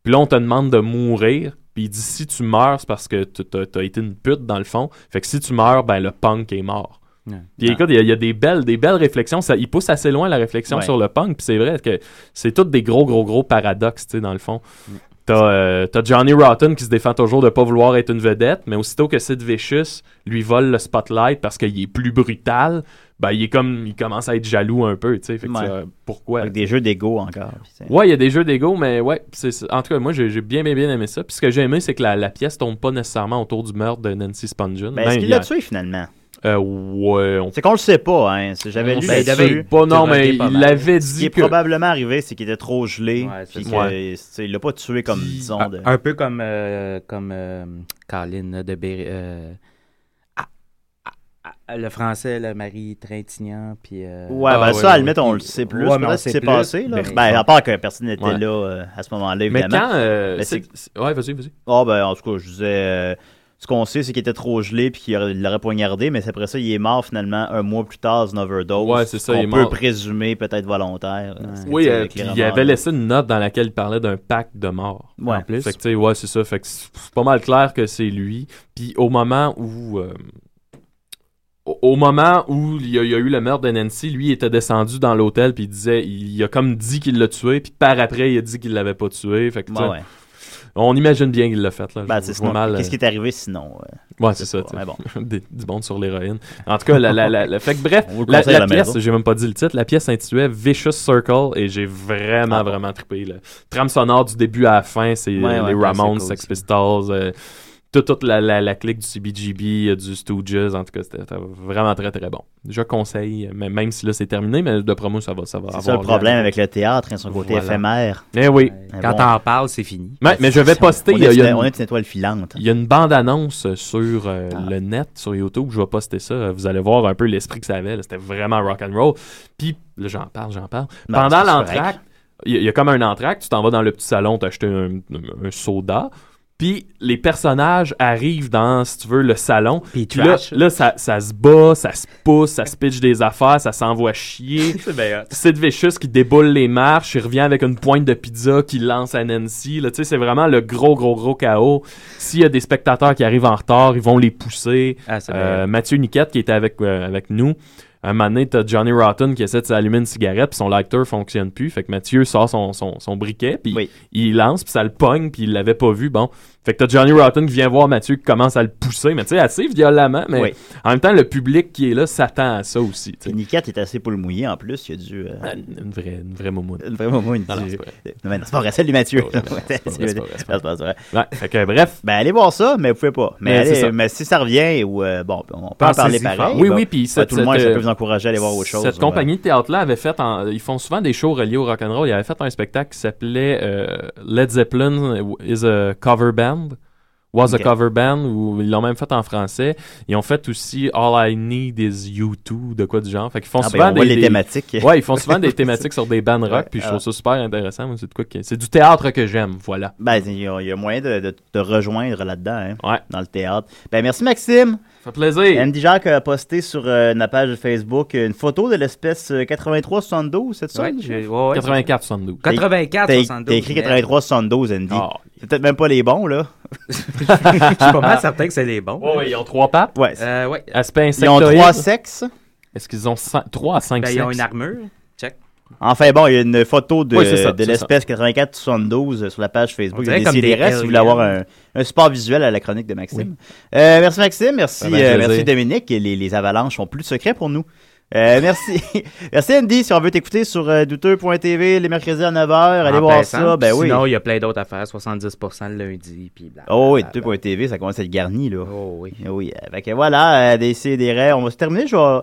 S5: Puis là, on te demande de mourir. Puis il dit, si tu meurs, c'est parce que t- t'as, t'as été une pute dans le fond. Fait que si tu meurs, ben le punk est mort.
S4: Ouais.
S2: Ah.
S5: Puis écoute, il y a, il y a des, belles, des belles réflexions. Ça, il pousse assez loin la réflexion
S2: Ouais.
S5: sur le punk. Puis c'est vrai que c'est tous des gros, gros, gros paradoxes, tu sais, dans le fond.
S2: Mm.
S5: T'as euh, t'as Johnny Rotten qui se défend toujours de pas vouloir être une vedette, mais aussitôt que Sid Vicious lui vole le spotlight parce qu'il est plus brutal, ben il est comme il commence à être jaloux un peu, tu sais. Fait que
S2: Ouais.
S5: tu vois, pourquoi
S2: Avec des jeux d'ego encore. puis c'est-
S5: Ouais, il y a des jeux d'ego, mais ouais, c'est- c'est- en tout cas, moi j'ai j'ai bien, bien, bien aimé ça. Puis ce que j'ai aimé, c'est que la, la pièce tombe pas nécessairement autour du meurtre de Nancy Spungen.
S2: Ben, est-ce
S5: Ben,
S2: qu'il
S5: il y a-
S2: l'a tué finalement?
S5: Euh, ouais, on
S2: C'est qu'on le sait pas, hein. C'est- J'avais lu
S4: sait
S2: là-dessus.
S5: Ben, pas, non,
S4: T'es
S5: mais
S4: rodé pas
S5: il
S4: mal.
S5: l'avait
S2: Ce qui
S5: dit
S2: est
S5: que.
S2: probablement arrivé, c'est qu'il était trop gelé.
S4: Ouais, c'est
S2: puis
S4: ça.
S2: que, c'est- il l'a pas tué comme, disons, de...
S4: Un peu comme, euh, comme euh, Colin de Berry. euh, ah, ah, ah, le français, le Marie Trintignant, puis. euh,
S2: Ouais,
S5: Ah,
S2: ben
S5: ouais,
S2: ça,
S5: ouais.
S2: à la limite, on le sait plus.
S4: Ouais, mais on
S2: Peut-être ce
S4: sait
S2: qui s'est
S4: plus.
S2: passé, là.
S4: Ben,
S2: Ben, à part que personne n'était
S5: Ouais.
S2: là euh, à ce moment-là,
S5: Mais
S2: évidemment.
S5: quand. euh,
S2: Mais
S5: c'est- c'est- Ouais, vas-y, vas-y.
S2: Ah, ben, en tout cas, je disais. euh, ce qu'on sait, c'est qu'il était trop gelé puis qu'il aurait- il l'aurait poignardé, mais c'est après ça, il est mort finalement un mois plus tard d'une overdose.
S5: Ouais, c'est ça, il est
S2: On peut
S5: mort.
S2: présumer peut-être volontaire. parce que,
S5: Oui,
S2: tu sais,
S5: euh,
S2: avec
S5: puis
S2: les
S5: il
S2: remords,
S5: avait
S2: là.
S5: laissé une note dans laquelle il parlait d'un pacte de mort.
S2: Ouais.
S5: en plus. Fait que, tu sais, ouais, c'est ça. Fait que c'est c'est pas mal clair que c'est lui. Puis au moment où. euh, au au moment où il y, a, il y a eu le meurtre de Nancy, lui il était descendu dans l'hôtel puis il disait, il, il a comme dit qu'il l'a tué puis par après il a dit qu'il l'avait pas tué. Fait que, tu
S2: Ouais,
S5: sais,
S2: ouais.
S5: on imagine bien qu'il l'a fait là.
S2: Ben,
S5: Je-
S2: c'est
S5: je vois
S2: sinon-
S5: mal, euh,
S2: Qu'est-ce qui est arrivé sinon? euh,
S5: Ouais,
S2: je
S5: c'est ça.
S2: sais
S5: tu
S2: pas,
S5: sais.
S2: Mais bon.
S5: Des- du monde sur l'héroïne. En tout cas, la, la, la- la- fait que bref,
S2: On vous le
S5: la,
S2: conseille à
S5: la
S2: la
S5: pièce,
S2: maison.
S5: j'ai même pas dit le titre, la pièce s'intitulait Vicious Circle et j'ai vraiment,
S2: Ah bon.
S5: vraiment trippé. Le trame sonore du début à la fin, c'est
S2: Ouais,
S5: euh,
S2: ouais,
S5: les
S2: ouais,
S5: Ramones,
S4: c'est cool,
S5: Sex
S4: ça.
S5: Pistols, euh, tout- toute la, la, la clique du CBGB, euh, du Stooges, en tout cas, c'était c'était vraiment très, très bon. Je conseille, mais même si là c'est terminé, mais de promo, ça va, ça va
S2: C'est
S5: avoir.
S2: ça le
S5: lieu.
S2: problème avec le théâtre, hein, son côté
S5: Voilà.
S2: éphémère.
S5: Eh oui.
S2: Mais
S4: Quand
S2: bon,
S4: t'en parles, c'est fini.
S5: Mais, mais je vais poster.
S2: on,
S5: il y a-
S2: est
S5: il y a
S2: une-
S5: une-
S2: on est une étoile filante. Ah.
S5: Il y a une bande-annonce sur euh, le net, sur YouTube, je vais poster ça. Vous allez voir un peu l'esprit que ça avait. là. C'était vraiment rock and roll. Puis, là, j'en parle, j'en parle.
S2: Non,
S5: Pendant
S2: Ben, c'est
S5: l'entracte, il y, a- il y a comme un entracte. Tu t'en vas dans le petit salon, t'acheter un, un soda. Puis, les personnages arrivent dans, si tu veux, le salon.
S4: Puis
S5: Puis là, là, ça, ça se bat, ça se pousse, ça se pitche des affaires, ça s'envoie chier. Sid Vicious qui déboule les marches, il revient avec une pointe de pizza qu'il lance à Nancy. Là, tu sais, c'est vraiment le gros, gros, gros chaos. S'il y a des spectateurs qui arrivent en retard, ils vont les pousser.
S4: Ah, c'est
S5: Euh,
S4: bien.
S5: Mathieu Niquette qui était avec, euh, avec nous. Un moment donné, t'as Johnny Rotten qui essaie de s'allumer une cigarette, puis son lighter fonctionne plus. Fait que Mathieu sort son, son, son briquet, puis
S2: Oui.
S5: il lance, puis ça le pogne, puis il l'avait pas vu. Bon. Fait que t'as Johnny Rotten qui vient voir Mathieu qui commence à le pousser, mais tu sais, assez violemment. Mais
S2: Oui.
S5: en même temps, le public qui est là s'attend à ça aussi. tu sais.
S2: Puis
S5: Ah,
S2: Niquette est assez pour le mouiller en plus. Il a dû. euh,
S5: Une, une vraie, une vraie moumoune.
S2: une- Vraiment, moi, une.
S5: Non, non,
S2: du-
S5: c'est pas vrai.
S2: Non, mais non, c'est pas vrai, celle du Mathieu.
S5: C'est pas vrai, c'est pas vrai, c'est pas vrai, c'est pas vrai.
S2: Non, c'est pas vrai.
S5: Ouais, fait que bref.
S2: Ben, allez voir ça, mais vous pouvez pas. Mais,
S5: Mais c'est
S2: allez-
S5: ça.
S2: mais si ça revient, ou, euh, bon, on peut en
S4: Pensez-y
S2: parler
S4: fort.
S2: pareil.
S5: oui,
S2: là.
S5: oui, puis
S2: Ça,
S5: cette,
S2: tout le monde,
S5: cette,
S2: ça
S5: euh,
S2: peut vous encourager à aller voir euh, autre chose. ben,
S5: cette
S2: ouais.
S5: compagnie de théâtre-là avait fait, en- ils font souvent des shows reliés au rock'n'roll. Ils avaient fait un spectacle qui s'appelait euh, Led Zeppelin is a cover band. Was
S2: Ok.
S5: a cover band, ou ils l'ont même fait en français. Ils ont fait aussi All I Need is You Too, de quoi du genre. Fait qu'ils font
S2: Ah, ben,
S5: souvent
S2: on voit
S5: des,
S2: les
S5: des-
S2: thématiques.
S5: Ouais, ils font souvent des thématiques sur des bands rock,
S2: Ouais,
S5: puis je
S2: ah.
S5: trouve ça super intéressant. Moi, C'est de quoi que- c'est du théâtre que j'aime, voilà.
S2: Ben, il y, a- il y a moyen de, de te rejoindre là-dedans, hein,
S5: Ouais.
S2: dans le théâtre. Ben, merci Maxime.
S5: Ça fait plaisir.
S2: Andy Jacques a posté sur euh, la page Facebook une photo de l'espèce euh, 8372, c'est ça?
S4: Ouais, j'ai- ouais, ouais.
S5: 84 72.
S4: 84,
S2: T'as
S4: 72.
S2: t'as écrit
S4: mais
S2: 8372, Andy.
S5: Ah,
S2: C'est peut-être même pas les bons, là.
S4: Je suis pas mal certain que c'est les bons.
S5: ouais, ils ont trois papes.
S2: Ouais. c'est-
S4: Euh, ouais.
S5: Aspect
S2: Ils ont
S5: insectoïde.
S2: trois sexes.
S5: Est-ce qu'ils ont 3 à 5
S4: Ben, ils ont une armure. Check.
S2: Enfin bon, il y a une photo de,
S5: Oui, c'est ça,
S2: de
S5: c'est
S2: l'espèce 8472 euh, sur la page
S4: On
S2: Facebook de
S4: dirait comme des
S2: Décidérez si vous voulez
S4: aliens.
S2: avoir un, un support visuel à la chronique de Maxime. Euh, merci Maxime, merci,
S5: Ça m'a fait
S4: Ben,
S2: euh, merci
S5: plaisir.
S2: Dominique. Et Les, les avalanches sont plus secrets pour nous. Euh, merci. merci Andy. Si on veut t'écouter sur euh, douteux.tv les mercredis à 9h, allez
S4: En
S2: voir
S4: passant,
S2: ça. Ben
S4: puis
S2: oui.
S4: Sinon, il y a plein d'autres affaires, 70% le lundi, puis blablabla.
S2: Oh oui, douteux.tv, ça commence à être garni là.
S4: Oh oui.
S2: Oui, euh, fait que voilà, euh, des c'est des raies. On va se terminer. Je vais-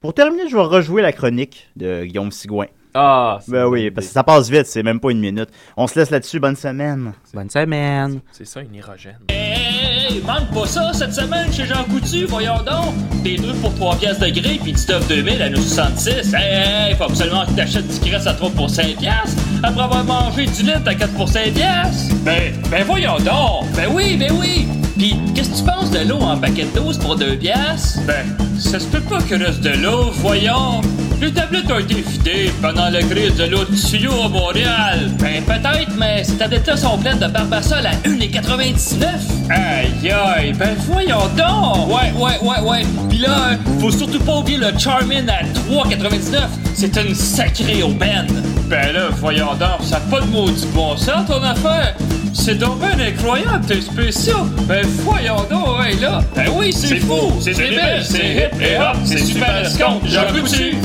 S2: Pour terminer, je vais rejouer la chronique de Guillaume Sigouin.
S5: Ah, c'est
S2: Ben
S5: une
S2: oui,
S5: bonne
S2: parce que
S5: idée.
S2: ça passe vite, c'est même pas une minute. On se laisse là-dessus, bonne semaine.
S4: Bonne semaine.
S5: C'est ça, une érogène.
S11: Hey, manque pas ça cette semaine chez Jean Coutu, voyons donc. Des trucs pour 3 piastres de gré puis du stuff 2000 à 9,66. Hey, hey, faut absolument que t'achètes du graisse à 3 pour 5 piastres après avoir mangé du litre à 4 pour 5 piastres. Ben, ben voyons donc. Ben oui, ben oui. Puis, qu'est-ce que tu penses de l'eau en paquet de 12 pour 2 piastres? Ben, ça se peut pas que reste de l'eau, voyons. Les tablettes ont été vidées pendant la crise de l'eau de tuyau à Montréal. Ben, peut-être, mais ces tablettes-là sont pleines de barbasol à 1,99. Aïe, aïe, ben voyons donc! Ouais, ouais, ouais, ouais. Pis là, euh, faut surtout pas oublier le Charmin à 3,99. C'est une sacrée aubaine. Ben là, voyons donc, ça a pas de maudit bon sens, ton affaire. C'est donc ben incroyable, tes spéciaux. Ben voyons donc, ouais, là. Ben oui, c'est fou, c'est débile, c'est hip et hop, c'est super escompte. J'en peux dessus.